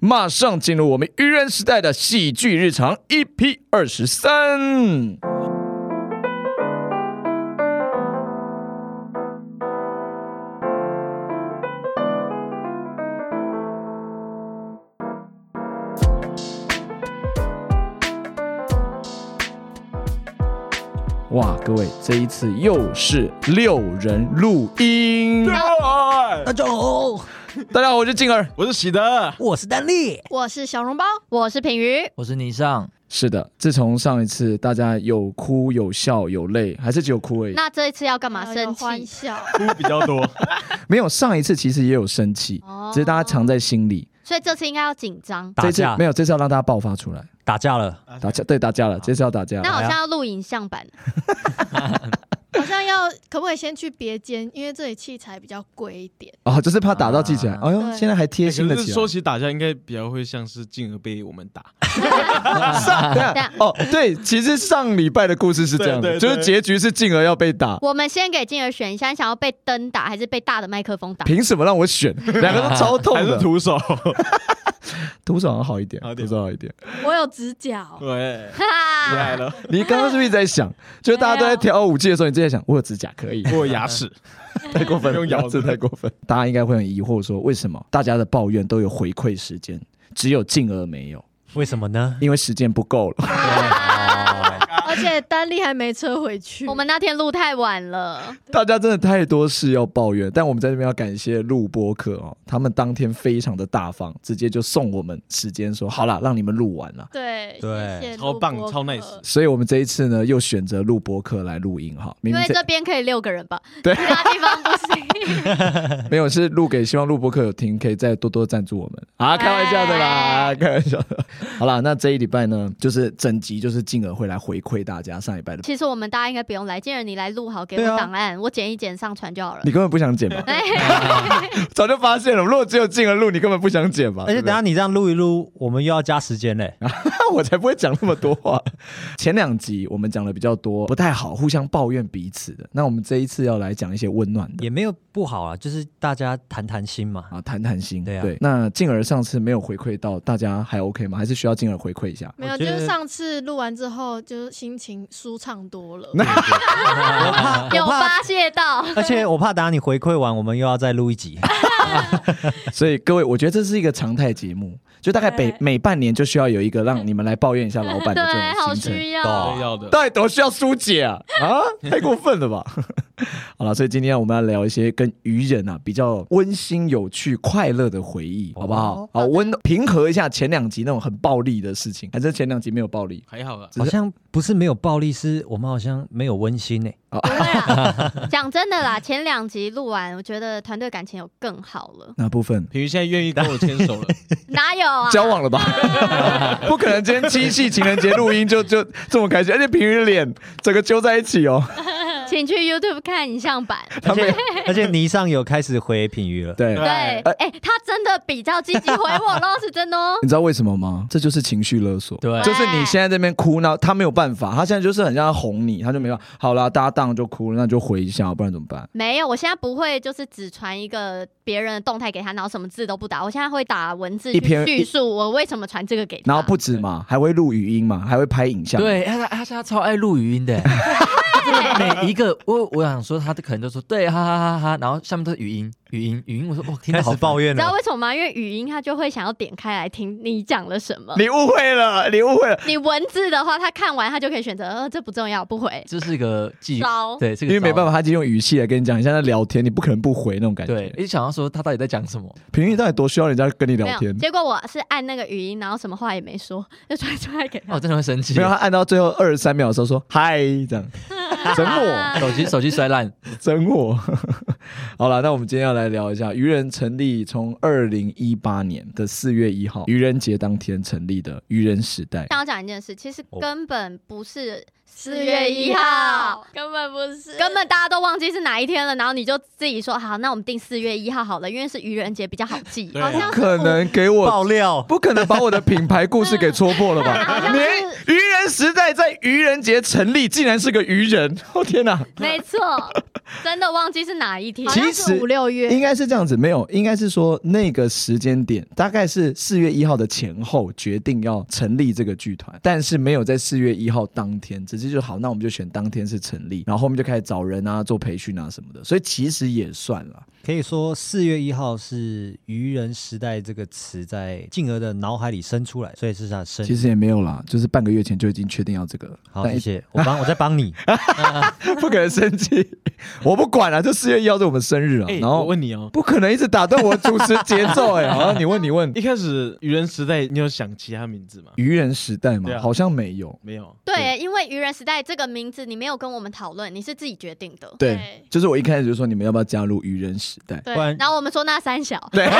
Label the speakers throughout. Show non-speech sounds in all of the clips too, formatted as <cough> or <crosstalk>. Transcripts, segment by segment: Speaker 1: 马上进入我们愚人时代的喜剧日常 EP 二十三。哇，各位，这一次又是六人录音。
Speaker 2: 大家好，
Speaker 1: 大家好，我是静儿。
Speaker 3: 我是喜德，
Speaker 2: 我是丹
Speaker 4: <laughs>
Speaker 2: 丽。
Speaker 5: 我是小笼包，我是品鱼，
Speaker 4: 我是霓尚，
Speaker 1: 是的，自从上一次大家有哭有笑有泪，还是只有哭而已，
Speaker 5: 那这一次要干嘛？
Speaker 6: 要有
Speaker 5: 生
Speaker 6: 欢
Speaker 5: 气？ <laughs>
Speaker 6: 笑，
Speaker 3: 哭比较多，
Speaker 1: 没有上一次其实也有生气，
Speaker 5: 哦
Speaker 1: 只是大家藏在心里。
Speaker 5: 所以这次应该要紧张。
Speaker 1: 这
Speaker 4: 打
Speaker 1: 次
Speaker 4: 架
Speaker 1: 没有，这次要让大家爆发出来，
Speaker 4: 打架了，
Speaker 1: 打架啊对打架了，这次要打架
Speaker 5: 那
Speaker 1: 了。
Speaker 5: 好像要录影像版，
Speaker 6: 好像要可不可以先去别间？因为这里器材比较贵一点。
Speaker 1: 哦，就是怕打到记起来。
Speaker 4: 啊
Speaker 1: 哎呦，
Speaker 6: 对
Speaker 1: 现在还贴
Speaker 3: 可
Speaker 1: 心的
Speaker 3: 是
Speaker 1: 起
Speaker 3: 说
Speaker 1: 来。
Speaker 3: 起打架，应该比较会像是进而被我们打，
Speaker 1: <laughs> 上对
Speaker 5: 这
Speaker 1: 啊
Speaker 5: 样
Speaker 1: 哦，对，其实上礼拜的故事是这样的，
Speaker 3: 对对
Speaker 1: 就
Speaker 3: 对
Speaker 1: 是结局是进而要被打。
Speaker 5: 我们先给静儿选一下，你想要被灯打还是被大的麦克风打？
Speaker 1: 凭什么让我选？两个都超痛 <laughs>
Speaker 3: 还是
Speaker 1: 的。
Speaker 3: 徒手？
Speaker 1: 徒手好像好一点，
Speaker 3: 好一
Speaker 1: 徒
Speaker 3: 点
Speaker 1: 手好一点。
Speaker 6: 我有指甲
Speaker 3: <laughs>
Speaker 6: 哦，
Speaker 3: 对，厉
Speaker 1: 啊
Speaker 5: 哈，
Speaker 3: 害了，
Speaker 1: 你刚刚是不是一直在
Speaker 5: <laughs>
Speaker 1: 想？就是大家都在挑武器的时候，你自己在想，我有指甲可以。
Speaker 3: 我有牙齿，
Speaker 1: <laughs> 太过分了，
Speaker 3: 用咬的
Speaker 1: 字太过分。大家应该会很疑惑，说为什么大家的抱怨都有回馈时间，只有静儿没有？
Speaker 4: 为什么呢？
Speaker 1: 因为时间不够了。 <laughs>
Speaker 6: 而且丹丽还没车回去。
Speaker 5: 我们那天录太晚了，
Speaker 1: 大家真的太多事要抱怨，但我们在这边要感谢录播客哦，他们当天非常的大方，直接就送我们时间说好啦，让你们录完了。
Speaker 6: 对
Speaker 4: 对
Speaker 6: 谢谢
Speaker 3: 超棒
Speaker 6: 录播客
Speaker 3: 超 nice
Speaker 1: 所以我们这一次呢，又选择录播客来录音哈，明
Speaker 5: 因
Speaker 1: 明
Speaker 5: 为
Speaker 1: 这
Speaker 5: 这边可以六个人吧，
Speaker 1: 对
Speaker 5: 其他地方不行。
Speaker 1: <laughs> 没有是录给希望录播客有听，可以再多多赞助我们啊，开玩笑的啦，
Speaker 5: 哎
Speaker 1: 开玩笑的。 <laughs> 好啦，那这一礼拜呢，就是整集就是进而会来回馈大家上礼拜的
Speaker 5: 其实我们大家应该不用来，静儿你来录好，给
Speaker 1: 对啊
Speaker 5: 我档案，我剪一剪上传就好了
Speaker 1: 你。根本不想剪吧？ <laughs> 早就发现了，如果只有进而录，你根本不想剪吧？
Speaker 4: 而且
Speaker 1: 对不对
Speaker 4: 等下你这样录一录，我们又要加时间嘞。
Speaker 1: <laughs> 我才不会讲那么多话。前两集我们讲的比较多，不太好，互相抱怨彼此的。那我们这一次要来讲一些温暖的
Speaker 4: 也没有不好啊，就是大家谈谈心 <laughs> 嘛。
Speaker 1: 啊，谈谈心。
Speaker 4: 对啊
Speaker 1: 那进而上次没有回馈到大家，还 OK 吗？还是需要进而回馈一下？
Speaker 6: 没有，
Speaker 4: 我
Speaker 6: 就
Speaker 4: 觉得
Speaker 6: 是上次录完之后，就是心情舒畅多了。
Speaker 4: 我怕，
Speaker 5: 有
Speaker 4: 我怕，
Speaker 5: 发泄到，
Speaker 4: 而且我怕等下你回馈完，我们又要再录一 <laughs> 集。
Speaker 1: 所以各位，我觉得这是一个常态节目，就大概每
Speaker 6: 对
Speaker 1: 每半年就需要有一个让你们来抱怨一下老板的
Speaker 5: 对，
Speaker 1: 这
Speaker 5: 好
Speaker 1: 种行程。哦
Speaker 5: 需
Speaker 4: 懂
Speaker 5: 要。
Speaker 3: 对要的，
Speaker 1: 到底多需要疏解啊？ <laughs> 啊，太过分了吧！ <laughs> 好了，所以今天我们要聊一些跟愚人啊比较温馨、有趣、快乐的回忆，好不好
Speaker 4: 哦？
Speaker 1: 好温平和一下前两集那种很暴力的事情，还是前两集没有暴力
Speaker 3: 还好啊，
Speaker 1: 只
Speaker 4: 好
Speaker 1: 是，
Speaker 4: 像不是没有暴力，是我们好像没有温馨呢。欸 <laughs>
Speaker 5: 不会啦，讲真的啦，前两集录完，我觉得团队感情有更好了
Speaker 1: <laughs> 那部分。
Speaker 3: 平鱼现在愿意跟我牵手了，
Speaker 5: 哪有啊？
Speaker 1: 交往了吧？不可能！今天七夕情人节录音就就这么开心，而且平时脸整个揪在一起哦。
Speaker 5: 请去 YouTube 看影像版。
Speaker 4: 而 <laughs> 且而且霓尚有开始回品鱼了。
Speaker 1: 对
Speaker 5: 对，，哎、他真的比较积极回我喽，是真的哦。哎
Speaker 1: 你知道为什么吗？这就是情绪勒索。
Speaker 4: 对
Speaker 1: <laughs> 就是你现在这边哭闹，他没有办法，他现在就是很像要哄你，他就没办法。好啦，搭档就哭了，那就回一下，不然怎么办？
Speaker 5: 没有，我现在不会就是只传一个别人的动态给他，然后什么字都不打。我现在会打文字
Speaker 1: 一篇
Speaker 5: 去叙述我为什么传这个给他。
Speaker 1: 然后不止嘛，还会录语音嘛，还会拍影像。，
Speaker 7: 对，他他他超爱录语音的，
Speaker 5: 哎
Speaker 7: 每一个我我想说，他可能都说对，哈哈哈哈，然后下面都是语音语音语音，我说哇，听
Speaker 4: 开
Speaker 7: 到好
Speaker 4: 始抱怨
Speaker 5: 你知道
Speaker 4: 了，
Speaker 5: 为什么吗？因为语音他就会想要点开来听你讲了什么。
Speaker 1: 你误会了，你误会了，
Speaker 5: 你文字的话，他看完他就可以选择，呃，这不重要，不回。
Speaker 7: 这是一个技，
Speaker 5: 招
Speaker 7: 对，这
Speaker 1: 因
Speaker 7: 个
Speaker 1: 为没办
Speaker 7: 法，
Speaker 1: 法，他就用语气来跟你讲，你像在聊天，你不可能不回那种感觉。
Speaker 7: 对，，一直想要说他到底在讲
Speaker 6: <laughs>
Speaker 7: 什么，
Speaker 1: 平日到底多需要人家跟你
Speaker 5: 没
Speaker 1: 聊
Speaker 5: 有，
Speaker 1: 天？
Speaker 5: 结果我是按那个语音，然后什么话也没说， <laughs> 就传出来给他。
Speaker 1: 哦
Speaker 7: 哦那我真的会生气
Speaker 1: 没，有，他按到最后二十三秒的时候说嗨，这样整我，
Speaker 7: 手机手机摔烂，
Speaker 1: 整我。 <laughs> 好了，那我们今天要来聊一下愚人成立从二零一八年的四月一号愚人节当天成立的愚人时代。
Speaker 5: 但我讲一件事，其实根本不是
Speaker 6: 四
Speaker 5: 四月一
Speaker 1: 哦
Speaker 5: 号，
Speaker 6: 根本不是，
Speaker 5: 根本大家都忘记是哪一天了，然后你就自己说好，那我们定四月一号好了，因为是愚人节比较好记。
Speaker 3: 对
Speaker 6: 好像
Speaker 1: 不
Speaker 6: 是
Speaker 1: 可能给我
Speaker 4: <laughs> 爆料。
Speaker 1: 不可能把我的品牌故事给戳破了吧？
Speaker 5: 好像
Speaker 1: 你
Speaker 5: 是
Speaker 1: 愚人人时代在愚人节成立，竟然是个愚人！ <laughs> 哦天哪，
Speaker 5: 没
Speaker 1: <laughs>
Speaker 5: 错，真的忘记是哪一天
Speaker 6: 好。
Speaker 1: 其
Speaker 6: 像
Speaker 1: 实
Speaker 6: 是五六
Speaker 1: 应
Speaker 6: 月，
Speaker 1: 该是这样子，没有，应该是说那个时间点大概是四月一号的前后决定要成立这个剧团，但是没有在四月一号当天，直接就好，那我们就选当天是成立，然后后面就开始找人啊，做培训啊什么的，所以其实也算了。
Speaker 4: 可以说四月一号是“愚人时代”这个词在静儿的脑海里生出来，所以是他生日。
Speaker 1: 其实也没有啦，就是半个月前就已经确定要这个了。
Speaker 4: 好，
Speaker 1: 但
Speaker 4: 谢谢，我帮我在
Speaker 1: <laughs>
Speaker 4: 帮你。
Speaker 1: 不可能生气，我不管了、啊就四月一号是我们生日啊，
Speaker 3: 哎，
Speaker 1: 然
Speaker 3: 我
Speaker 1: 后
Speaker 3: 问你哦，
Speaker 1: 不可能一直打断我主持节奏
Speaker 3: <laughs>
Speaker 1: 哎、好，你问你问，
Speaker 3: <laughs> 一开始愚人时代，你有想其他名字吗？
Speaker 1: 愚人时代嘛，
Speaker 3: 对啊
Speaker 1: 好像没有，
Speaker 3: 没有，
Speaker 5: 对，因为愚人时代这个名字你没有跟我们讨论，你是自己决定的。
Speaker 1: 对，
Speaker 6: 对
Speaker 1: 就是我一开始就说你们要不要加入愚人时代，
Speaker 6: 对
Speaker 4: 不，然
Speaker 5: 然后我们说那三小，
Speaker 1: 对， <laughs>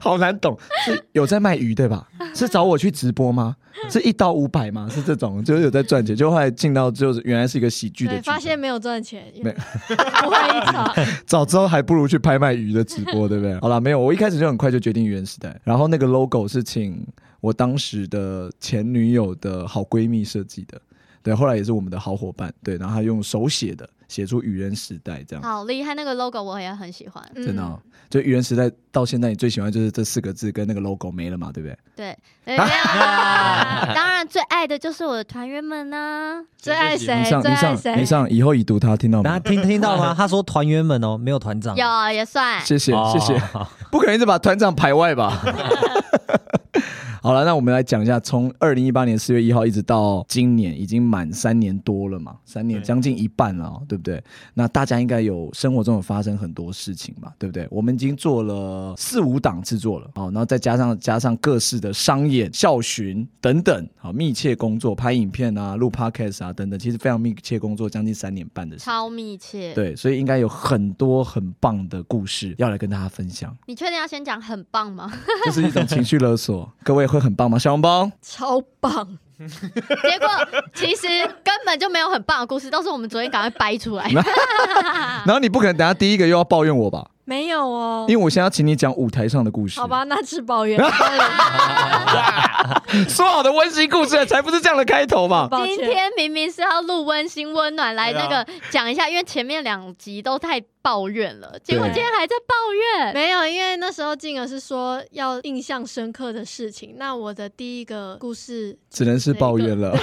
Speaker 1: 好难懂，是有在卖鱼对吧？是找我去直播吗？是一刀五百吗？是这种，就是有在赚钱，就后来进到就是原来是一个喜剧的
Speaker 6: 对，
Speaker 1: 剧
Speaker 6: 发
Speaker 1: 团，
Speaker 6: 现没有赚钱，
Speaker 1: 没
Speaker 6: 不会一场，
Speaker 1: 早知道还不如去拍卖鱼的直
Speaker 6: <laughs>
Speaker 1: 播，对不对？好啦，没有，我一开始就很快就决定原时代，然后那个 logo 是请我当时的前女友的好闺蜜设计的，对，后来也是我们的好伙伴，对，然后她用手写的，写出愚人时代这样。
Speaker 5: 好厉害，那个 logo 我也很喜欢。
Speaker 1: <laughs>
Speaker 6: 嗯
Speaker 1: 真的、哦，就愚人时代到现在，你最喜欢就是这四个字跟那个 logo 没了嘛，对不对？ <laughs>
Speaker 5: 对，没有啦当然最爱的就是我的团员们呐。
Speaker 6: 最爱谁
Speaker 5: 哎
Speaker 1: 你？上
Speaker 6: 最
Speaker 1: 你
Speaker 6: 爱
Speaker 1: 上你
Speaker 6: 谁？
Speaker 1: 上，以后已读他听到
Speaker 4: 大家
Speaker 1: 吗？
Speaker 4: 听听到
Speaker 1: <laughs>
Speaker 4: 吗？他说团员们哦，没有团长。
Speaker 5: 有也算，
Speaker 1: 谢谢
Speaker 4: 哦
Speaker 1: 谢谢， <laughs> 不可能一直把团长排外吧？ <laughs> 好了，那我们来讲一下，从二零一八年四月一号一直到今年，已经满三年多了嘛，三年
Speaker 3: 对
Speaker 1: 将近一半了、哦，对不对？那大家应该有生活中有发生很多事情嘛，对不对？我们已经做了四五档制作了，哦好，然后再加上加上各式的商演、校巡等等，好，密切工作，拍影片啊，录 podcast 啊等等，其实非常密切工作，将近三年半的时间。
Speaker 5: 超密切。
Speaker 1: 对，所以应该有很多很棒的故事要来跟大家分
Speaker 6: <laughs>
Speaker 1: 享。
Speaker 5: 你确定要先讲很棒吗？ <laughs>
Speaker 1: 这是一种情绪勒索。 <laughs> 各位会很棒吗？小红包，
Speaker 6: 超棒，
Speaker 5: 结果其实根本就没有很棒的故事，都是我们昨天赶快掰出来。
Speaker 1: 然后你不可能等下第一个又要抱怨我吧？
Speaker 6: 没有啊哦，
Speaker 1: 因为我现在要请你讲舞台上的故事。
Speaker 6: 好，吧，那是抱怨，
Speaker 1: <laughs> 说好的温馨故事才不是这样的开头嘛？
Speaker 6: 抱
Speaker 5: 今
Speaker 6: 歉，
Speaker 5: 天明明是要录温馨温暖来
Speaker 3: 对
Speaker 5: 那
Speaker 3: 啊
Speaker 5: 个讲一下，因为前面两集都太抱怨了，结果
Speaker 1: 对
Speaker 5: 今天还在抱怨。
Speaker 6: 没有，因为那时候静儿是说要印象深刻的事情，那我的第一个故事
Speaker 1: 只能是抱怨了。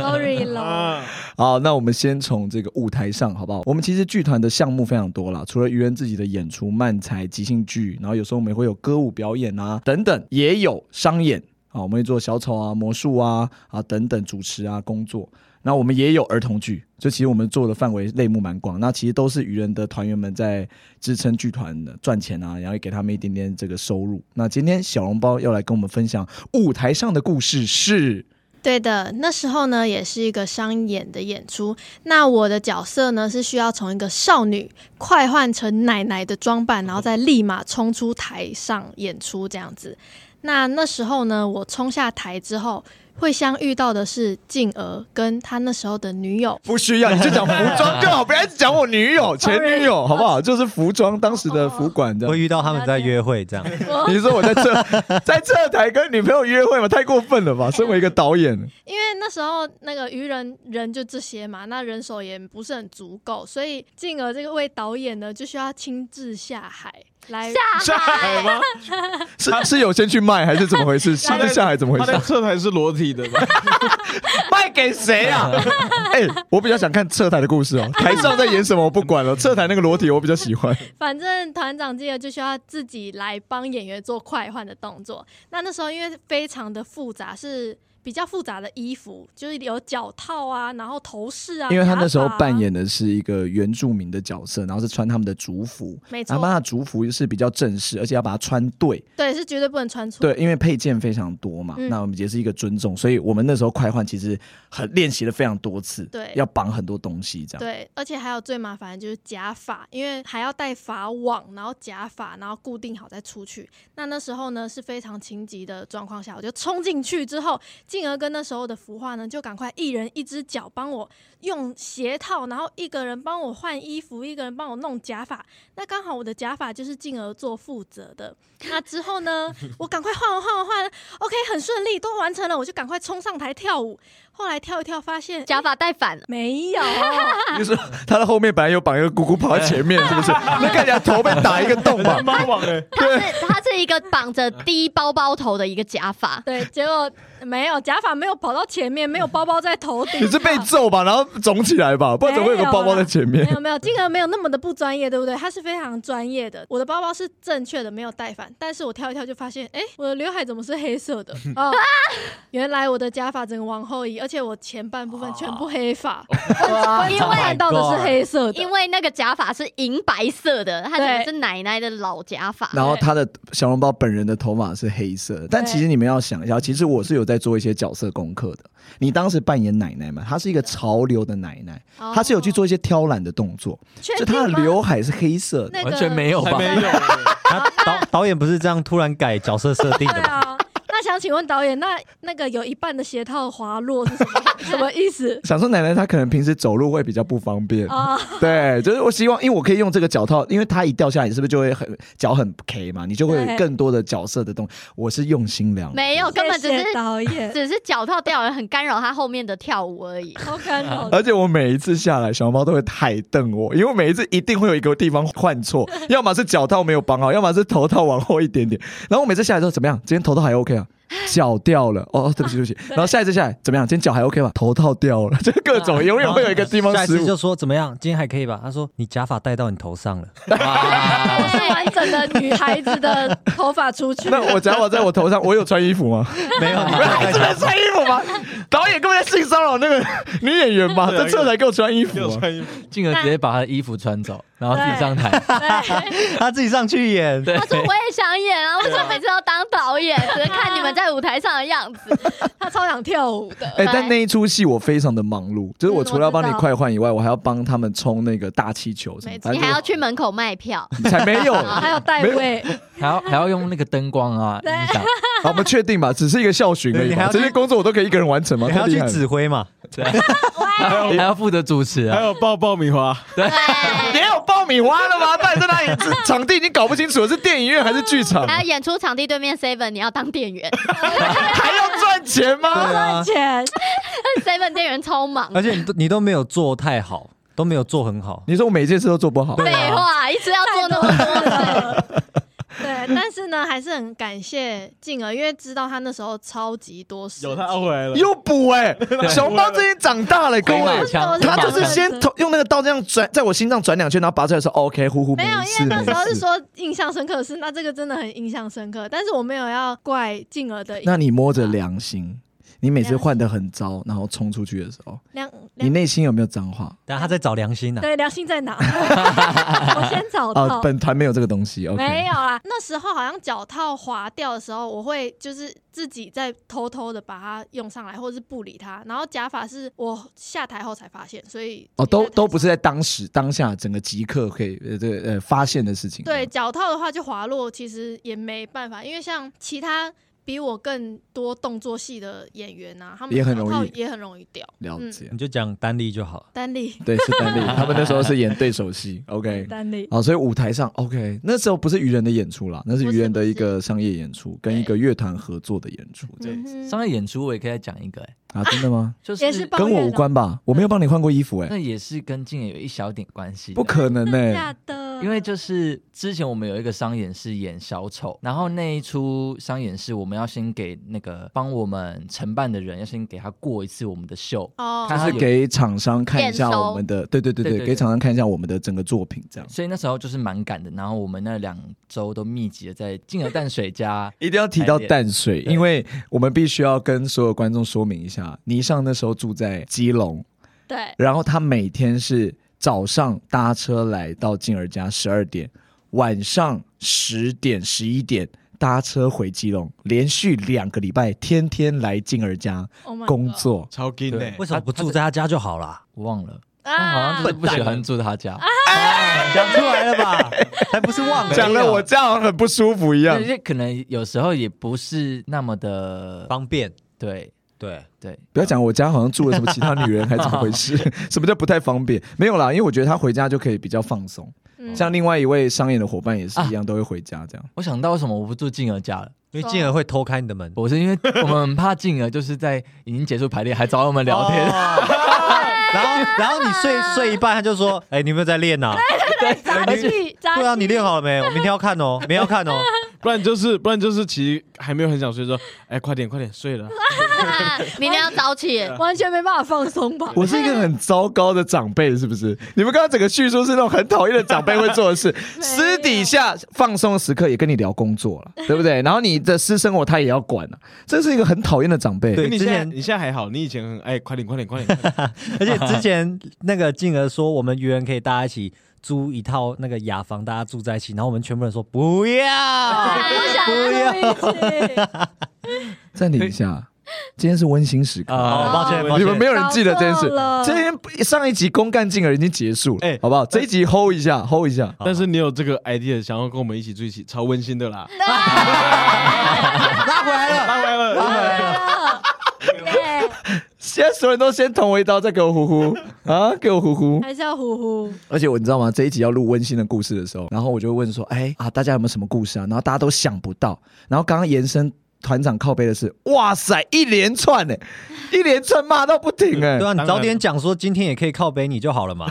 Speaker 6: ，sorry 喽，
Speaker 3: 啊，
Speaker 1: 好，那我们先从这个舞台上好不好？我们其实剧团的项目非常多啦，除了愚人自己的演出、漫才、即兴剧，然后有时候我们也会有歌舞表演啊等等，也有商演啊，我们会做小丑啊、魔术啊啊等等主持啊工作。那我们也有儿童剧，就其实我们做的范围类目蛮广，那其实都是愚人的团员们在支撑剧团的赚钱啊，然后也给他们一点点这个收入。那今天小笼包要来跟我们分享舞台上的故事是，
Speaker 6: 对的，那时候呢也是一个商演的演出，那我的角色呢是需要从一个少女快换成奶奶的装扮，然后再立马冲出台上演出这样子。那那时候呢，我冲下台之后，会相遇到的是静儿跟她那时候的女友
Speaker 1: 不需 <laughs> 要，你就讲服装就好，不要一直讲我女 <laughs> 友、前女友，好不好？就是服装当时的 <laughs> 服管的
Speaker 4: 会。遇到他们在约会这样。
Speaker 1: 你说我在这 <laughs> 在这台跟女朋友约会吗？太过分了吧！身为一个导演，
Speaker 6: 因为那时候那个愚人人就这些嘛，那人手也不是很足够，所以进而这位导演呢就需要亲自下海来
Speaker 5: 下海
Speaker 3: 海吗？
Speaker 1: 是是有先去卖还是怎么回 <laughs> 事？上次下海怎么
Speaker 3: 他
Speaker 1: 回 <laughs>
Speaker 3: 在
Speaker 1: 事？
Speaker 3: 侧台是裸体的吧？
Speaker 1: 卖给谁啊？ <laughs> 哎，我比较想看侧台的故事 <laughs> 哦，台上在演什么我不管了，侧台那个裸体我比较喜欢。
Speaker 6: 反正团长这个就需要自己来帮演员做快换的动作。那那时候因为非常的复杂，是比较复杂的衣服，就是有脚套啊，然后头饰啊，
Speaker 1: <laughs> 因为他那时候
Speaker 6: 假发啊
Speaker 1: 扮演的是一个原住民的角色，然后是穿他们的族服，
Speaker 6: 没
Speaker 1: 阿妈
Speaker 6: 错，
Speaker 1: 的族服是比较正式，而且要把它穿对，
Speaker 6: 对，是绝对不能穿错。
Speaker 1: 对，因为配件非常多嘛，
Speaker 6: 嗯
Speaker 1: 那我们也是一个尊重，所以我们那时候快换其实很练习了非常多次，
Speaker 6: 对
Speaker 1: 要绑很多东西这样。
Speaker 6: 对，啊而且还有最麻烦的就是假发，因为还要戴发网，然后假发，然后固定好再出去。那那时候呢是非常情急的状况下，我就冲进去之后，静儿跟那时候的服化呢，就赶快一人一只脚帮我用鞋套，然后一个人帮我换衣服，一个人帮我弄假发。那刚好我的假发就是静儿做负责的。那之后呢，我赶快换完换完换完，OK，很顺利，都完成了，我就赶快冲上台跳舞。后来跳一跳，发现 <laughs>
Speaker 5: 假发戴反了，
Speaker 6: 没有，，
Speaker 1: 就是他的后面本来有绑一个姑姑跑在前面，是不是？那看起来头被打一个洞吧？
Speaker 3: 猫王哎，
Speaker 5: 它是它是一个绑着低包包头的一个假发
Speaker 6: 对，结果没有假发没有跑到前面，没有包包在头顶。
Speaker 1: 你是被揍吧，然后肿起来吧，不然怎么会有个包包在前面
Speaker 6: 没？有没有，金额没有那么的不专业，对不对？他是非常专业的。我的包包是正确的，没有带反，但是我跳一跳就发现，哎，我的刘海怎么是黑色的？哦，原来我的假发整个往后移，而且我前半部分全部黑发， <laughs> 我
Speaker 5: 因
Speaker 6: 只看
Speaker 5: 为。
Speaker 6: 到的是黑色
Speaker 5: 因
Speaker 6: 的。
Speaker 5: 为那个假发是银白色的，它真的
Speaker 6: 对
Speaker 5: 是奶奶的老假发。
Speaker 1: <laughs> 然后他的小笼包本人的头发是黑色的，但
Speaker 6: 对
Speaker 1: 其实你们要想一下，其实我是有在做一些角色功课的。你当时扮演奶奶嘛，她是一个潮流的奶奶，
Speaker 5: 哦
Speaker 1: 她是有去做一些挑染的动作，
Speaker 6: 确
Speaker 1: 就
Speaker 6: 定
Speaker 1: 她的
Speaker 6: 吗
Speaker 1: 刘海是黑色的。
Speaker 6: <laughs> 那个
Speaker 7: 完全没有
Speaker 3: 还
Speaker 7: 吧？
Speaker 3: 没有欸，
Speaker 4: <laughs> 他导导演不是这样突然改角色设定的
Speaker 6: 对 <laughs>
Speaker 4: 吗？
Speaker 6: 啊。那想请问导演，那那个有一半的鞋套滑落是什么什么意思
Speaker 1: 想说奶奶她可能平时走路会比较不方便，
Speaker 5: 哦
Speaker 6: 啊？
Speaker 1: 对，就是我希望，因为我可以用这个脚套，因为它一掉下来，你是不是就会很脚很 K 嘛？你就会有
Speaker 6: 对
Speaker 1: 更多的角色的动。我是用心良苦，
Speaker 5: 没有，根本只
Speaker 6: 谢谢
Speaker 5: 是 <laughs>
Speaker 6: 导演，
Speaker 5: 只是脚套掉了，很干扰他后面的跳舞而
Speaker 6: <laughs>
Speaker 5: 已。
Speaker 6: 好哦感动。
Speaker 1: 而且我每一次下来，小猫都会海瞪我，因为我每一次一定会有一个地方换错，要么是脚套没有绑好，要么是头套往后一点点。然后我每次下来之后怎么样？今天头套还 OK 啊？脚掉了哦，对不起对不起。然后下一次下来怎么样？今天脚还 OK 吧？头套掉了， <laughs> 就各
Speaker 5: <laughs>
Speaker 1: 种永远会有一个地方
Speaker 4: 下一
Speaker 1: 失
Speaker 4: 次
Speaker 1: 误。
Speaker 4: 就说怎么样？今天还可以吧？他说你假发戴到你头
Speaker 1: <laughs>
Speaker 4: 上了，
Speaker 6: 我是完整的女孩子的头发出 <laughs> 去。
Speaker 1: 那我假如在我头上，我有穿衣服吗？
Speaker 4: <laughs> 没有，
Speaker 1: <laughs>
Speaker 4: 你
Speaker 1: 还是在穿衣服
Speaker 4: <laughs>
Speaker 1: 吗？导演根本在性骚扰那个女演员吧？
Speaker 3: 对啊
Speaker 1: 这车才给我穿衣服
Speaker 3: 没有
Speaker 1: 啊！
Speaker 3: 穿衣服，
Speaker 7: 静儿直接把他的衣服穿走，然后自己上台。
Speaker 6: 哎
Speaker 4: 他自己上去演。
Speaker 7: 对
Speaker 5: 他，说我也想演啊，为什么每次都当导
Speaker 6: <laughs>
Speaker 5: 演？只是看你们在舞台上的样子。
Speaker 6: 她超想跳舞的，
Speaker 1: 哎、
Speaker 5: 对
Speaker 1: 但那一出戏我非常的忙碌，就是
Speaker 5: 啊
Speaker 1: 我除了要帮你快换以外，我还要帮他们冲那个大气球什么
Speaker 6: 没，错
Speaker 1: 反
Speaker 5: 你
Speaker 1: 正
Speaker 5: 还要啊去门口卖
Speaker 6: <laughs>
Speaker 5: 票，
Speaker 1: 就 <laughs> 才没
Speaker 5: <laughs>
Speaker 1: 有。
Speaker 6: 还有戴位，
Speaker 7: 还要还要用那个灯光啊，
Speaker 6: 对
Speaker 7: 音响。
Speaker 1: 好，我们确定吧，只是一个校巡而已
Speaker 4: 对你还
Speaker 1: 嘛。
Speaker 4: 要
Speaker 1: 这些工作我都可以一个人完成吗？
Speaker 4: 你
Speaker 1: 太
Speaker 4: 还要
Speaker 1: 厉
Speaker 4: 去
Speaker 1: 害了！
Speaker 4: 指挥嘛？
Speaker 7: 还要负责主持
Speaker 3: 还
Speaker 7: 啊，
Speaker 3: 有爆爆米花，
Speaker 5: 对，
Speaker 1: 也有爆米花了吗？到底在哪里？这场地已经搞不清楚了，是电影院还是剧
Speaker 5: <laughs>
Speaker 1: 场？
Speaker 5: 还有演出场地对面 Seven，你要当店员 <laughs>
Speaker 1: 还要赚钱吗？
Speaker 4: 啊，
Speaker 1: <laughs>
Speaker 6: 钱
Speaker 5: ，Seven 店员超忙。
Speaker 4: 而且你都你都没有做太好，都没有做很好。
Speaker 1: 你说我每一件事都做不
Speaker 4: 啊
Speaker 1: 好，
Speaker 6: 啊
Speaker 5: 废话，一直要做那么多事，
Speaker 6: 了。对，但是呢，还是很感谢静儿，因为知道她那时候超级多事情。
Speaker 3: 有他哦懊悔 <laughs> 了，
Speaker 1: 又补哎、小猫最近长大了，各
Speaker 7: 回
Speaker 1: 位
Speaker 7: 马。枪，
Speaker 1: 他就是
Speaker 6: 先
Speaker 1: 先头用那个刀这样转，在我心脏转两圈，然后拔出来说 OK，呼呼
Speaker 6: 没有，因
Speaker 1: 事
Speaker 6: 为
Speaker 1: 没
Speaker 6: 那时候是
Speaker 1: 事。
Speaker 6: 说印象深刻的事，那这个真的很印象深刻。但是我没有要怪静儿的
Speaker 1: 那你摸着良心，
Speaker 6: 啊
Speaker 1: 你每次换的很糟，然后冲出去的时候，
Speaker 6: 良
Speaker 1: 你
Speaker 6: 良，
Speaker 1: 内心有没有脏话？
Speaker 4: 但他在找良心啊呢。
Speaker 6: 对良心在
Speaker 1: <laughs>
Speaker 6: 哪？我先找
Speaker 1: 啊，
Speaker 6: 到。
Speaker 1: 本团没有这个东西。
Speaker 6: 没
Speaker 1: OK，
Speaker 6: 有啦，那时候好像脚套滑掉的时候，我会就是自己再偷偷的把它用上来，或者是不理它。然后假发是我下台后才发现，所以
Speaker 1: 哦，都都不
Speaker 6: 是。
Speaker 1: 是在当时当下整个即刻可以呃这个呃发现的事情。
Speaker 6: 对，脚套的话，就滑落其实也没办法，因为像其他比我更多动作戏的演员啊，他们
Speaker 1: 也很容易
Speaker 6: 脚套也很容易掉。
Speaker 1: 了解
Speaker 6: 嗯
Speaker 4: 你。就讲单例就好了。
Speaker 6: 丹力，
Speaker 1: 对，是丹
Speaker 6: <laughs>
Speaker 1: 丽，他们那时候是演对手戏。OK，
Speaker 6: 丹力，
Speaker 1: 哦，所以舞台上 OK，那时候不是愚人的演出啦，那是
Speaker 5: 不
Speaker 1: 愚
Speaker 5: 是
Speaker 1: 人的
Speaker 5: 不
Speaker 1: 一
Speaker 5: 是
Speaker 1: 个商业演出，跟一个乐团合作的演出。这样
Speaker 6: 嗯哼
Speaker 7: 商业演出我也可以再讲一个，哎，
Speaker 1: 啊，真的吗？
Speaker 7: 就
Speaker 6: 也是抱
Speaker 1: 跟
Speaker 6: 怨
Speaker 1: 我无
Speaker 6: 了，
Speaker 1: 关吧？我
Speaker 5: 嗯
Speaker 1: 没有帮你换过衣服哎、
Speaker 7: 那也是跟静也有一小点关系的，
Speaker 1: 不可能
Speaker 6: 真
Speaker 1: 哎、
Speaker 6: 的假的，
Speaker 7: 因为就是之前我们有一个商演是演小丑，然后那一出商演是我们要先给那个帮我们承办的人要先给他过一次我们的秀，
Speaker 6: 哦，
Speaker 7: 他
Speaker 1: 就是给厂商看一下
Speaker 5: 验收
Speaker 1: 我们的，对对对
Speaker 7: 对
Speaker 1: 对，
Speaker 7: 对对
Speaker 1: 给厂商看一下我们的整个作品这样。，
Speaker 7: 所以那时候就是蛮赶的。然后我们那两周都密集的在静儿淡水家
Speaker 4: <laughs>
Speaker 1: 一定要提到淡水，因为我们必须要跟所有观众说明一下，倪尚那时候住在基隆，
Speaker 6: 对，
Speaker 1: 然后他每天是早上搭车来到静儿家十二点，晚上十点十一点搭车回基隆，连续两个礼拜天天来静儿家
Speaker 6: Oh
Speaker 1: <laughs>
Speaker 6: my
Speaker 1: 工
Speaker 6: God
Speaker 1: 作。
Speaker 3: 超劲的
Speaker 7: 对，
Speaker 4: 为什么不住在他家就好啦？
Speaker 7: 我忘了，他好
Speaker 6: 啊
Speaker 7: 像就，是不喜欢住他家，
Speaker 4: <laughs> 讲出来了吧？ <laughs> 还不是忘了
Speaker 1: 讲了我这样很不舒服一样
Speaker 7: 而，且可能有时候也不是那么的
Speaker 4: 方便。
Speaker 7: 对。
Speaker 4: 对，
Speaker 7: 对，
Speaker 1: 不要讲我家好像住了什么其他女人，还怎么回
Speaker 6: <laughs>
Speaker 1: 事？什么叫不太方便？没有啦，因为我觉得他回家就可以比较放松。
Speaker 6: 嗯啊
Speaker 1: 像另外一位商演的伙伴也是一样，都会回家这样。
Speaker 7: 我想到为什么我不住静儿家了，
Speaker 4: 因为进而会偷开你
Speaker 1: <laughs>
Speaker 4: 的门。
Speaker 7: 我是因为我们很怕静儿就是在已经结束排练还找我们聊
Speaker 4: 哦
Speaker 7: 天，
Speaker 4: 然后，然后你睡睡一半，他就说：“哎、你有没有在练啊？
Speaker 5: 扎气扎
Speaker 4: 对啊，
Speaker 5: 气
Speaker 4: 你练好了没？我明天要看 <laughs> 哦，明天要看哦。
Speaker 3: 不然就是不然就是其实还没有很想睡，说哎快点快点睡了，
Speaker 5: <laughs> 明天要早
Speaker 6: <laughs>
Speaker 5: 起，
Speaker 6: 完全没办法放松吧？
Speaker 1: 我是一个很糟糕的长辈，是不是？你们刚刚整个叙述是那种很讨厌的长辈会做
Speaker 6: <laughs>
Speaker 1: 的事，私底下放松的时刻也跟你聊工作
Speaker 6: <laughs>
Speaker 1: 了，对不对？然后你的私生活他也要管了，这是一个很讨厌的长辈。
Speaker 4: 对
Speaker 3: 哎你
Speaker 4: 之
Speaker 3: 现在
Speaker 4: 前
Speaker 3: 你现在还好，你以前很哎快点快点快点，快点
Speaker 4: 而且之前那个静儿说，我们愚人可以大家一起租一套那个雅房，大家住在一起。然后我们全部人说不 <laughs> 要，不要。
Speaker 1: 暂停一下，今天是温馨时刻。
Speaker 4: 哦，抱歉，抱
Speaker 1: 你
Speaker 4: 歉，
Speaker 1: 们没有人记得这件事
Speaker 6: 早知道了，
Speaker 1: 今天上一集公干劲儿已经结束了
Speaker 3: 哎，
Speaker 1: 好不好？这一集 hold 一下，hold 一下。
Speaker 3: 但是你有这个 idea 想要跟我们一起住一起，超温馨的啦，
Speaker 5: 啊
Speaker 4: 拉回来了。
Speaker 3: 当然了，
Speaker 5: 对，
Speaker 1: 现在所有人都先捅我一刀，再给我呼
Speaker 4: <laughs>
Speaker 1: 呼啊，给我呼呼。
Speaker 6: 还是要呼呼，
Speaker 1: 而且我你知道吗？这一集要录温馨的故事的时候，然后我就问说，哎啊，大家有没有什么故事啊？然后大家都想不到。然后刚刚延伸团长靠背的是，哇塞，一连串哎、一连串骂到不停哎、
Speaker 4: <laughs> 对啊，你
Speaker 3: 当然
Speaker 4: 早点讲说今天也可以靠北你就好 <laughs> 了嘛。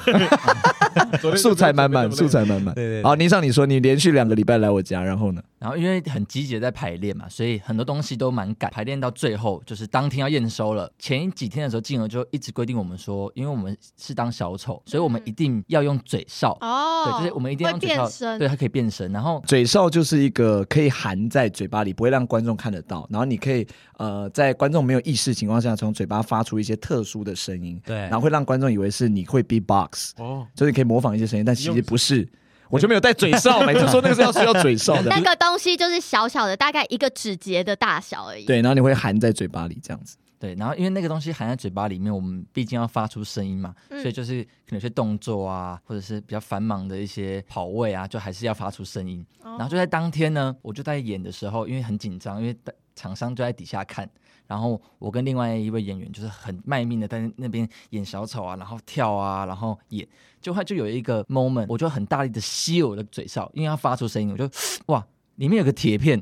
Speaker 3: 昨天
Speaker 1: 素材满满，
Speaker 3: 昨
Speaker 1: 素材
Speaker 3: 天
Speaker 1: 满满。
Speaker 4: 对对对
Speaker 1: 好，倪尚，你说你连续两个礼拜来我家，然后呢？
Speaker 7: 然后因为很积极地在排练嘛，所以很多东西都蛮赶。排练到最后，就是当天要验收了。前几天的时候，静儿就一直规定我们说，因为我们是当小丑，所以我们一定要用嘴哨。
Speaker 6: 哦，
Speaker 7: 对，就是我们一定要
Speaker 6: 会
Speaker 7: 用嘴
Speaker 6: 变
Speaker 7: 哨，
Speaker 6: 身，
Speaker 7: 对，它可以变身。然后
Speaker 1: 嘴哨就是一个可以含在嘴巴里，不会让观众看得到，然后你可以呃在观众没有意识情况下，从嘴巴发出一些特殊的声音，
Speaker 4: 对
Speaker 1: 然后会让观众以为是你会 B-box，
Speaker 3: 哦，
Speaker 1: 就是你可以模仿一些声音，但其实不是。我就没有带嘴 <laughs> 哨，每次说那个是要需要嘴
Speaker 5: <laughs>
Speaker 1: 哨的
Speaker 5: 那，个东西就是小小的，大概一个指节的大小而已。
Speaker 1: 对，然后你会含在嘴巴里这样子。
Speaker 7: 对，然后因为那个东西含在嘴巴里面，我们毕竟要发出声音嘛，
Speaker 6: 嗯
Speaker 7: 所以就是可能有些动作啊，或者是比较繁忙的一些跑位啊，就还是要发出声音。
Speaker 6: 哦
Speaker 7: 然后就在当天呢，我就在演的时候，因为很紧张，因为大厂商就在底下看，然后我跟另外一位演员就是很卖命的在那边演小丑啊，然后跳啊，然后演，就他就有一个 moment，我就很大力的吸了我的嘴哨，因为要发出声音，我就 <sniffs> 哇，里面有个铁片，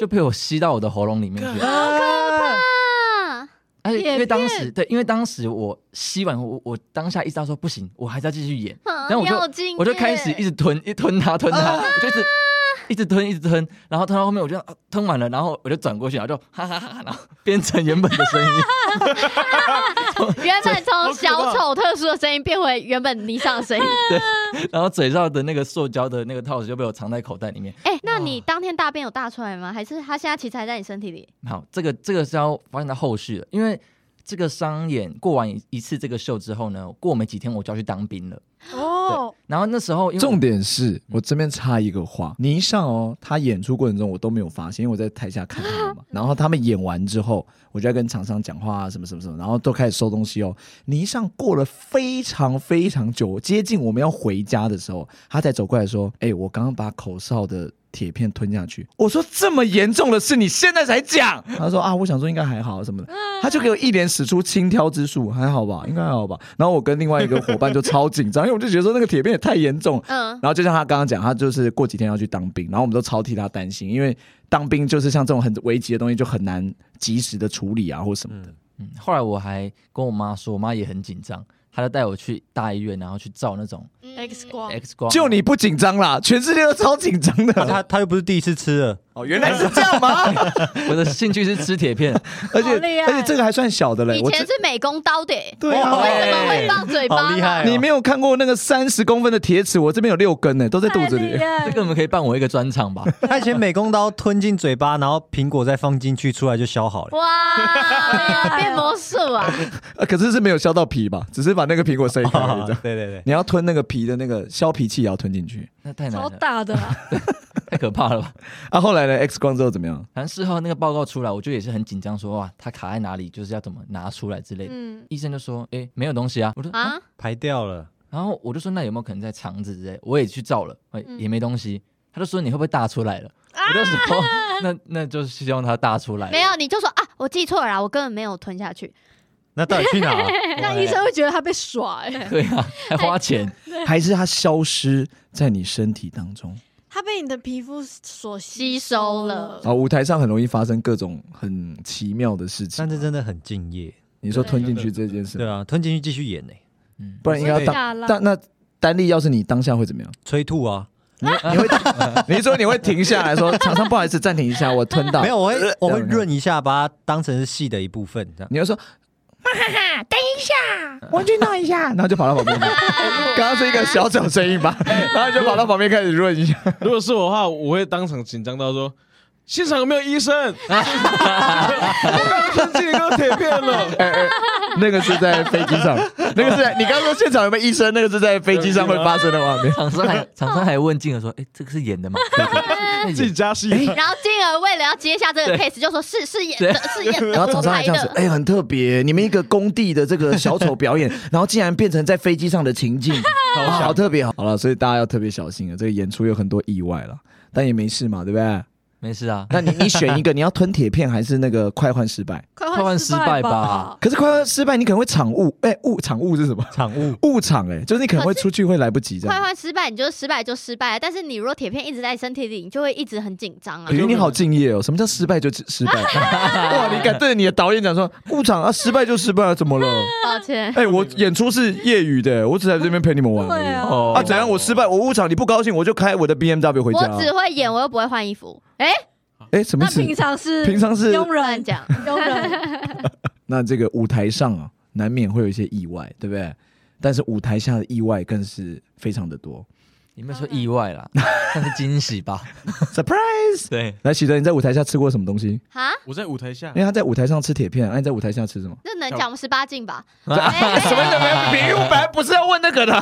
Speaker 7: 就被我吸到我的喉咙里面
Speaker 6: <laughs>
Speaker 7: 去。
Speaker 5: 啊，
Speaker 7: 而哎且因为
Speaker 6: 演
Speaker 7: 当时对，因为当时我吸完我我当下意识到说不行，我还是要继续演，
Speaker 5: 然
Speaker 7: 后我就我就开始一直吞，一吞它吞它，我就一直一直吞一直吞，然后吞到后面我就、啊吞完了，然后我就转过去，然后就哈哈哈哈，然后 <laughs> 变成原本的声音，
Speaker 5: <laughs>
Speaker 7: <laughs>
Speaker 5: 原本从小丑特殊的声音变回原本霓裳的
Speaker 7: <laughs>
Speaker 5: 声音。
Speaker 7: 然后嘴上的那个塑胶的那个套子就被我藏在口袋里面。
Speaker 5: 哎，那你当天大便有大出来吗？还是他现在其实还在你身体里？
Speaker 7: 好，这个这个是要发展到后续的，因为这个商演过完一一次这个秀之后呢，过没几天我就要去当兵了，
Speaker 6: 哦，
Speaker 7: 然后那时候因为嗯
Speaker 1: 重点是我这边插一个话，倪尚哦，他演出过程中我都没有发现，因为我在台下看他们
Speaker 7: <laughs>
Speaker 1: 嘛。然后他们演完之后，我就在跟厂商讲话啊，什么什么什么，然后都开始收东西哦。倪尚过了非常非常久，接近我们要回家的时候，他才走过来说：“哎、我刚刚把口哨的。”铁片吞下去，我说这么严重的事，你现在才讲？他说啊，我想说应该还好什么
Speaker 7: 嗯
Speaker 1: 的，他就给我一连使出轻佻之术，还好吧，应该还好吧。然后我跟另外一个伙伴就超紧张，因为我就觉得说那个铁片也太严重了，
Speaker 5: 嗯，
Speaker 1: 然后就像他刚刚讲，他就是过几天要去当兵，然后我们都超替他担心，因为当兵就是像这种很危急的东西就很难及时的处理啊，或什么的。
Speaker 7: 嗯，后来我还跟我妈说，我妈也很紧张，她就带我去大医院，然后去照那种
Speaker 6: X 光
Speaker 7: X 光。
Speaker 1: 就你不紧张啦，全世界都超紧张
Speaker 4: 他
Speaker 1: 的。
Speaker 4: 他他又不是第一次吃了，
Speaker 1: 啊哦，原来是这样吗？
Speaker 7: 我的兴趣是吃铁片，
Speaker 1: <laughs> 而且
Speaker 6: 好厉
Speaker 1: 而
Speaker 6: 害
Speaker 1: 且这个还算小的嘞，
Speaker 5: 以
Speaker 1: 我
Speaker 5: 前
Speaker 1: 这
Speaker 5: 是哦哎美工刀的耶，
Speaker 1: 对啊。
Speaker 5: 为什么会放嘴巴
Speaker 4: 好厉
Speaker 5: 呢？
Speaker 4: 害、哦！
Speaker 1: 你没有看过那个三十公分的铁尺，我这边有六根呢，都在肚子里。
Speaker 7: 这个我们可以办我一个专场吧？
Speaker 4: 他以前美工刀吞进嘴巴，然后苹果再放进去，出来就削好了。
Speaker 5: 哇，变魔术啊！
Speaker 1: 呃可是是没有削到皮吧？只是把那个苹果塞开而已。这样
Speaker 4: <laughs> 对对对，
Speaker 1: 你要吞那个皮的那个削皮器也要吞进去。
Speaker 7: 那太难
Speaker 6: 超
Speaker 7: 了，
Speaker 6: 大的啊，
Speaker 7: 太可怕了吧？
Speaker 1: 啊，后来呢？X 光之后怎么样？
Speaker 7: 反正事后那个报告出来，我就也是很紧张，说哇，它卡在哪里，就是要怎么拿出来之类的。
Speaker 6: 嗯，
Speaker 7: 医生就说，哎，没有东西啊。我说啊，
Speaker 1: <laughs>
Speaker 5: 啊，
Speaker 4: 排掉了。
Speaker 7: 然后我就说那有没有可能在肠子之类？我也去照了，哎，也没东西。他就说你会不会大出来了？我就说 <laughs> 那那就是希望他大出来。
Speaker 5: 没有，你就说啊，我记错了啦，我根本没有吞下去。
Speaker 4: 那到底去 <laughs> 哪？
Speaker 6: 那医生会觉得他被耍、欸，
Speaker 7: 对啊，还花钱。
Speaker 1: 还是它消失在你身体当中
Speaker 6: 他被你的皮肤所
Speaker 5: 吸收了
Speaker 1: 啊？舞台上很容易发生各种很奇妙的事情
Speaker 4: 但。是真的很敬业，
Speaker 1: 你说吞进去这件事
Speaker 4: 对，啊，吞进去继续演呢、
Speaker 7: 嗯，
Speaker 1: 不然应该要
Speaker 5: 下
Speaker 1: 当
Speaker 5: 啦
Speaker 1: 但那丹丽要是你当下会怎
Speaker 4: <laughs>
Speaker 1: 么样？
Speaker 4: 催吐啊，
Speaker 1: 你你会你是说你会 <laughs> 停下来说厂商不好意思暂停一下，我吞到
Speaker 4: <laughs> 没有，我会我会
Speaker 1: 呃这样子
Speaker 4: 润一下，把它当成是戏的一部分，这样
Speaker 1: 你要说，哈哈，等一下，我去弄一
Speaker 4: <laughs>
Speaker 1: 下，然后就跑到 <laughs> 旁边去。刚刚是一个小小声音吧，然后就跑到旁边开始润一下。
Speaker 3: 如果是我的话，我会当场紧张到说。现场有没有医生？我刚吞进一个铁片了。
Speaker 1: <laughs> 哎哎，那个是在飞机上，那个是在你刚刚说现场有没有医生？那个是在飞机上会发生的画面。
Speaker 7: <laughs> 厂
Speaker 1: <laughs>
Speaker 7: 商还厂商还问静儿说：“哎，这个是演的吗？”
Speaker 3: 自己加戏，
Speaker 1: 哎
Speaker 5: 然后进而为了要接下这个 case，就说是是演的，是演
Speaker 1: <laughs> 然后
Speaker 5: 的，
Speaker 1: 厂
Speaker 5: 我
Speaker 1: 商还
Speaker 5: 拍
Speaker 1: 这样子，
Speaker 5: 的。
Speaker 1: 哎、很特别，你们一个工地的这个小丑表 <laughs> 演，然后竟然变成在飞机上的情境， <laughs> 好好特别。好了，所以大家要特别小心了，啊这个演出有很多意外了，但也没事嘛，对不对？
Speaker 7: 没事啊，
Speaker 1: 那你你选一个，你要吞铁片还是那个快换失 <laughs> 败？
Speaker 6: 快
Speaker 7: 快换失败吧
Speaker 6: 吧。
Speaker 1: 可是快换失败，你可能会场误，哎、误场误是什么？
Speaker 4: 场务。
Speaker 1: <laughs> 误场哎、就是你可能会出去会来不及这
Speaker 5: 快
Speaker 1: 样。
Speaker 5: 换失败，你就失败就失败了。但是你如果铁片一直在身体里，你就会一直很紧张啊
Speaker 1: 比。如你好敬业哦，什么叫失败就失 <laughs> 败？哇，你敢对着你的导演讲说误场啊，失败就失败，怎么 <laughs> 了？
Speaker 5: 抱歉，
Speaker 1: 哎、我演出是业余的，我只在这边陪你们玩而已。
Speaker 6: 对啊
Speaker 1: 啊，怎样？我失败，我误场，你不高兴，我就开我的 BMW 回家
Speaker 5: 我。只会演，我又不会换衣服。哎，
Speaker 1: 哎、什么
Speaker 6: 那
Speaker 1: 意思？
Speaker 6: 平常是
Speaker 1: 平常是
Speaker 6: 佣
Speaker 5: 乱
Speaker 6: 人，
Speaker 5: 讲。
Speaker 6: 佣人
Speaker 1: 那这个舞台上啊，难免会有一些意外，对不对？但是舞台啊下的意外更是非常的多。
Speaker 7: 有没有说意外
Speaker 1: <laughs>
Speaker 7: 啦？但是惊喜吧。
Speaker 1: Surprise！
Speaker 7: 对，
Speaker 1: 来，喜德，你在舞台下吃过什么东西？
Speaker 5: 哈，
Speaker 3: 我在舞台下
Speaker 1: 因为他在舞台上吃铁片，那、你在舞台下吃 <laughs> 什么？
Speaker 5: 这能讲十八禁吧？
Speaker 1: 什么什么？比喻我本来不是要问那个 <laughs> 的，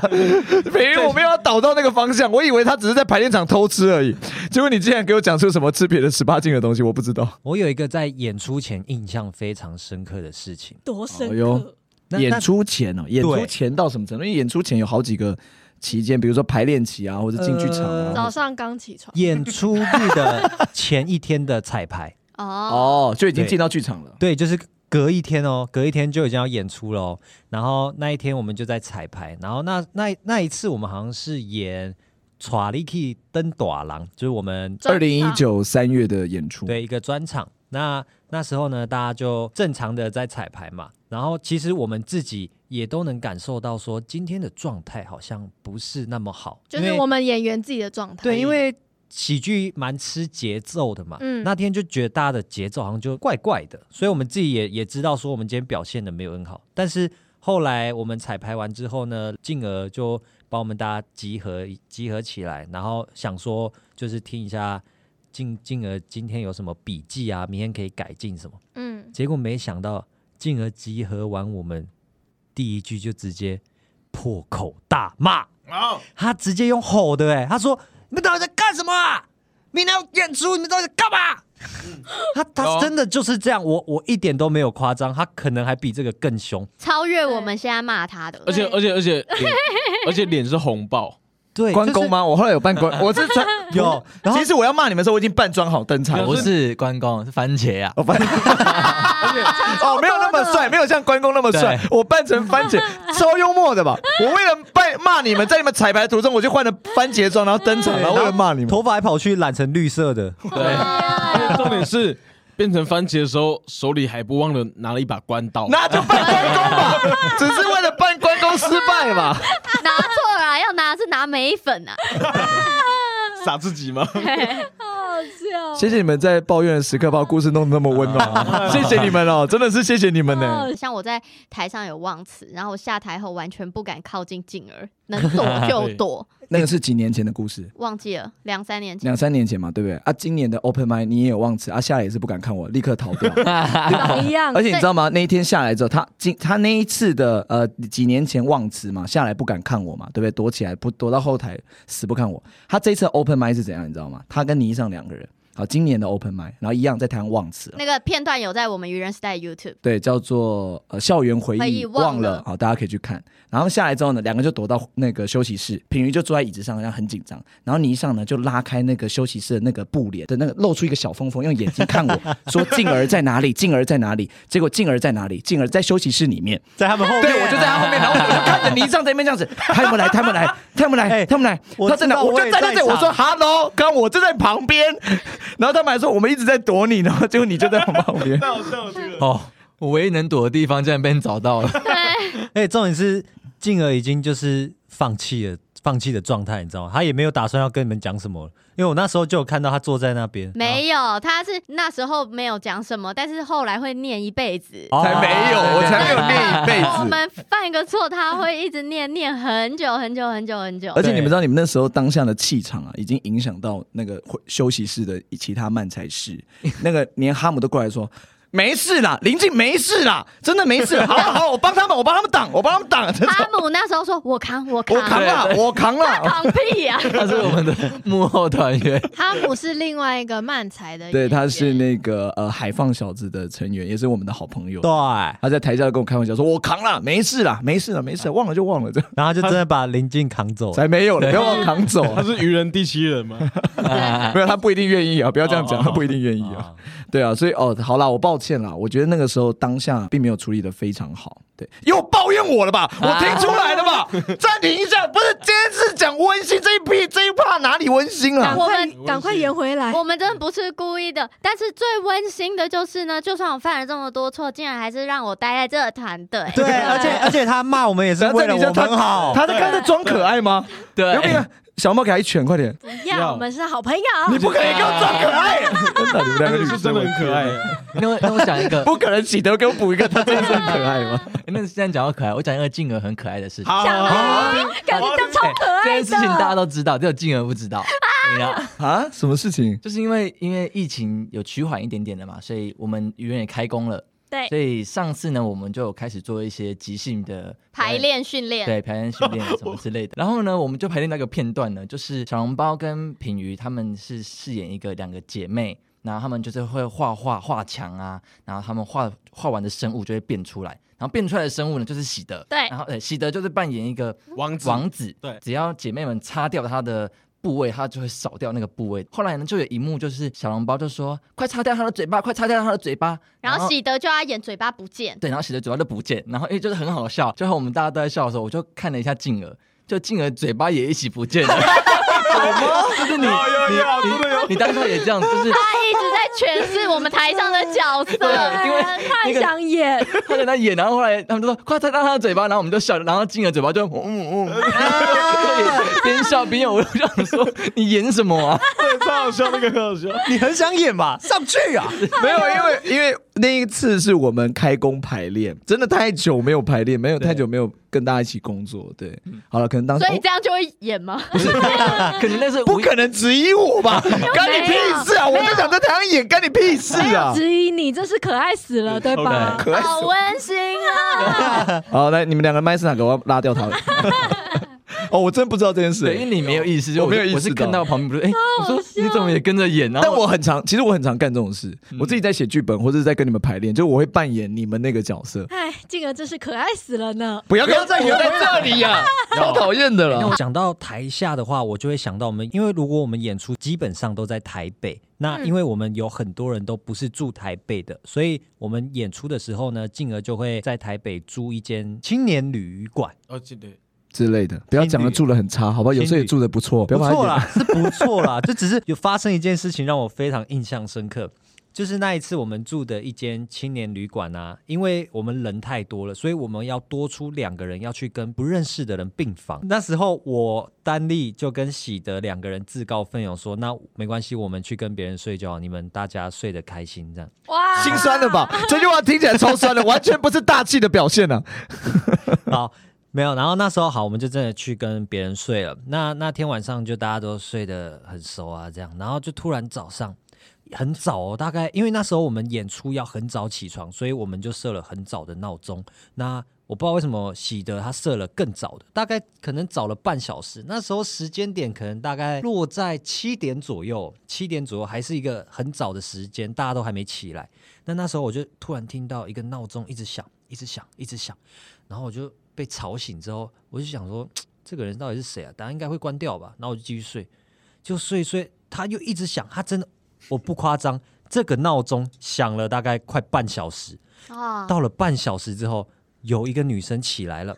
Speaker 1: 比喻我没有要导到那个方向，我以为他只是在排练场偷吃而已。结果你竟然给我讲出什么吃别的十八禁的东西，我不知道。
Speaker 4: 我有一个在演出前印象非常深刻的事情，
Speaker 6: 多深
Speaker 1: 哎呦
Speaker 6: 刻，
Speaker 4: 那
Speaker 1: 演
Speaker 4: 那
Speaker 1: 出前哦，演出
Speaker 4: 对
Speaker 1: 前到什么程度？因为演出前有好几个期间，比如说排练期啊，或者进剧场啊。
Speaker 4: 呃
Speaker 1: 或
Speaker 6: 早
Speaker 1: 者
Speaker 6: 上刚起床，
Speaker 4: 演出日的前一天的彩
Speaker 1: <laughs>
Speaker 4: 排，
Speaker 5: 哦，
Speaker 1: 哦，就已经进到剧场了。
Speaker 4: 对，就是隔一天哦，隔一天就已经要演出了、哦。然后那一天我们就在彩排，然后那那那一次我们好像是演《查理克登短郎》，就是我们
Speaker 1: 二零一九三月的演出，
Speaker 4: 对一个专场。那那时候呢，大家就正常的在彩排嘛。然后其实我们自己也都能感受到，说今天的状态好像不是那么好，
Speaker 6: 就是
Speaker 4: 因为
Speaker 6: 我们演员自己的状态。
Speaker 4: 对，因为喜剧蛮吃节奏的嘛。
Speaker 6: 嗯
Speaker 4: 那天就觉得大家的节奏好像就怪怪的，所以我们自己也也知道说我们今天表现的没有很好。但是后来我们彩排完之后呢，进而就把我们大家集合集合起来，然后想说就是听一下进进而今天有什么笔记啊，明天可以改进什么。
Speaker 6: 嗯，
Speaker 4: 结果没想到进而集合完我们第一句就直接破口大骂。
Speaker 3: 啊，
Speaker 4: 他直接用吼的、欸，哎，他说：“你们到底在干什么啊？明天要演出，你们到底在干嘛？”他
Speaker 7: 有
Speaker 4: 他真的就是这样，我我一点都没有夸张，他可能还比这个更凶。
Speaker 5: 超越我们现在骂他的
Speaker 3: 而。且而且而且 <laughs> 脸，而且脸是红爆，
Speaker 4: 对，
Speaker 1: 关公
Speaker 4: 吗？
Speaker 1: 吗？我后来有扮
Speaker 6: <laughs>
Speaker 1: 关，我是穿
Speaker 4: <laughs> 有，然后
Speaker 1: 其实我要骂你们的时候，我已经扮装好登场了。
Speaker 7: 不
Speaker 1: 我是
Speaker 7: 是关公，是番茄啊。
Speaker 1: 我
Speaker 4: <laughs>
Speaker 1: 扮 <laughs> 哦，没有那么帅，没有像关公那么帅。我扮成番
Speaker 6: <laughs>
Speaker 1: 茄，超幽默的吧？我为了扮骂你们，在你们彩排途中，我就换了番茄装，然后登场，然后为了骂你们。
Speaker 4: 头发还跑去染成绿色的，
Speaker 3: 哎
Speaker 7: 对，
Speaker 3: 而且重点是变成番茄的时候，手里还不忘了拿了一把关刀。 <laughs>
Speaker 1: 那就扮关公吧，只是为了扮关公失败吧。
Speaker 5: 拿错了啊，要拿是拿眉粉啊。 <laughs>
Speaker 3: 傻自己吗？
Speaker 6: 好
Speaker 1: <laughs>
Speaker 6: 笑
Speaker 1: 谢谢你们在抱怨的时刻把我故事弄得那么温暖， <laughs> 谢谢你们哦，真的是谢谢你们呢。
Speaker 5: 像我在台上有忘词，然后我下台后完全不敢靠近静儿，能躲就躲，
Speaker 1: 那个是几年前的故事，
Speaker 5: 忘记了两三年前。
Speaker 1: 两三年前嘛，对不对？啊，今年的 Open m i 你也有忘词，啊，下来也是不敢看我，立刻逃掉。
Speaker 6: 长一样
Speaker 1: 而，且你知道吗？那一天下来之后，他今他那一次的呃几年前忘词嘛，下来不敢看我嘛，对不对？躲起来不躲到后台，死不看我。他这一次 open m i 是怎样？你知道吗？他跟倪尚两个人，好，今年的 Open m i 然后一样在谈忘词，
Speaker 5: 那个片段有在我们愚人时代 YouTube。
Speaker 1: 对，叫做呃校园回
Speaker 5: 回
Speaker 1: 忆
Speaker 5: 忆忘了
Speaker 1: 好，大家可以去看。然后下来之后呢，两个就躲到那个休息室，品瑜就坐在椅子上，然后很紧张。然后倪尚呢就拉开那个休息室的那个布帘的那个，露出一个小缝缝，用眼睛看
Speaker 4: <laughs>
Speaker 1: 我说：“静儿在哪里？静儿在哪里？”结果静儿在哪里？静儿在休息室里面。
Speaker 4: 在他们后面，
Speaker 1: 对，我就在他后面，然后我就看着倪尚在那边
Speaker 4: <laughs>
Speaker 1: 这样子，他们来，他们来，他们来，
Speaker 4: 哎
Speaker 1: 他们来，
Speaker 4: 我
Speaker 1: 他真的，
Speaker 4: 知道
Speaker 1: 我就
Speaker 4: 我也
Speaker 1: 站在
Speaker 4: 在
Speaker 1: 这里，我
Speaker 4: 场
Speaker 1: 说 “hello”，刚我就在旁边，然后他们还说我们一直在躲你，然后结果你就在我旁边。
Speaker 3: 太好笑了，这个。
Speaker 7: 哦，我唯一能躲的地方竟然被你找到
Speaker 1: <laughs>
Speaker 7: 了。
Speaker 4: 哎，重点是静儿已经就是放弃了，放弃的状态，你知道吗？她也没有打算要跟你们讲什么了，因为我那时候就有看到她坐在那边，
Speaker 5: 没有，他是那时候没有讲什么，但是后来会念一辈子。
Speaker 4: 哦
Speaker 1: 才没有，我才没有 <laughs> 念一辈
Speaker 5: 我
Speaker 1: 子。
Speaker 5: 们犯个错，他会一直念念很久很久很久
Speaker 1: <laughs>
Speaker 5: 很久
Speaker 1: 而。且你们知道，你们那时候当下的气场啊，已经影响到那个会休息室的其他漫才师，那个连哈姆都过来说。 <laughs> 没事啦，林静没事啦，真的没 <laughs> 事。好好好，我帮他们，我帮他们挡，我帮他们挡。真的
Speaker 5: 哈姆那时候说：“我扛，我扛，
Speaker 1: 我
Speaker 5: <laughs>
Speaker 1: 扛了， <laughs> 我扛了。
Speaker 5: 扛屁
Speaker 1: <laughs>
Speaker 5: 啊呀、
Speaker 7: 他是我们的幕后团员，
Speaker 6: 哈姆是另外一个漫才的演
Speaker 1: 对，
Speaker 6: 员，
Speaker 1: 他是那个呃海放小子的成员，也是我们的好朋友。
Speaker 4: 对，
Speaker 1: 他在台下跟我开玩笑说：“我扛了，没事啦，没事了，没事啦，忘了就忘了。”这样
Speaker 4: 然后就真的把林静扛走了。
Speaker 1: 才没有了，不要把我扛走。啊
Speaker 3: 他是愚人第七人吗？
Speaker 1: <laughs> 没有，他不一定愿意啊，不要这样讲，
Speaker 3: 哦哦
Speaker 1: 他不一定愿意啊。
Speaker 4: 啊
Speaker 1: 对啊，所以哦，好啦，我抱歉啦，我觉得那个时候当下并没有处理的非常好，对，又抱怨我了吧？我听出来了吧？暂停一下，不是，今天是讲温馨这一批这一趴哪里温馨啊
Speaker 6: 赶
Speaker 1: 了？
Speaker 6: 快
Speaker 5: 我
Speaker 3: 们
Speaker 6: 赶快圆回来。
Speaker 5: 我们真的不是故意的，但是最温馨的就是呢，就算我犯了这么多错，竟然还是让我待在这个团
Speaker 1: <laughs>
Speaker 5: 队。
Speaker 4: 对，而且而且他骂我们也是
Speaker 1: 然后
Speaker 4: 为
Speaker 1: 暂
Speaker 4: 了
Speaker 1: 停一
Speaker 4: 我
Speaker 1: 下，他
Speaker 4: 们好。
Speaker 1: 他在看在装可爱吗？
Speaker 7: 对
Speaker 1: 有没有？小猫给他一拳，快点！
Speaker 6: 不要，我们是好朋友。
Speaker 1: 你不可以给我装可爱， <laughs> 真的，你们两个女
Speaker 3: <laughs> 是真
Speaker 1: 生
Speaker 3: 的很可爱。
Speaker 7: <laughs> 那我那我讲
Speaker 1: <laughs>
Speaker 7: 一个，
Speaker 1: 不可能喜得给我补一个，他真的是很可爱吗？
Speaker 7: <laughs> 那现在讲到可爱，我讲一个静儿很可爱的事情。哎
Speaker 3: 好好好，
Speaker 6: 感觉就超
Speaker 7: 啊
Speaker 6: 可爱的。
Speaker 7: 这件事情大家都知道，只有静儿不知道。对呀、
Speaker 1: <laughs> 啊，什么事情？
Speaker 7: 就是因为因为疫情有趋缓一点点的嘛，所以我们愚人也开工了。
Speaker 5: 对
Speaker 7: 所以上次呢，我们就有开始做一些即兴的
Speaker 5: 排，练训练，
Speaker 7: 对排练训练什么之
Speaker 5: <laughs>
Speaker 7: 类的。然后呢，我们就排练到一个片段呢，就是小笼包跟品瑜他们是饰演一个两个姐妹，然后他们就是会画画画墙啊，然后他们画画完的生物就会变出来，然后变出来的生物呢就是喜德，
Speaker 5: 对
Speaker 7: 然后呃喜德就是扮演一个
Speaker 3: 王子，
Speaker 7: 王子，
Speaker 3: 对
Speaker 7: 只要姐妹们擦掉他的部位，他就会少掉那个部位。后来呢，就有一幕就是小笼包就说：“快擦掉他的嘴巴，快擦掉他的嘴巴。”
Speaker 5: 然后喜德就要演嘴巴不见，
Speaker 7: 对，然后洗的嘴巴就不见，然后因为就是很好笑，最后我们大家都在笑的时候，我就看了一下静儿，就静儿嘴巴也一起不见 <laughs> 了。就是你，
Speaker 3: 有有真的有。
Speaker 7: 你当时也这样，
Speaker 5: <laughs>
Speaker 7: 就是
Speaker 5: 他一直在诠释我们台上的
Speaker 1: <laughs>
Speaker 5: 角色。
Speaker 7: 对，因为
Speaker 6: 太想演，
Speaker 7: 他在那演，然后后来他们就说快擦掉他的嘴巴，然后我们就笑，然后静儿嘴巴就嗯嗯嗯，边笑边演，我就想说你演什么啊？
Speaker 3: 对， <laughs> 超好笑，那个很好笑。
Speaker 4: 你很想演
Speaker 1: <laughs>
Speaker 4: 吧？
Speaker 2: 上去啊！
Speaker 1: 没有，因为因为那一次是我们开工排练，真的太久没有排练，没有太久没有跟大家一起工作。对，好了，可能当时
Speaker 5: 所以
Speaker 1: 哦
Speaker 5: 这样就会演
Speaker 1: <laughs>
Speaker 5: 吗？
Speaker 7: 可能那是
Speaker 1: 不
Speaker 7: 无意
Speaker 1: 可能质疑我吧？干你屁事啊！我就想在台上演，干你屁事啊！
Speaker 6: 质疑你，这是可爱死了，对
Speaker 1: <laughs>
Speaker 6: 吧？ <laughs>
Speaker 1: 可爱死
Speaker 5: 好
Speaker 1: 我！
Speaker 5: 温馨
Speaker 1: <laughs>
Speaker 5: 啊！
Speaker 1: 好，来，你们两个麦是哪个？我要拉掉他了。哦，我真不知道这件事
Speaker 7: 对，因为。你没有意识，就
Speaker 1: 我没有
Speaker 7: 是
Speaker 1: 意识
Speaker 7: 我是看
Speaker 1: 到
Speaker 7: 到旁边不是，哎、我说你怎么也跟着演？然
Speaker 1: 但
Speaker 7: 后
Speaker 1: 我很常，其实我很常干这种事。我自己在写剧本，或者是在跟你们排练，就我会扮演你们那个角色。
Speaker 6: 哎，静儿真是可爱死了呢。
Speaker 1: 不要不要再留在这里呀， <laughs> 超讨厌的
Speaker 4: 那
Speaker 1: 了
Speaker 4: 我。讲到台下的话，我就会想到我们，因为如果我们演出基本上都在台北，那
Speaker 6: 嗯
Speaker 4: 因为我们有很多人都不是住台北的，所以我们演出的时候呢，进而就会在台北租一间青年旅馆，
Speaker 3: 哦，记得
Speaker 1: 之类的，不要讲的住的很差，好吧？有时候也住的不错，不要
Speaker 4: 不
Speaker 1: 把它
Speaker 4: 错
Speaker 1: 演
Speaker 4: 啦，是不错啦。 <laughs> 这只是有发生一件事情让我非常印象深刻，就是那一次我们住的一间青年旅馆啊，因为我们人太多了，所以我们要多出两个人要去跟不认识的人并房。那时候我丹丽就跟喜德两个人自告奋勇说：“那没关系，我们去跟别人睡觉，你们大家睡得开心。”这样，
Speaker 5: 哇，
Speaker 1: 心酸了吧？这句话听起来超酸的，完全不是大气的表现啊！
Speaker 4: 好，没有。然后那时候好，我们就真的去跟别人睡了。那那天晚上就大家都睡得很熟啊，这样。然后就突然早上很早哦，大概因为那时候我们演出要很早起床，所以我们就设了很早的闹钟。那我不知道为什么喜德他设了更早的，大概可能早了半小时。那时候时间点可能大概落在七点左右，七点左右还是一个很早的时间，大家都还没起来。那那时候我就突然听到一个闹钟一直响，一直响，一直响，然后我就被吵醒之后，我就想说这个人到底是谁啊？大家应该会关掉吧？然后我就继续睡，就睡一睡，他又一直响，他真的我不夸张，这个闹钟响了大概快半小时。
Speaker 5: 哦，
Speaker 4: 到了半小时之后，有一个女生起来了，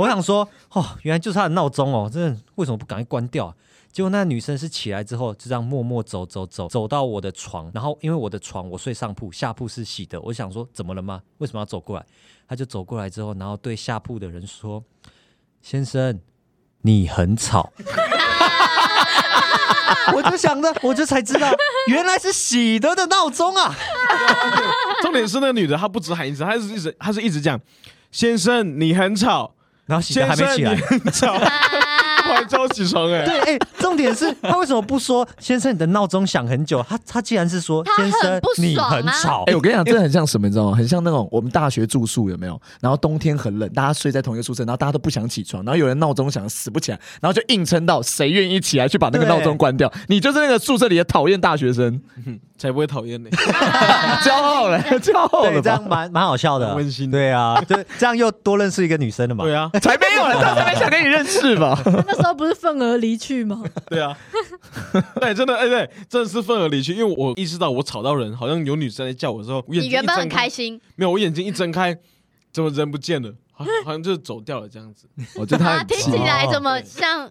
Speaker 4: 我想说，哦，原来就是她的闹钟哦，真的为什么不赶快关掉啊、结果那女生是起来之后，就这样默默走走走，走到我的床，然后因为我的床我睡上铺，下铺是洗的，我想说怎么了吗？为什么要走过来？她就走过来之后，然后对下铺的人说：“先生，你很吵。” <laughs> 我就想着，我就才知道，原来是喜德的闹钟啊！
Speaker 3: 重点是那个女的，她不止喊一声，她是一直她是一直讲，先生你很吵，
Speaker 4: 然后喜德
Speaker 3: 先
Speaker 4: 还没
Speaker 3: 生
Speaker 4: 起
Speaker 3: 你 <laughs>
Speaker 4: 来，
Speaker 3: 很吵，我还叫我起床哎、
Speaker 4: 对，哎、重点是他为什么不说先生你的闹钟响很久？他他竟然是说
Speaker 5: 他
Speaker 4: 先
Speaker 5: 很
Speaker 4: 生
Speaker 5: 不
Speaker 4: 你
Speaker 5: 爽
Speaker 4: 很
Speaker 5: 啊
Speaker 4: 吵。
Speaker 1: 哎、我跟你讲，这很像什么，你知道吗？很像那种我们大学住宿有没有？然后冬天很冷，大家睡在同一个宿舍，然后大家都不想起床，然后有人闹钟响死不起来，然后就硬撑到谁愿意起来去把那个
Speaker 4: 对
Speaker 1: 闹钟关掉。你就是那个宿舍里的讨厌大学生，
Speaker 3: 才不会讨厌呢。
Speaker 1: 骄傲了，骄傲
Speaker 4: 对，
Speaker 1: 了
Speaker 4: 这
Speaker 1: 吧
Speaker 4: 样？蛮蛮好笑的，
Speaker 3: 温馨
Speaker 4: 对啊，就这样又多认识一个女生了嘛。
Speaker 3: 对啊，
Speaker 1: 才没有了，他才没想跟你认识吧？
Speaker 6: 那时候不是愤而离去吗？
Speaker 3: 对 <laughs> 啊，对，真的，哎、对，真的是愤而离去，因为我意识到我吵到人，好像有女生来叫我的时候，我眼
Speaker 5: 你
Speaker 3: 睛
Speaker 5: 原本
Speaker 3: 一
Speaker 5: 很
Speaker 3: 睁
Speaker 5: 开，心，
Speaker 3: 没有，我眼睛一睁开，怎么人不见了？好好像就是走掉了这样子，
Speaker 1: <laughs> 我觉得他
Speaker 5: <laughs> 啊，
Speaker 1: 很
Speaker 5: 听
Speaker 1: 急
Speaker 5: 起来怎么像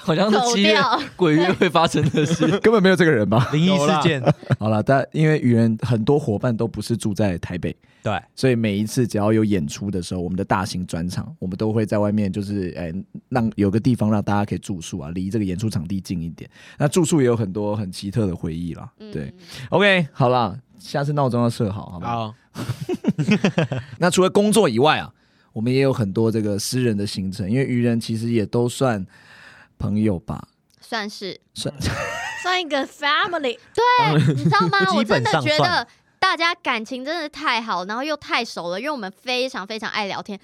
Speaker 7: 好像是
Speaker 5: 走
Speaker 7: 七月
Speaker 5: 掉
Speaker 7: 鬼月会发生的事。
Speaker 1: <laughs> 根本没有这个人吧？
Speaker 4: 灵异
Speaker 3: 有
Speaker 4: 事
Speaker 3: 啦
Speaker 4: 件，
Speaker 1: 好了，但因为愚人很多伙伴都不是住在台北，
Speaker 4: 对，？
Speaker 1: 所以每一次只要有演出的时候，我们的大型专场，我们都会在外面，就是哎，让有个地方让大家可以住宿啊，离这个演出场地近一点。那住宿也有很多很奇特的回忆啦。
Speaker 5: 嗯
Speaker 1: 对、o k 好啦，下次闹钟要设好，好吧？
Speaker 3: 啊，
Speaker 1: 那除了工作以外啊，我们也有很多这个私人的行程，因为愚人其实也都算朋友吧，
Speaker 5: 算是
Speaker 1: 算
Speaker 6: <laughs> 算一个 family，
Speaker 5: 对，你知道吗我
Speaker 4: 基本
Speaker 5: 真的
Speaker 4: 上
Speaker 5: 觉
Speaker 4: 算
Speaker 5: 得大家感情真的是太好，然后又太熟了，因为我们非常非常爱聊天。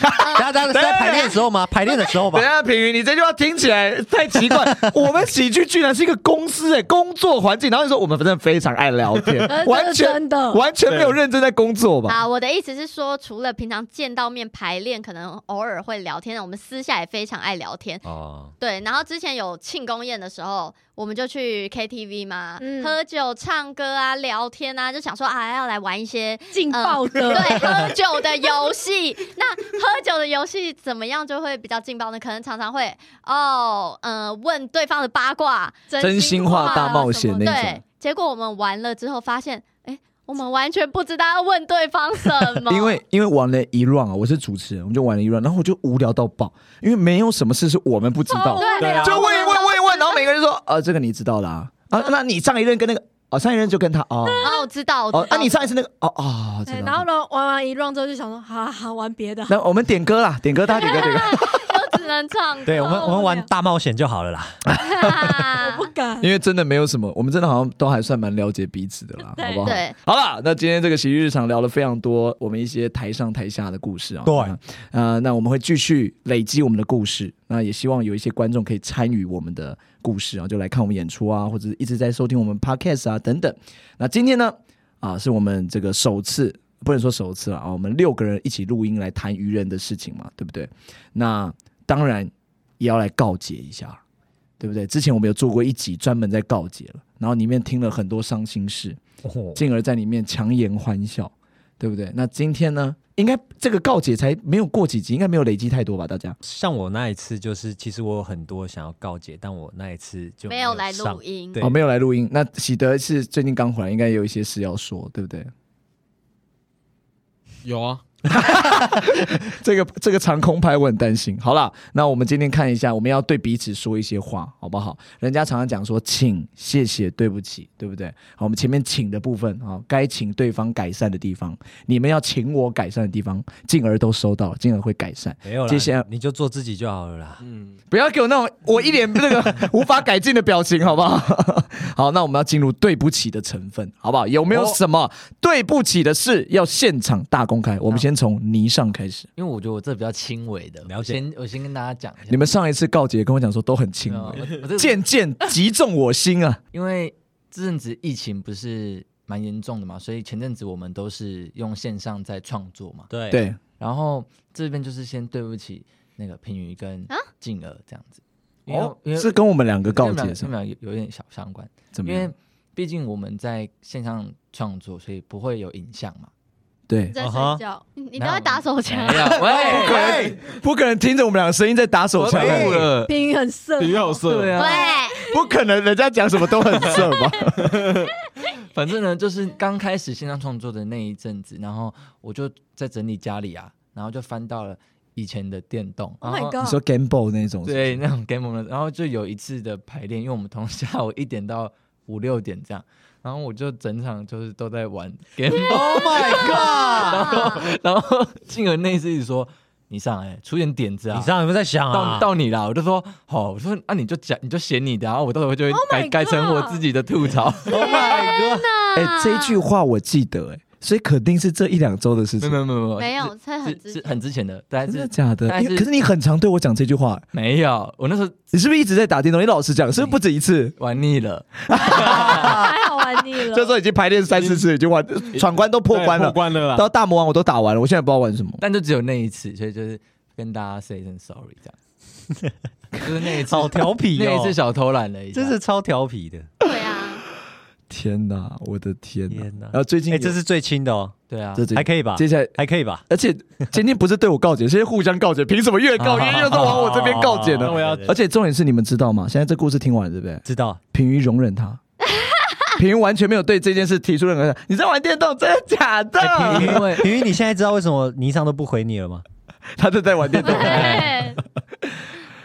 Speaker 4: 大家大家是在排练的时候吗？排练的时候吧
Speaker 1: 等一。下，品云，你这句话听起来太奇 <laughs> 怪。我们喜剧居然是一个公司哎、工作环境，然后你说我们真的非常爱聊天，完
Speaker 6: 这是
Speaker 1: 全
Speaker 6: 呃真的。
Speaker 1: 完全没有认真在工作吧？
Speaker 5: 啊，我的意思是说，除了平常见到面排练，可能偶尔会聊天，我们私下也非常爱聊天。
Speaker 4: 哦，
Speaker 5: 对，然后之前有庆功宴的时候，我们就去 KTV 嘛，
Speaker 6: 嗯
Speaker 5: 喝酒、唱歌啊、聊天啊，就想说啊，要来玩一些
Speaker 6: 劲
Speaker 5: 嗯
Speaker 6: 爆 <laughs> 的，
Speaker 5: 对，喝酒的游戏。那喝酒的游戏怎么样就会比较劲爆呢？可能常常会哦，嗯、问对方的八卦，
Speaker 1: <laughs> 真心话大冒
Speaker 5: 什么
Speaker 1: 险那种
Speaker 5: 对，结果我们玩了之后发现，哎，我们完全不知道要问对方什
Speaker 1: <laughs>
Speaker 5: 么，
Speaker 1: 因为因为玩了一 round 啊，我是主持人，我们就玩了一 round，然后我就无聊到爆，因为没有什么事是我们不知道，
Speaker 6: 哦
Speaker 3: 对
Speaker 5: 对
Speaker 3: 啊，
Speaker 1: 就问一问问一问，然后每个人说呃这个你知道啦啊那你上一任跟那个哦上一任就跟他哦
Speaker 5: 哦，我知道，我
Speaker 1: 哦
Speaker 5: 知
Speaker 1: 那
Speaker 5: 道，
Speaker 1: 你上一次那个哦哦
Speaker 6: 对啊
Speaker 1: 知
Speaker 6: 哎然后
Speaker 1: 道。
Speaker 6: 呢，玩完一 round 之后就想说，好好玩别的。
Speaker 1: 那我们点歌啦，点歌，大家点歌，点歌，
Speaker 5: 就只能唱歌，
Speaker 4: 对我们我们玩大冒险就好了啦。
Speaker 6: <laughs>
Speaker 5: 哈
Speaker 6: 不敢，
Speaker 1: 因为真的没有什么，我们真的好像都还算蛮了解彼此的啦，好不好？
Speaker 5: 对，
Speaker 1: 好啦，那今天这个喜剧日常聊了非常多我们一些台上台下的故事啊。
Speaker 4: 对
Speaker 1: 啊、呃那我们会继续累积我们的故事，那也希望有一些观众可以参与我们的故事啊，就来看我们演出啊，或者一直在收听我们 podcast 啊等等。那今天呢，啊，是我们这个首次。不能说首次了啊，我们六个人一起录音来谈愚人的事情嘛，对不对？那当然也要来告解一下，对不对？之前我们有做过一集专门在告解了，然后里面听了很多伤心事，
Speaker 4: 哦
Speaker 1: 进而在里面强颜欢笑，对不对？那今天呢，应该这个告解才没有过几集，应该没有累积太多吧？大家
Speaker 4: 像我那一次，就是其实我有很多想要告解，但我那一次就
Speaker 5: 没
Speaker 4: 有
Speaker 5: 有来
Speaker 4: 上
Speaker 5: 录。音，
Speaker 4: 对
Speaker 1: 哦，没有来录音。那喜德是最近刚回来，应该有一些事要说，对不对？
Speaker 3: 有啊，
Speaker 1: 这个这个长空拍我很担心。好啦，那我们今天看一下，我们要对彼此说一些话，好不好？人家常常讲说，请、谢谢、对不起，对不对？好，我们前面请的部分啊，该请对方改善的地方，你们要请我改善的地方，进而都收到了，进而会改善。
Speaker 4: 没有啦，
Speaker 1: 接下
Speaker 7: 啊
Speaker 1: 来
Speaker 4: 你就做自己就好了啦。
Speaker 3: 嗯，
Speaker 1: 不要给我那种我一脸那个 <laughs> 无法改进的表情，好不 <laughs> 好？好，那我们要进入对不起的成分，好不好？有没有什么对不起的事要现场大公开？我们先从泥上开始。
Speaker 7: 因为我觉得我这比较轻微的，
Speaker 4: 了
Speaker 7: 我
Speaker 4: 解
Speaker 7: 先我先跟大家讲一下，
Speaker 1: 你们上一次告解跟我讲说都很轻
Speaker 7: 没有
Speaker 1: 微，
Speaker 7: 我
Speaker 1: <laughs>
Speaker 7: 我这
Speaker 1: 渐渐击中我心啊！
Speaker 7: 因为这阵子疫情不是蛮严重的嘛，所以前阵子我们都是用线上在创作嘛。
Speaker 4: 对
Speaker 1: 对，
Speaker 7: 然后这边就是先对不起那个平宇跟静儿这样子，因为、
Speaker 1: 哦
Speaker 7: 因，为
Speaker 1: 是跟我们两个告解是
Speaker 7: 上
Speaker 1: 吗？
Speaker 7: 面有有点小相关，
Speaker 1: 怎么
Speaker 7: 因
Speaker 1: 样
Speaker 7: 为？毕竟我们在线上创作，所以不会有影像嘛。
Speaker 1: 对，
Speaker 6: 在
Speaker 4: 啊哈
Speaker 6: 睡觉，
Speaker 5: 你你不要打手枪，
Speaker 7: <laughs> 没有，喂
Speaker 1: 哎，不可能听着我们两个声音在打手枪，
Speaker 3: 太酷了，
Speaker 6: <laughs> 冰很色，
Speaker 3: 比较哎色，
Speaker 7: 对啊，
Speaker 5: 喂，
Speaker 1: 不可能，人家讲什么都很色 <laughs> 吧？
Speaker 7: 反正呢，就是刚开始线上创作的那一阵子，然后我就在整理家里啊，然后就翻到了以前的电动
Speaker 6: Oh
Speaker 7: 然
Speaker 6: my
Speaker 7: 后
Speaker 6: god
Speaker 1: 啊你说 Game Boy 那种，
Speaker 7: 对，那种 game 的，然后就有一次的排练，因为我们从下午一点到五六点这样，然后我就整场就是都在玩 game，
Speaker 1: ，Oh my
Speaker 7: 然后进而那一次一直说你上来出点点子啊，
Speaker 4: 你知道有没有在想啊
Speaker 7: 到？到你啦，我就说好，我说啊你就讲你就写你的啊，然后我到时候就会
Speaker 6: Oh my
Speaker 7: 改、改成我
Speaker 6: god
Speaker 7: 自己的吐槽，
Speaker 4: Oh my god！
Speaker 1: God！哎，这一
Speaker 5: 啊
Speaker 1: 句话我记得，哎，所以肯定是这一两周的事
Speaker 7: 没
Speaker 1: 情
Speaker 7: 有没，有没有
Speaker 5: 没有，这很
Speaker 7: 是
Speaker 5: 直
Speaker 7: 是是很之前的，但
Speaker 1: 真的
Speaker 7: 是
Speaker 1: 假的？
Speaker 7: 但
Speaker 1: 因
Speaker 7: 是
Speaker 1: 为可是你很常对我讲这句话，哎
Speaker 7: <laughs> 没有，我那时候
Speaker 1: 你是不是一直在打电动？你老实讲，是不是不止一次？
Speaker 7: 玩腻了，
Speaker 6: <laughs> 太好玩腻了。
Speaker 1: 这时
Speaker 6: <laughs>
Speaker 1: 候已经排练三四次，已经玩闯关都破关
Speaker 3: 对
Speaker 1: 了
Speaker 3: 破，关了啦。
Speaker 1: 到大魔王我都打完了，我现在不知道玩什么。
Speaker 7: 但就只有那一次，所以就是跟大家 say 一声 sorry
Speaker 1: <laughs>
Speaker 7: 这样，就是那一次
Speaker 4: 好调皮
Speaker 7: 那一次
Speaker 4: 哦，
Speaker 7: 小偷懒了一下，
Speaker 4: 真是超调皮的。
Speaker 5: 对啊，
Speaker 1: 天哪，我的天哪！
Speaker 4: 天哪
Speaker 1: 然后最近
Speaker 4: 哎，
Speaker 1: 有
Speaker 4: 这是最轻的哦，
Speaker 7: 对啊，
Speaker 1: 这最
Speaker 4: 还可以吧？
Speaker 1: 接下来，
Speaker 4: 还可以吧？
Speaker 1: 而且今天不是对我告解，是互相告解，凭什么越告越越是往我这边告解
Speaker 3: 那
Speaker 1: 呢
Speaker 3: 我？要
Speaker 1: 而且重点是，你们知道吗？现在这故事听完了对不对？
Speaker 4: 知道，
Speaker 1: 平鱼容忍 <laughs> 他，平鱼完全没有对这件事提出任何 <laughs> 的。你在玩电动，真的假的？
Speaker 4: 哎平
Speaker 7: 因
Speaker 1: <laughs>
Speaker 4: 云，
Speaker 7: 为
Speaker 4: 平云，你现在知道为什么霓裳都不回你了吗？
Speaker 1: 他都在玩 <laughs> 电动。
Speaker 5: 对，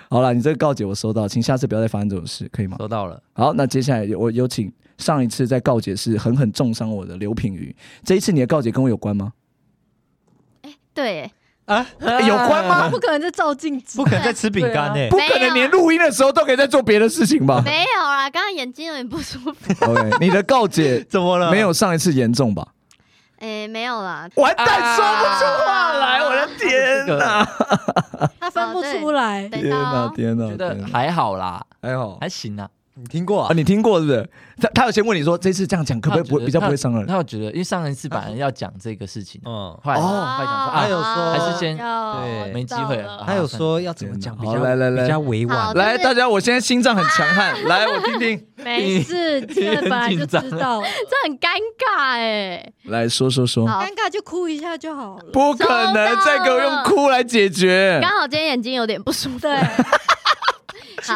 Speaker 1: 好了，你这个告解我收到，请下次不要再发生这种事，可以吗？
Speaker 7: 收到了，
Speaker 1: 好，那接下来我有请上一次在告解是狠狠重伤我的刘品瑜，这一次你的告解跟我有关吗？
Speaker 5: <laughs> 对，
Speaker 1: 欸有关吗？
Speaker 6: 不可能在照镜子
Speaker 4: 不，可能在吃饼干欸呢
Speaker 1: 不。可能，连录音的时候都可以在做别的事情吧
Speaker 5: 没有啦，刚刚眼睛有点不舒服，
Speaker 1: ？OK，你的告 <laughs> 解
Speaker 4: 怎么了？
Speaker 1: 没有上一次严重吧？
Speaker 5: 哎，没有啦，
Speaker 1: 完蛋，说不出话来，我的天哪！
Speaker 6: 他分不出来。
Speaker 5: 等
Speaker 1: 天哪
Speaker 5: 到，
Speaker 1: 天哪，天
Speaker 7: 觉得
Speaker 1: 哪
Speaker 7: 还好啦，
Speaker 1: 还哎好
Speaker 7: 还行啊。
Speaker 4: 你听过
Speaker 1: 啊，
Speaker 4: 啊？
Speaker 1: 你听过是不是？他他有先问你说这次这样讲可不可以不
Speaker 7: 他有觉得
Speaker 1: 比较不会伤
Speaker 7: 他
Speaker 1: 人？
Speaker 7: 有觉得，因为上一次本来要讲这个事情，
Speaker 4: 嗯，
Speaker 7: 后来后
Speaker 1: 哦
Speaker 7: 来想说
Speaker 4: 还
Speaker 7: 啊，
Speaker 4: 有说
Speaker 7: 还是
Speaker 6: 哦
Speaker 7: 先
Speaker 4: 对
Speaker 7: 没机会
Speaker 6: 了
Speaker 7: 了。
Speaker 4: 他有说要怎么讲比
Speaker 1: 好
Speaker 4: 较
Speaker 1: 来来来
Speaker 4: 比较委
Speaker 5: 好
Speaker 4: 婉。
Speaker 1: 来，大家，我现在心脏很强
Speaker 5: <laughs>
Speaker 1: 悍，来，我听听，
Speaker 6: 没事，这个本来就知道了，
Speaker 5: 这很尴尬哎，
Speaker 1: 来说说说，
Speaker 5: 好
Speaker 6: 尴，尬就哭一下就好了。
Speaker 1: 不可能再给我用哭来解决。
Speaker 5: 刚好今天眼睛有点不舒服，
Speaker 6: 对，训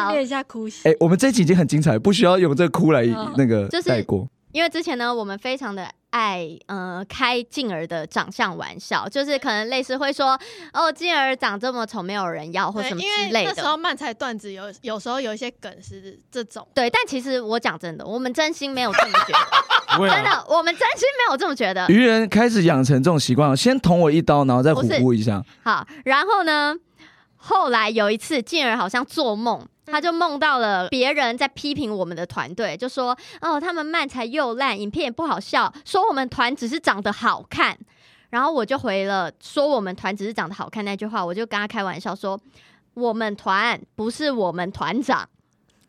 Speaker 5: <laughs> 好
Speaker 6: 练一下哭戏。
Speaker 1: 哎、我们这集已经很精彩，不需要用这个哭来
Speaker 6: 嗯
Speaker 1: 那个
Speaker 5: 哦就是
Speaker 1: 带过。
Speaker 5: 因为之前呢，我们非常的爱呃开静儿的长相玩笑，就是可能类似会说哦，静儿长这么丑，没有人要或
Speaker 6: 对，
Speaker 5: 什么
Speaker 6: 因为
Speaker 5: 之类
Speaker 6: 那时候
Speaker 5: 的。
Speaker 6: 漫才段子有有时候有一些梗是这种，
Speaker 5: 对，但其实我讲真的，我们真心没有这么觉
Speaker 6: <laughs>
Speaker 5: 得，
Speaker 3: 不会啊
Speaker 5: 真的，我们真心没有这么觉得。
Speaker 1: 愚人开始养成这种习惯哦，先捅我一刀，然后再唬
Speaker 5: 不
Speaker 1: 唬一下。
Speaker 5: 好，然后呢，后来有一次，静儿好像做梦。她就梦到了别人在批评我们的团队，就说：“哦，他们漫才又烂，影片也不好笑，说我们团只是长得好看。”然后我就回了说我们团只是长得好看那句话，我就跟他开玩笑说：“我们团不是我们团长。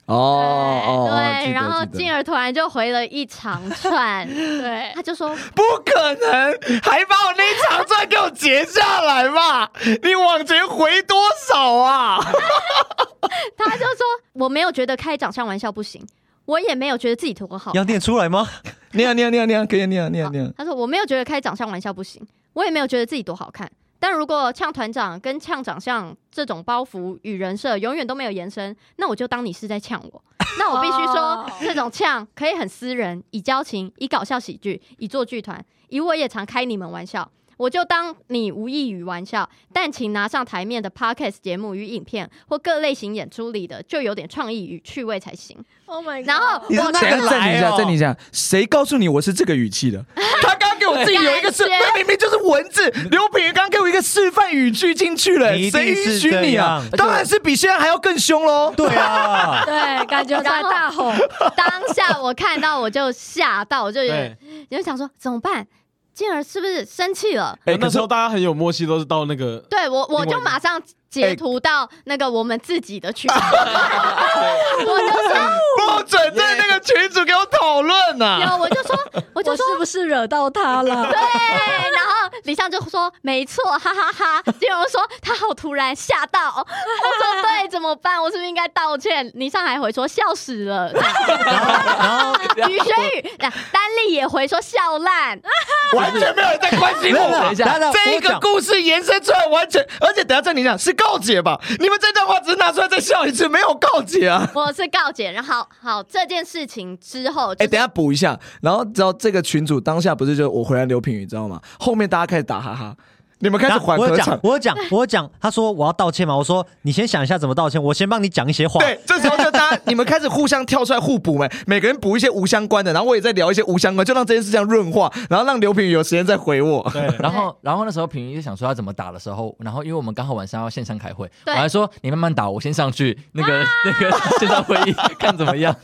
Speaker 1: 哦哦，哦记得
Speaker 5: 对，然后
Speaker 1: 记得
Speaker 5: 静儿突然就回了一长
Speaker 1: <laughs>
Speaker 5: 串，
Speaker 6: 对
Speaker 5: 他，就说
Speaker 1: 不可能，还把我那一长串给我截下来吧？你往前回多少啊？
Speaker 5: 他就说我没有觉得开长相玩笑不行，我也没有觉得自己图个好看
Speaker 4: 要念出来吗？
Speaker 1: 念啊念啊念啊念啊，可以啊念啊念啊念啊。
Speaker 5: 他说我没有觉得开长相玩笑不行，我也没有觉得自己多好看。但如果呛团长跟呛长相这种包袱与人设永远都没有延伸，那我就当你是在呛我。那我必须说
Speaker 6: 哦，
Speaker 5: 这种呛可以很私人，以交情，以搞笑喜剧，以做剧团，以我也常开你们玩笑。我就当你无意与玩笑，但请拿上台面的 podcast 节目与影片或各类型演出里的，就有点创意与趣味才行。
Speaker 6: Oh my god！
Speaker 5: 然后
Speaker 1: <laughs> 你是哪
Speaker 4: 哦
Speaker 1: 个哎暂停一下，暂停一下，谁告诉你我是这个语气
Speaker 4: <laughs>
Speaker 1: 的？他刚给我自己有一个示，
Speaker 5: 感觉
Speaker 1: 那明明就是文字。刘品瑜刚给我一个示范语句进去了，
Speaker 4: 你一定
Speaker 1: 谁允
Speaker 4: 是
Speaker 1: 许你啊
Speaker 4: 这样？
Speaker 1: 当然是比现在还要更凶喽。
Speaker 4: 对 <laughs> 啊，
Speaker 6: 对，感觉在大吼，
Speaker 5: 当下我看到我就吓到，我就有点
Speaker 3: 对，
Speaker 5: 就想说怎么办？静儿是不是生气了？
Speaker 1: 哎，可
Speaker 3: 那
Speaker 1: 是
Speaker 3: 时候大家很有默契，都是到那个
Speaker 5: 对我，我
Speaker 3: 另外
Speaker 5: 就
Speaker 3: 一个
Speaker 5: 马上截图到那个我们自己的群，我就说
Speaker 1: 不准在那个群主给我讨论啊
Speaker 4: <laughs>
Speaker 1: 呐！
Speaker 5: 有，我就说，我
Speaker 6: 我
Speaker 5: 就说
Speaker 6: 是不是惹到他了？
Speaker 5: 对，然后李尚就说没错，哈哈哈金荣说他好突然，吓到。我说对，怎么办？我是不是应该道歉？李尚还回说笑死了。于轩宇，那丹丽也回说笑烂。
Speaker 1: 完全没有人在关心我。
Speaker 4: <laughs> 等一下等一下
Speaker 1: <laughs> 这一个故事延伸出来完全，而且等一下暂停一下，是告解吧？你们这段话只是拿出来再笑一次，没有告解啊。
Speaker 5: 我是告解，然后好这件事情之后，
Speaker 1: 哎、
Speaker 5: 就是
Speaker 1: 等一下补一下，然后知道这个群主当下不是就我回来刘品宇，知道吗？后面大家开始打哈哈，你们开始
Speaker 4: 然后
Speaker 1: 缓
Speaker 4: 我有
Speaker 1: 和
Speaker 4: 讲
Speaker 1: 场，，
Speaker 4: 我有讲，我有讲，他说我要道歉嘛，我说你先想一下怎么道歉，我先帮你讲一些话。
Speaker 1: 对，这时候就大家 <laughs> 你们开始互相跳出来互补嘛，每个人补一些无相关的，然后我也在聊一些无相关，就让这件事这样润化，然后让刘品宇有时间再回我。
Speaker 7: 然后，然后那时候品瑜就想说要怎么打的时候，然后因为我们刚好晚上要线上开会，我
Speaker 5: 对
Speaker 7: 还说你慢慢打，我先上去那个、那个线上会议看怎么样。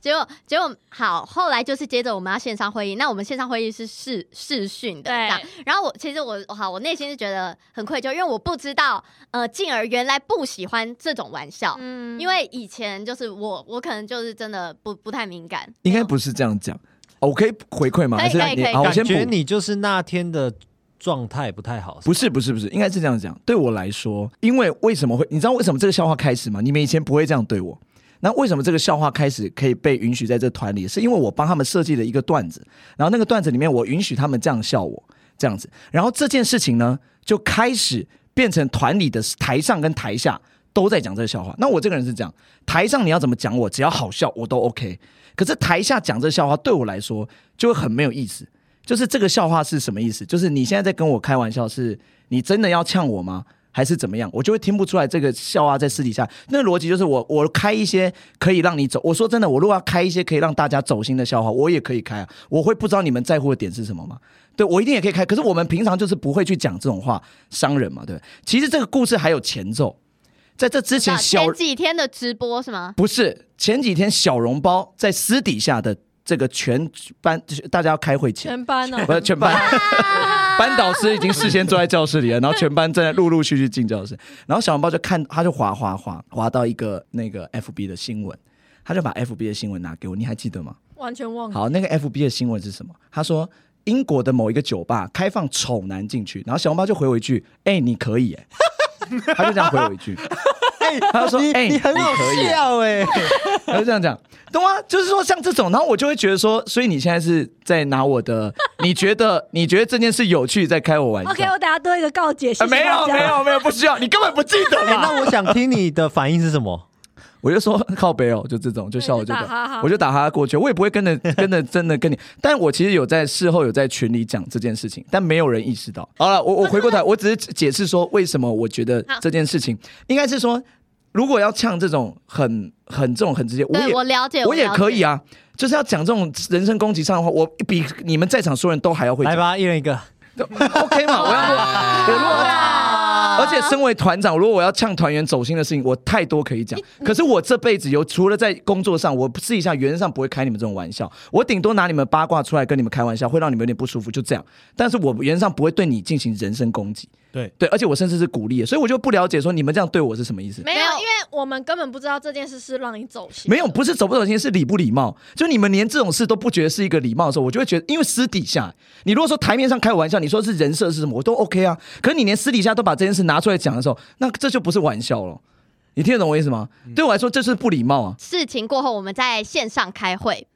Speaker 5: 结果结果好，后来就是接着我们要线上会议，那我们线上会议是视视讯的，
Speaker 6: 对
Speaker 5: 这样。然后我其实我好，我内心是觉得很愧疚，因为我不知道呃，静儿原来不喜欢这种玩笑，
Speaker 6: 嗯
Speaker 5: 因为以前就是我我可能就是真的不不太敏感，
Speaker 1: <laughs> 应该不是这样讲，哦我可以回馈吗？
Speaker 5: 可以
Speaker 1: 还是
Speaker 5: 可以
Speaker 1: 你
Speaker 5: 可以
Speaker 1: 好，我
Speaker 4: 感
Speaker 1: 先补
Speaker 4: 觉你就是那天的状态不太好，
Speaker 1: 不是不是不是，应该是这样讲。对我来说，因为为什么会？你知道为什么这个笑话开始吗？你们以前不会这样对我。那为什么这个笑话开始可以被允许在这团里？是因为我帮他们设计了一个段子，然后那个段子里面我允许他们这样笑我，这样子。然后这件事情呢，就开始变成团里的台上跟台下都在讲这个笑话。那我这个人是这样，台上你要怎么讲我，只要好笑我都 OK。可是台下讲这笑话对我来说就会很没有意思。就是这个笑话是什么意思？就是你现在在跟我开玩笑是，你真的要呛我吗？还是怎么样？我就会听不出来这个笑话在私底下。那逻辑就是我我开一些可以让你走。我说真的，我如果要开一些可以让大家走心的笑话，我也可以开啊。我会不知道你们在乎的点是什么吗？对我一定也可以开。可是我们平常就是不会去讲这种话，伤人嘛，对不对？其实这个故事还有前奏，在这之前
Speaker 5: 啊
Speaker 1: 小
Speaker 5: 前几天的直播是吗？
Speaker 1: 不是前几天小笼包在私底下的这个全班大家要开会前，
Speaker 6: 全
Speaker 1: <laughs>
Speaker 6: 班哦，
Speaker 1: 不是全班。
Speaker 4: <laughs>
Speaker 5: 啊
Speaker 1: 班导师已经事先坐在教室里了，然后全班正在陆陆续续进教室，然后小笼包就看，他就滑滑滑滑到一个那个 FB 的新闻，他就把 FB 的新闻拿给我，你还记得吗？
Speaker 6: 完全
Speaker 4: 嗯
Speaker 6: 忘了。
Speaker 1: 好，那个 FB 的新闻是什么？他说英国的某一个酒吧开放丑男进去，然后小笼包就回我一句：“哎、你可以、耶。”他就这样回我一
Speaker 4: <laughs>
Speaker 1: 句，他就说：“哎、
Speaker 4: 你很好
Speaker 1: 可以耶
Speaker 7: 啊
Speaker 4: 笑哎、
Speaker 1: 他就这样讲，懂吗？就是说像这种，然后我就会觉得说，所以你现在是在拿我的，你觉得你觉得这件事有趣，在开我玩笑。
Speaker 2: OK，我等下多一个告解，谢
Speaker 1: 啊，
Speaker 2: 谢
Speaker 1: 没
Speaker 2: 大
Speaker 1: 有
Speaker 2: 家
Speaker 1: 没有没有，不需要，你根本不记得
Speaker 4: 哎 <laughs>
Speaker 1: 啦。
Speaker 4: 那我想听你的反应是什么？
Speaker 1: 我就说靠北哦，就这种，就笑我这
Speaker 6: 对就打哈
Speaker 1: 个
Speaker 6: 哈，
Speaker 1: 我就打哈哈过去，我也不会跟着跟着真的跟你。但我其实有在事后有在群里讲这件事情，但没有人意识到。好了，我我回过头来，我只是解释说为什么我觉得这件事情应该是说，如果要呛这种很很这种很直接，我也
Speaker 5: 对我了解，
Speaker 1: 我也
Speaker 5: 了解
Speaker 1: 可以。啊，就是要讲这种人身攻击上的话，我比你们在场所有人都还要会
Speaker 4: 来
Speaker 1: 讲
Speaker 4: 吧，一人一个。
Speaker 1: ，OK 嘛？我
Speaker 4: <laughs>
Speaker 1: 要我如果
Speaker 5: 啊
Speaker 1: 要而且身为团长，如果我要呛团员走心的事情，我太多可以讲。可是我这辈子有除了在工作上，我私底下原则上不会开你们这种玩笑，我顶多拿你们八卦出来跟你们开玩笑，会让你们有点不舒服，就这样。但是我原则上不会对你进行人身攻击。
Speaker 3: 对
Speaker 1: 对，而且我甚至是鼓励的，所以我就不了解说你们这样对我是什么意思。
Speaker 6: 没
Speaker 5: 没
Speaker 6: 有
Speaker 5: 有，
Speaker 6: 因为我们根本不知道这件事是让你走心。
Speaker 1: 没有，不是走不走心，是礼不礼貌。就你们连这种事都不觉得是一个礼貌的时候，我就会觉得，因为私底下，你如果说台面上开玩笑，你说是人设是什么，我都 OK 啊。可是你连私底下都把这件事拿出来讲的时候，那这就不是玩笑了。你听得懂我意思吗？对我来说，这是不礼貌啊。
Speaker 5: 事情过后，我们在线上开会，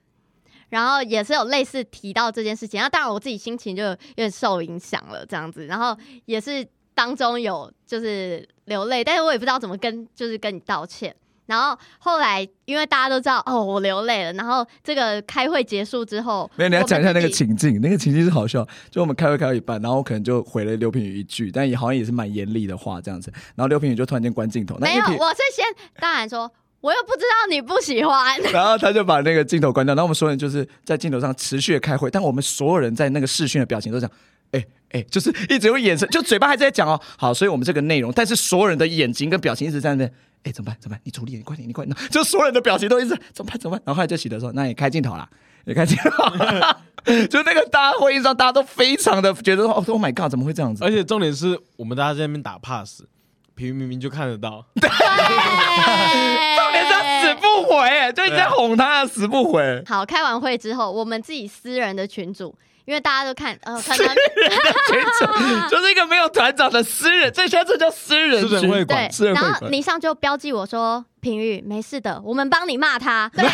Speaker 5: 然后也是有类似提到这件事情。那当然，我自己心情就有点受影响了，这样子。然后也是当中有就是流泪，但是我也不知道怎么跟就是跟你道歉。然后后来因为大家都知道哦，我流泪了。然后这个开会结束之后，
Speaker 1: 没有，你要
Speaker 5: 我们
Speaker 1: 讲一下
Speaker 5: 自
Speaker 1: 那个
Speaker 5: 己
Speaker 1: 情境，那个情境是好笑。就我们开会开到一半，然后我可能就回了刘品宇一句，但也好像也是蛮严厉的话这样子。然后刘品宇就突然间关镜头，那
Speaker 5: 没
Speaker 1: 一
Speaker 5: 有，
Speaker 1: 品，
Speaker 5: 我是先当然说，我又不知道你不
Speaker 1: <laughs>
Speaker 5: 喜欢。
Speaker 1: 然后他就把那个镜头关掉。然后我们所有人就是在镜头上持续的开会，但我们所有人在那个视讯的表情都讲，哎、哎、就是一直用眼神，就嘴巴还在讲哦。好，所以我们这个内容，但是所有人的眼睛跟表情一直在那边。哎，怎么办？怎么办？你处理，你快点，你快点！ <laughs> 就所有人的表情都一直怎么办？怎么办？然后后来就喜德说：“那也开镜头啦，也开镜头啦。” <laughs> 就那个大家会议上，大家都非常的觉得说：“Oh my god，怎么会这样子？”
Speaker 3: 而且重点是我们大家在那边打 pass，平明明就看得到，
Speaker 5: 重
Speaker 1: 重点是他死不回，就一直在哄他，死不回。
Speaker 5: 好，开完会之后，我们自己私人的群组，因为大家都看，呃，可
Speaker 1: 群
Speaker 5: 能
Speaker 1: 主
Speaker 6: <laughs>
Speaker 1: 就是一个没有团长的私人，这现在这叫私人群
Speaker 3: 私人会
Speaker 5: 对
Speaker 1: <laughs>
Speaker 3: 馆，
Speaker 1: 私人
Speaker 5: 然
Speaker 1: 会
Speaker 5: 后
Speaker 1: 馆，
Speaker 5: 林尚就标记我说平玉没事的，我们帮你骂
Speaker 1: <laughs>
Speaker 5: 他。对，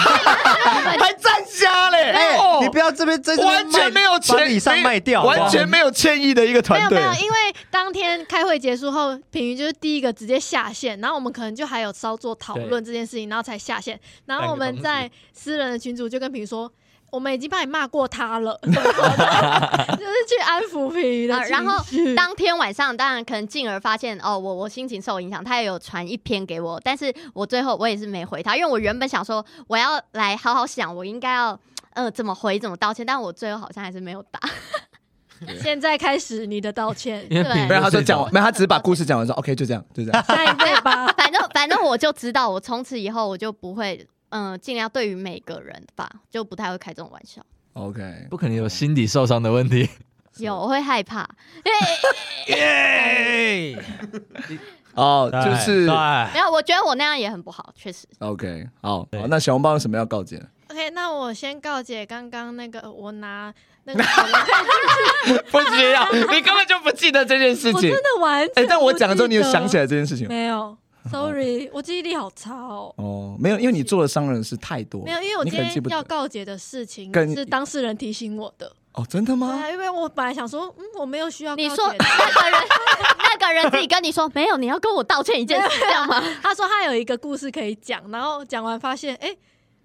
Speaker 1: 还站瞎嘞！
Speaker 5: 哎
Speaker 1: 哦
Speaker 4: 你不要这边真是
Speaker 1: 完全
Speaker 4: 卖
Speaker 1: 没有
Speaker 4: 把
Speaker 1: 钱
Speaker 4: 你以上卖掉，好不好
Speaker 1: 完全没有歉意的一个
Speaker 6: 没
Speaker 1: 团
Speaker 6: 有
Speaker 1: 队
Speaker 6: 没。有，因为当天开会结束后，品瑜就是第一个直接下线，然后我们可能就还有稍作讨论这件事情，然后才下线。然后我们在私人的群组就跟品瑜说，我们已经帮你骂过他了， <laughs> 就是去安抚品瑜的
Speaker 5: 啊
Speaker 6: 情绪、
Speaker 5: 然后当天晚上，当然可能进而发现哦，我我心情受影响，他也有传一篇给我，但是我最后我也是没回他，因为我原本想说我要来好好想，我应该要呃怎么回怎么道歉，但我最后好像还是没有
Speaker 1: <laughs>
Speaker 5: 打。
Speaker 6: 现在开始你的道歉，
Speaker 7: 因为
Speaker 5: 对
Speaker 7: 品
Speaker 1: 没有，
Speaker 7: 就
Speaker 1: 他说
Speaker 7: 睡着
Speaker 1: 讲完，没有，他只是把故事讲完说 OK，就这样，就 <laughs> 这样。
Speaker 6: 下一位吧。
Speaker 5: 反正反正我就知道，我从此以后我就不会。嗯，尽量对于每个人吧，就不太会开这种玩笑。
Speaker 1: OK，
Speaker 7: 不可能有心理受伤的问题。
Speaker 5: 有，我会害
Speaker 4: <laughs>
Speaker 5: 怕，
Speaker 1: <laughs>
Speaker 4: 耶，
Speaker 1: 哦，
Speaker 4: <laughs>
Speaker 1: 就是
Speaker 4: 对
Speaker 5: 没有，我觉得我那样也很不好，确实。
Speaker 1: OK，好，好那小红包有什么要告诫？
Speaker 6: <laughs> OK，那我先告解刚刚那个，我拿
Speaker 1: <laughs>
Speaker 6: 那个，
Speaker 1: <laughs> 不需要，你根本就不记得这件事
Speaker 6: 我真。的完全
Speaker 1: 哎，但我讲了之后，你有想起
Speaker 6: 来？
Speaker 1: 来这件事情吗？
Speaker 6: <laughs> 没有，Sorry，我记忆力好差哦。
Speaker 1: 哦，没有，因为你做的伤人事太多了，
Speaker 6: 没有，因为我
Speaker 1: 你
Speaker 6: 今
Speaker 1: 可能记
Speaker 6: 天
Speaker 1: 不得
Speaker 6: 要告解的事情
Speaker 1: 跟
Speaker 6: 是当事人提醒我的。
Speaker 1: 哦，真的
Speaker 6: 对
Speaker 1: 吗？
Speaker 6: 啊，因为我本来想说，嗯，我没有需要告
Speaker 5: 你
Speaker 6: 解
Speaker 5: 说
Speaker 6: 的。
Speaker 5: 那个人， <laughs> 那个人自己跟你说没有，你要跟我道歉一件事，这样
Speaker 4: <laughs>
Speaker 5: 吗？
Speaker 6: 他说他有一个故事可以讲，然后讲完发现，哎，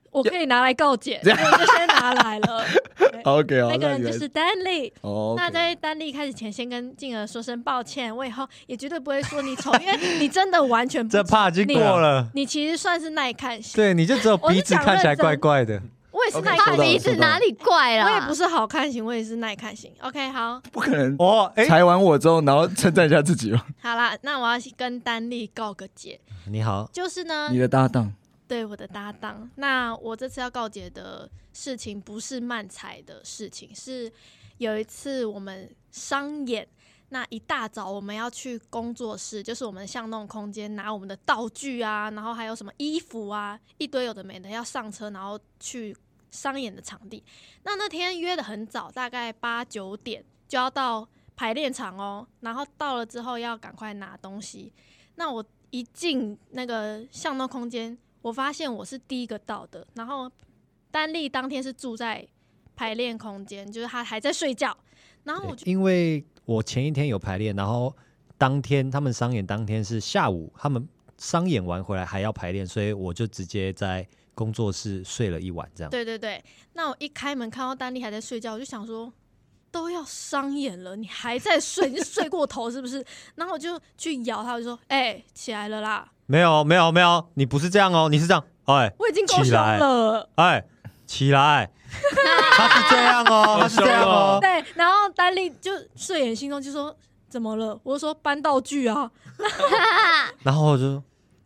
Speaker 6: 我可以拿来告解，
Speaker 1: 这
Speaker 6: 所以我就先拿来
Speaker 1: <laughs>
Speaker 6: 了。对
Speaker 1: OK 哦，
Speaker 6: 那个人
Speaker 1: 原
Speaker 6: 就
Speaker 1: 来
Speaker 6: 是丹丽。
Speaker 1: 哦，
Speaker 6: 那
Speaker 1: OK
Speaker 6: 在丹丽开始前，先跟静儿说声抱歉，我以后也绝对不会说你丑，因为你真的完全不
Speaker 4: 这怕已经过了。
Speaker 6: 你其实算是耐看型，
Speaker 4: 对，你就只有鼻子看起来怪怪的，
Speaker 6: 我也是
Speaker 1: OK，
Speaker 6: 耐
Speaker 1: 收
Speaker 5: 他
Speaker 6: 看
Speaker 1: 到
Speaker 6: 型，
Speaker 5: 鼻
Speaker 1: 了
Speaker 5: 子
Speaker 1: 收到
Speaker 5: 哪
Speaker 1: 了
Speaker 5: 里怪了？
Speaker 6: 我也不是好看型，我也是耐看型。OK，好，
Speaker 1: 不可能
Speaker 4: 哦，哎，
Speaker 1: 踩完我之后，然后称赞一下自己吧。
Speaker 6: 好啦，那我要跟丹丽告个解，
Speaker 4: 你好，
Speaker 6: 就是呢
Speaker 1: 你，的搭档
Speaker 6: 对我的搭档，那我这次要告解的事情不是漫才的事情，是有一次我们商演。那一大早我们要去工作室，就是我们巷弄空间拿我们的道具啊，然后还有什么衣服啊，一堆有的没的，要上车然后去商演的场地。那那天约的很早，大概八九点就要到排练场哦，然后到了之后要赶快拿东西。那我一进那个巷弄空间，我发现我是第一个到的。然后丹丽当天是住在排练空间，就是她还在睡觉。然后我
Speaker 4: 对
Speaker 6: 就
Speaker 4: 因为我前一天有排练，然后当天他们商演当天是下午，他们商演完回来还要排练，所以我就直接在工作室睡了一晚，这样。
Speaker 6: 对对对，那我一开门看到丹丽还在睡觉，我就想说。都要商演了，你还在睡？你是睡过头是不是？然后我就去摇她，我就说：“哎、起来了啦，
Speaker 4: 没有没有没有，你不是这样哦，你是这样，哎
Speaker 6: 我已经够
Speaker 4: 起
Speaker 6: 凶
Speaker 4: 来
Speaker 6: 了。”
Speaker 4: 哎，起
Speaker 1: <laughs>
Speaker 4: 来，他是这样哦，他是这样哦，
Speaker 6: 对，然后丹丽就睡眼惺忪就说：“怎么了？”我就说：“搬道具啊。
Speaker 4: 然后我就说，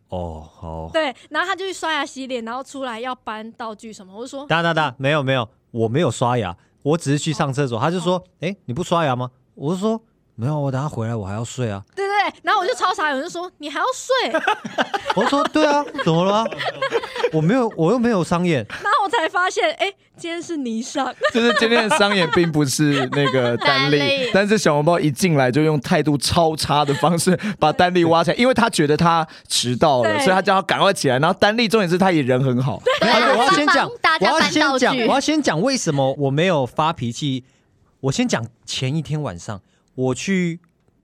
Speaker 4: 哦好”，
Speaker 6: 对，然后他就去刷牙洗脸，然后出来要搬道具什么。我就
Speaker 5: <laughs>
Speaker 6: 说
Speaker 4: 哒哒哒，没有没有，我没有刷牙，我只是去上厕所。
Speaker 5: 哦
Speaker 4: 他就说，哎，你不刷牙吗？我就说没有，啊我等下回来我还要睡
Speaker 5: <laughs>
Speaker 4: 啊。：“
Speaker 6: 对对。”然后我就超傻眼，我就说：“你还要睡 <laughs>
Speaker 4: 我说对啊，怎么了吗？我没有，我又没有商
Speaker 5: <laughs>
Speaker 4: 演，？”
Speaker 6: 然后我才发现，哎，今天是霓裳。
Speaker 1: 就是今天的商演并不是那个丹
Speaker 5: 丹
Speaker 1: 丽
Speaker 5: 丽，
Speaker 1: 但是小红包一进来就用态度超差的方式把丹丽挖起来，因为他觉得他迟到了，
Speaker 6: 对
Speaker 1: 所以他叫他赶快起来。然后丹丽重点是他也人很好，
Speaker 4: 没有，哎我要先讲，
Speaker 5: 帮大
Speaker 4: 我
Speaker 5: 家
Speaker 4: 要
Speaker 5: 搬道
Speaker 4: 先
Speaker 5: 具
Speaker 4: 讲，我要先讲为什么我没有发脾气。我先讲前一天晚上，我去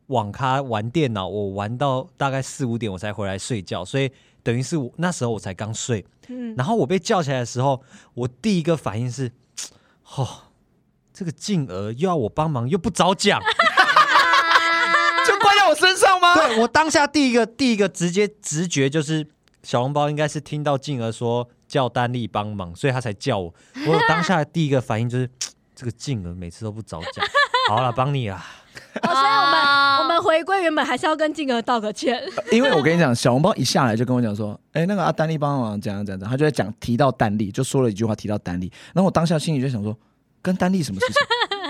Speaker 4: 网咖玩电脑，我玩到大概四五点我才回来睡觉，所以等于是我那时候我才刚睡，
Speaker 6: 嗯，
Speaker 4: 然后我被叫起来的时候，我第一个反应是，哦，这个静儿又要我帮忙，又不早讲，
Speaker 6: 啊
Speaker 1: 就怪到我身上吗？
Speaker 4: <laughs> 对我当下第一个第一个直接直觉就是小笼包应该是听到静儿说叫丹丽帮忙，所以他才叫我。我当下第一个反应就是这个静儿每次都不早 <laughs> 讲，好了，帮你啊。 <laughs>
Speaker 5: 哦，所以我们
Speaker 6: 我们回归原本还是要跟静儿道个歉，
Speaker 1: 因为我跟你讲，小红包一下来就跟我讲说，哎、那个阿丹丽帮忙怎样怎样，怎样，他就在讲提到丹丽，就说了一句话提到丹丽，然后我当下心里就想说，跟丹丽什么事情？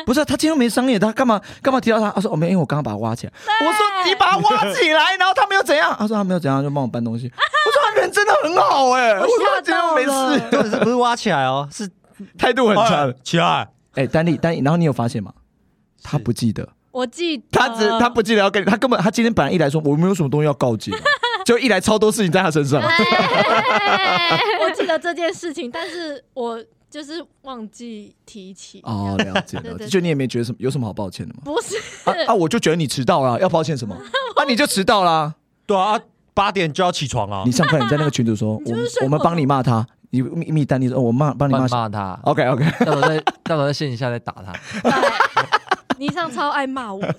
Speaker 1: 不是啊、他今天没商业，他干嘛干嘛提到他？他说哦没有，因为我刚刚把他挖起来。我说你把他挖起来，然后他没有怎样？他说他没有怎样，就帮我搬东西。我说他人真的很好哎、我说他今天没事，
Speaker 4: 根本是不是挖起来哦，是
Speaker 1: 态度很差。
Speaker 4: 起来。
Speaker 1: 哎、丹丽丹丽，然后你有发现吗？他不记得，
Speaker 6: 我记得
Speaker 1: 他只他不记得要跟你，他根本他今天本来一来说我没有什么东西要告警，就一来超多事情在他身上。
Speaker 6: <laughs>
Speaker 5: 哎
Speaker 6: 我记得这件事情，但是我就是忘记提起。
Speaker 1: 哦， <laughs> 了解
Speaker 6: 对
Speaker 1: 了解，
Speaker 6: 对
Speaker 1: 就你也没觉得什么有什么好抱歉的吗？
Speaker 6: 不是，
Speaker 1: 啊啊，我就觉得你迟到了，要抱 <laughs> 歉什么？啊，你就迟到 <laughs> 啦！
Speaker 4: 对啊，八点就要起床啊
Speaker 1: 你。上课你在那个群主说，
Speaker 6: 你
Speaker 1: 我
Speaker 6: 就是
Speaker 1: 们
Speaker 6: 睡
Speaker 1: 我们
Speaker 6: 过
Speaker 1: 帮 <laughs>
Speaker 6: 头
Speaker 1: 你骂他，你密密丹你说，哦我骂帮你骂 <laughs>
Speaker 7: 骂。骂他，
Speaker 1: OK OK，
Speaker 7: 到时候在到时候在线下再打他。
Speaker 6: 倪尚超爱骂我的，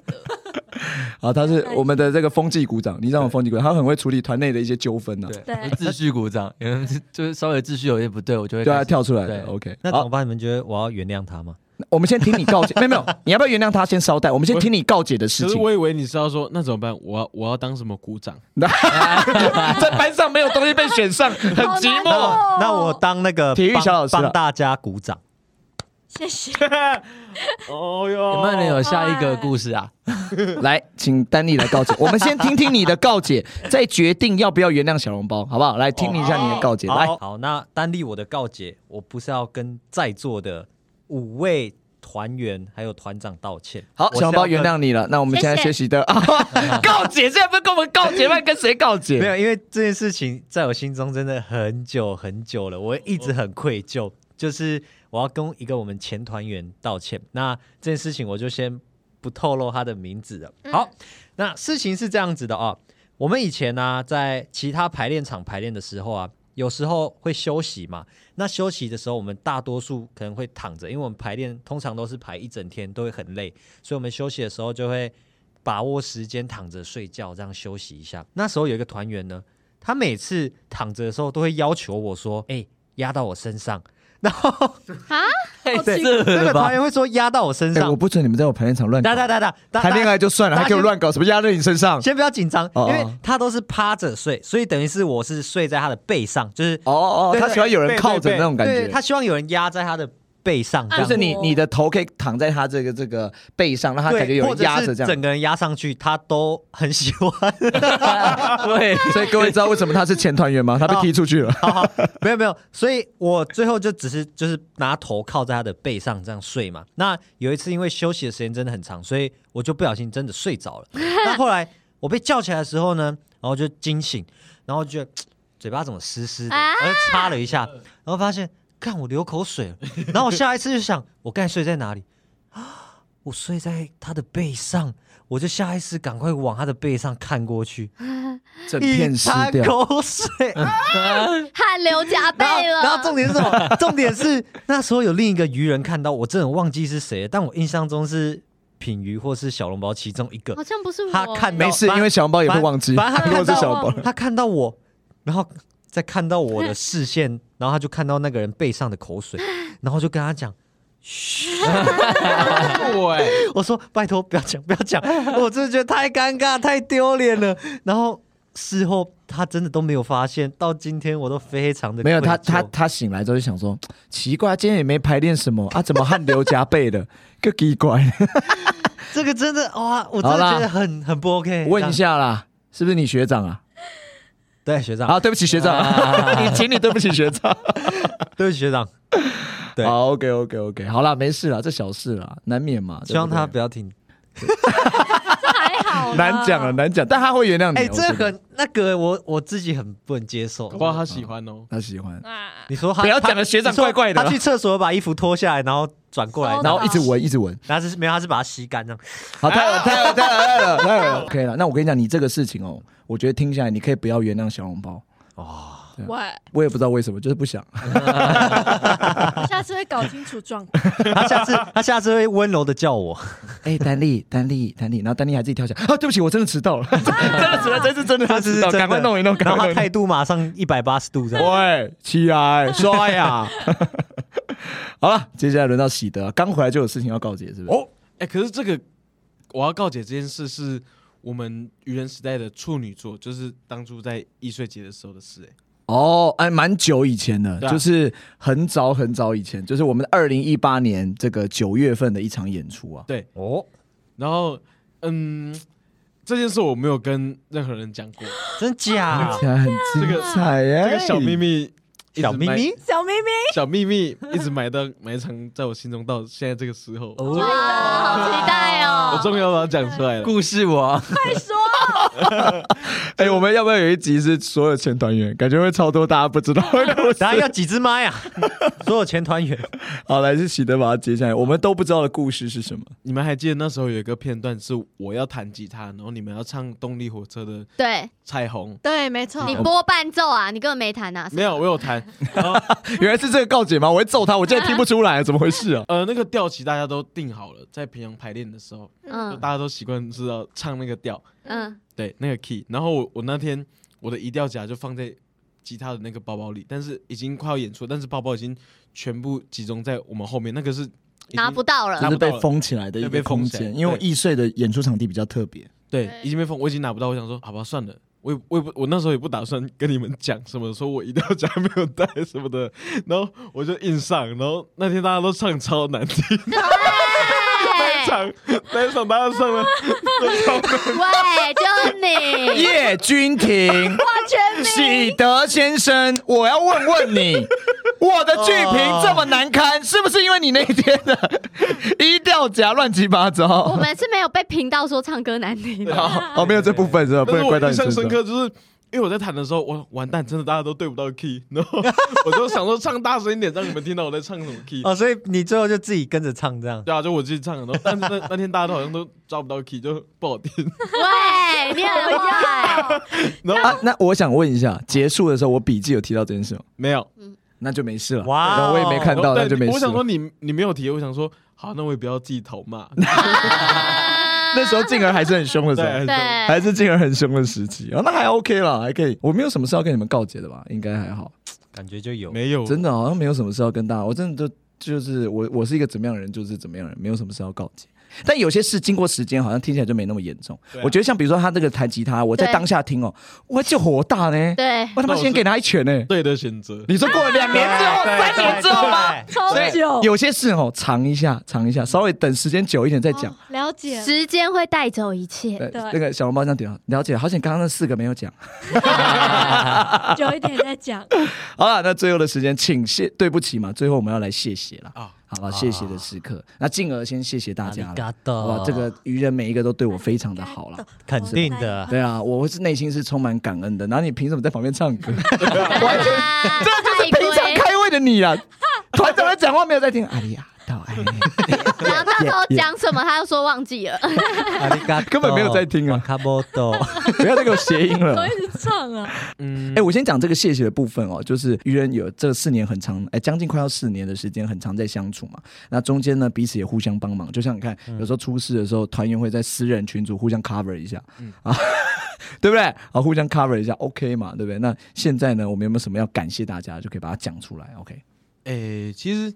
Speaker 1: 好，他 <laughs> 是我们的这个风纪股长，你让我风纪股长，他很会处理团内的一些纠纷啊呢。
Speaker 6: 对
Speaker 7: 对，秩序鼓掌，有人就是稍微秩序有些不对，我就会
Speaker 1: 对啊，
Speaker 7: 开始
Speaker 1: 跳出来
Speaker 7: 对
Speaker 1: 的。OK，
Speaker 4: 那怎
Speaker 1: 好
Speaker 4: 么，办？你们觉得我要原谅他吗？
Speaker 1: 我们先听你告 <laughs> 解，没有没有，你要不要原谅他？先捎带，我们先听你告解的 <laughs> 事
Speaker 3: 可是
Speaker 1: 情。
Speaker 3: 我以为你知道说那怎么办？我要我要当什么鼓掌？
Speaker 1: 在班上没有东西被选 <laughs> 上，很寂
Speaker 4: 那我那我当那个
Speaker 1: 体育
Speaker 4: 帮
Speaker 1: 小老师啊
Speaker 4: 帮大家鼓掌。
Speaker 6: 谢谢。
Speaker 4: 哎
Speaker 3: 哦哟，
Speaker 7: 有没有人有下一个故事啊？
Speaker 1: 来，请丹妮来告
Speaker 4: <laughs>
Speaker 1: 解。我们先听听你的告解，再决定要不要原谅小笼包，好不好？来听一下你的告解。
Speaker 4: 哦好
Speaker 1: 来，
Speaker 4: 好，那单立我的告解，我不是要跟在座的五位团员还有团长道歉。
Speaker 1: 好，
Speaker 4: 我
Speaker 1: 小笼包
Speaker 4: 是要
Speaker 1: 原
Speaker 4: 跟。
Speaker 1: 谅你了。那我们现在
Speaker 5: 谢谢
Speaker 1: 学习的啊， <laughs> 告解，现在不是跟我们告解吗？跟谁告解？
Speaker 4: 没有，因为这件事情在我心中真的很久很久了，我一直很愧疚，就是我要跟一个我们前团员道歉。那这件事情我就先不透露他的名字了。好，那事情是这样子的啊、我们以前呢、在其他排练场排练的时候啊，有时候会休息嘛。那休息的时候，我们大多数可能会躺着，因为我们排练通常都是排一整天，都会很累，所以我们休息的时候就会把握时间躺着睡觉，这样休息一下。那时候有一个团员呢，他每次躺着的时候都会要求我说：“哎、压到我身上。” <laughs> 然后
Speaker 5: 啊，
Speaker 7: 太
Speaker 6: 对
Speaker 7: 色
Speaker 4: 这个
Speaker 7: 了吧
Speaker 4: 团！员会说压到我身
Speaker 1: 哎，
Speaker 4: 上
Speaker 1: 我，不准你们在我排练场乱搞
Speaker 4: 哒哒哒哒，哒
Speaker 1: 谈恋爱就算了，
Speaker 4: 大
Speaker 1: 还
Speaker 4: 家
Speaker 1: 给我乱搞什么压在你身上？
Speaker 4: 先不要紧张，因
Speaker 1: 哦哦
Speaker 4: 为他都是趴着睡，所以等于是我是睡在他的背上，就是
Speaker 1: 哦哦，
Speaker 4: 对
Speaker 1: 他喜欢有人靠着那种感觉。
Speaker 4: 对他希望有人压在他的背上，这
Speaker 1: 就
Speaker 4: 样
Speaker 1: 是
Speaker 4: 子。
Speaker 1: 你你的头可以躺在他这个这个背上，让他感觉
Speaker 4: 对，
Speaker 1: 有
Speaker 4: 或
Speaker 1: 人
Speaker 4: 者
Speaker 1: 压
Speaker 4: 是
Speaker 1: 着这样。
Speaker 4: 整个人压上去，他都很喜欢。
Speaker 1: <laughs>
Speaker 4: <laughs>
Speaker 1: 对，所以各位知道为什么他是前团员吗？他被踢出去了。
Speaker 4: 好好，没有没有，所以我最后就只是就是拿头靠在他的背上这样睡嘛。那有一次因为休息的时间真的很长，所以我就不小心真的睡着了。那后来我被叫起来的时候呢，然后就惊醒，然后就觉得嘖嘴巴怎么湿湿的，
Speaker 5: 啊
Speaker 4: 然后就擦了一下，然后发现看我流口水了，然后我下一次就想我刚才睡在哪里。我睡在他的背上，我就下意识赶快往他的背上看过去，
Speaker 1: 整
Speaker 4: 一
Speaker 1: 片湿
Speaker 4: 滩
Speaker 1: 掉。
Speaker 4: 口水，
Speaker 5: 汗流浃背
Speaker 4: 然后，
Speaker 5: 了。
Speaker 4: 然后重点是什么？ <laughs> 重点是那时候有另一个鱼人看到我，真的忘记是谁了，但我印象中是品鱼或是小笼包其中一个
Speaker 5: 好。像不是我，
Speaker 4: 他看
Speaker 1: 没事，因为小笼包也会忘记。
Speaker 4: 反正他
Speaker 1: <laughs> 如果是
Speaker 4: 看到
Speaker 1: 小笼包，
Speaker 4: 哦他看到我，然后再看到我的视线，然后他就看到那个人背上的口水， <gasps> 然后就跟他讲。
Speaker 3: <laughs> 对，
Speaker 4: 我说拜托不要讲不要讲，我真的觉得太尴尬太丢脸了。然后事后他真的都没有发现，到今天我都非常的
Speaker 1: 没有他，
Speaker 4: 愧疚
Speaker 1: 他他醒来之后就想说，奇怪，今天也没排练什么啊，怎么汗流浃背的， <laughs> 个奇怪。
Speaker 4: 这个真的哇，我真
Speaker 1: 好
Speaker 4: 的
Speaker 1: 啦
Speaker 4: 觉得很很不 OK。
Speaker 1: 问一，下啦，是不是你学长啊？
Speaker 4: 对学长，
Speaker 1: 啊，对不起学长，啊 <laughs> 你请你对不起学长。
Speaker 4: 对不起学长，对
Speaker 1: 好，OK OK OK，好啦，没事啦，这小事啦，难免嘛。
Speaker 4: 希望
Speaker 1: 对不对
Speaker 4: 他啊不要听。
Speaker 6: 这还好，
Speaker 1: 难讲啊了，。难讲，但他会原谅你。啊
Speaker 4: 哎、
Speaker 1: 我
Speaker 4: 这
Speaker 1: 觉得
Speaker 4: 很那个我我自己很不能接受
Speaker 3: 搞。不好他喜欢哦。
Speaker 1: 他喜欢，
Speaker 6: 啊，
Speaker 4: 你说他
Speaker 1: 不要讲了学长
Speaker 4: 你说
Speaker 1: 怪怪的啊
Speaker 4: 他去厕所把衣服脱下来，然后转过来，
Speaker 6: 收
Speaker 4: 然
Speaker 1: 然
Speaker 4: 后
Speaker 1: 后一直闻，一直闻。
Speaker 4: 然后是没有，他是把它吸干这样。
Speaker 1: 好，太了，太了，太了，太了，太了。OK 了，那我跟你讲，你这个事情哦，我觉得听下来，你可以不要原谅小笼包。
Speaker 6: 喂，
Speaker 1: 我也不知道为什么，就是不想。
Speaker 6: 下次会搞清楚状况。
Speaker 1: <laughs>
Speaker 4: 他下次他下次会温柔的叫我，
Speaker 1: 哎、丹丽，丹丽，丹丽，然后丹丽还自己跳起来啊！对不起，我真的迟到了， <laughs> 真的迟到，真是真的，
Speaker 4: 他
Speaker 1: 迟
Speaker 4: 是
Speaker 1: 到，
Speaker 4: 真
Speaker 1: 赶
Speaker 4: 的
Speaker 1: 快弄一弄，赶
Speaker 4: 然后
Speaker 1: 快弄哦一
Speaker 4: 他
Speaker 1: 弄。
Speaker 4: 态度马上一百八十度这样。
Speaker 1: 喂，起来，刷
Speaker 3: 啊
Speaker 1: 牙。 <laughs> 好了，接下来轮到喜德，啊刚回来就有事情要告解，是不是？哦，
Speaker 3: 哎、可是这个我要告解这件事是我们愚人时代的处女座，就是当初在易碎节的时候的事、哎，
Speaker 1: 哦，哎，蛮久以前的，
Speaker 3: 对啊
Speaker 1: 就是很早很早以前，就是我们二零一八年这个九月份的一场演出啊。
Speaker 4: 哦，
Speaker 3: 然后嗯，这件事我没有跟任何人讲过，
Speaker 4: 真假？
Speaker 1: 听起来很精彩耶、
Speaker 3: 这个小秘密，
Speaker 4: 小咪咪，
Speaker 6: <laughs> 小咪咪，
Speaker 3: 小秘密一直埋到埋藏在我心中，到现在这个时候，
Speaker 4: 哦
Speaker 5: 哇，好期待
Speaker 3: 我
Speaker 5: 哦！
Speaker 3: 终于要把它讲出来了。
Speaker 7: 故事我啊
Speaker 1: 哎、我们要不要有一集是所有前团员？感觉会超多大家不知道的故
Speaker 3: <laughs>
Speaker 1: 事
Speaker 4: 然后要几只麦啊？所有前团员，
Speaker 1: 好，来是喜德把它接下来，我们都不知道的故事是什么。
Speaker 3: 你们还记得那时候有一个片段是我要弹吉他，然后你们要唱动力火车的《
Speaker 5: 对
Speaker 3: 彩虹
Speaker 6: 对，没错
Speaker 4: 嗯
Speaker 5: 你。播伴奏啊，你根本没弹啊》，。
Speaker 3: <laughs> 没有，我有弹。
Speaker 1: <laughs> 原来是这个告解吗？我会揍他，我竟然听不出来，怎么回事啊？
Speaker 3: 呃，那个调其实大家都定好了，在平阳排练的时候，就
Speaker 5: 嗯
Speaker 3: 大家都习惯是要唱那个调，
Speaker 5: 嗯，
Speaker 3: 对，那个 key。然后我我那天我的移调夹就放在吉他的那个包包里，但是已经快要演出，但是包包已经全部集中在我们后面，那个是已经
Speaker 5: 拿不到了
Speaker 1: <laughs>
Speaker 3: 拿
Speaker 1: 就
Speaker 3: 不
Speaker 1: 是
Speaker 3: 到
Speaker 1: 被
Speaker 3: 了
Speaker 1: 封起来的一
Speaker 3: 对
Speaker 1: 个
Speaker 3: 被封
Speaker 1: 空
Speaker 3: 起来
Speaker 1: 间，因为
Speaker 3: 对
Speaker 1: 易碎的演出场地比较特 <laughs> 别。
Speaker 3: 对
Speaker 6: 对，
Speaker 3: 已经被封，我已经拿不到。我想说，好吧，算了，我也我也不，我那时候也不打算跟你们讲什么，说我一定要讲没有带什么的，然后我就硬上，然后那天大家都唱超难听，那
Speaker 5: 对，
Speaker 3: 一 <laughs> 场那一场大家唱了，
Speaker 5: 喂，就是
Speaker 4: <laughs>
Speaker 5: 你，
Speaker 1: 叶君婷，喜德先生，我要问问 <laughs> 你，我的剧评这么难堪，是不是因为你那天的 <laughs> 一调夹乱七八
Speaker 5: 我 <laughs>
Speaker 1: 糟？
Speaker 5: 们是没有被评到说唱歌难听的。
Speaker 1: <laughs> 哦，没有这部分是吧？不
Speaker 3: 啊但
Speaker 1: 能
Speaker 3: 是我
Speaker 1: 怪到
Speaker 3: 印
Speaker 1: 你身
Speaker 3: 象
Speaker 1: 上
Speaker 3: 深。刻就是。因为我在弹的时候，我完蛋，真的大家都对不到 key，然后 <laughs> 我就想说唱大声一点，让你们听到我在唱什么 key。
Speaker 4: 哦，所以你最后就自己跟着唱这样。
Speaker 3: 对啊，就我自己唱，然后但是那那天大家都好像都抓不到 key，就不好听。
Speaker 5: 喂，你很坏，
Speaker 1: 啊，那我想问一下，结束的时候我笔记有提到这件事吗？
Speaker 3: 没有，
Speaker 1: 那就没事了。
Speaker 4: 哇哦
Speaker 1: 然后我也没看到，
Speaker 3: 对
Speaker 1: 那就没
Speaker 3: 我
Speaker 1: 事
Speaker 3: 想说
Speaker 1: 了。
Speaker 3: 你你没有提，我想说好，那我也不要自己
Speaker 1: <laughs>
Speaker 3: 投嘛。
Speaker 1: 那时候静儿还是很凶的时候。
Speaker 3: 对，
Speaker 1: 还
Speaker 5: 对，
Speaker 1: 是静儿很凶的时期哦，那还 OK 啦，还可以。我没有什么事要跟你们告解的吧？应该还好，
Speaker 3: 哦
Speaker 4: 感觉就有
Speaker 3: 没有，
Speaker 1: 真的好像没有什么事要跟大家。我真的就就是我，我是一个怎么样的人，就是怎么样的人，没有什么事要告解。但有些事经过时间，好像听起来就没那么严重。
Speaker 3: 对啊
Speaker 1: 我觉得像比如说他这个弹吉他，我在
Speaker 5: 对
Speaker 1: 当下听哦，我就火大呢，
Speaker 5: 对，
Speaker 1: 我他妈先给他一拳呢。
Speaker 3: 对的选择。
Speaker 1: 你说过了两年之后、三年之后吗？？
Speaker 6: 超
Speaker 1: 所以
Speaker 6: 久，
Speaker 1: 有些事哦，藏一下，藏一下，稍微等时间久一点再讲。
Speaker 6: 哦了解。
Speaker 5: 时间会带走一切。
Speaker 1: 对，
Speaker 6: 对
Speaker 1: 那个小笼包这样点哦了解，好险刚刚那四个没有讲。
Speaker 6: 久一点再 <laughs> 讲。
Speaker 1: 好了，那最后的时间，请谢，对不起嘛，最后我们要来谢谢了。
Speaker 3: 啊
Speaker 1: 好了，谢谢的时刻，那进而先谢谢大家了。
Speaker 4: 的
Speaker 1: 好吧，这个愚人每一个都对我非常的好了。
Speaker 4: 肯定的。
Speaker 1: 对啊，我是内心是充满感恩的。然后你凭什么在旁边唱歌？
Speaker 5: 完全，这
Speaker 1: 平常开会的你啊，团长在讲话没有在听。哎呀，到哎，
Speaker 5: 然后到时候讲什么，他又说忘记了。
Speaker 4: 阿里 <laughs> 嘎多
Speaker 1: 根本没有在听啊
Speaker 4: 哇卡波多， <laughs>
Speaker 1: 不要再给我谐音了
Speaker 6: 我。一直唱啊，
Speaker 3: 嗯
Speaker 1: 哎、，我先讲这个谢谢的部分哦，就是愚人有这四年很长，哎、将近快要四年的时间，很常在相处嘛。那中间呢，彼此也互相帮忙，就像你看，
Speaker 4: 嗯
Speaker 1: 有时候出事的时候，团员会在私人群组互相 cover 一下，
Speaker 4: 嗯
Speaker 1: 啊， <laughs> 对不对？啊，互相 cover 一下，OK 嘛，对不对？那现在呢，我们有没有什么要感谢大家，就可以把它讲出来？OK，
Speaker 3: 诶，其实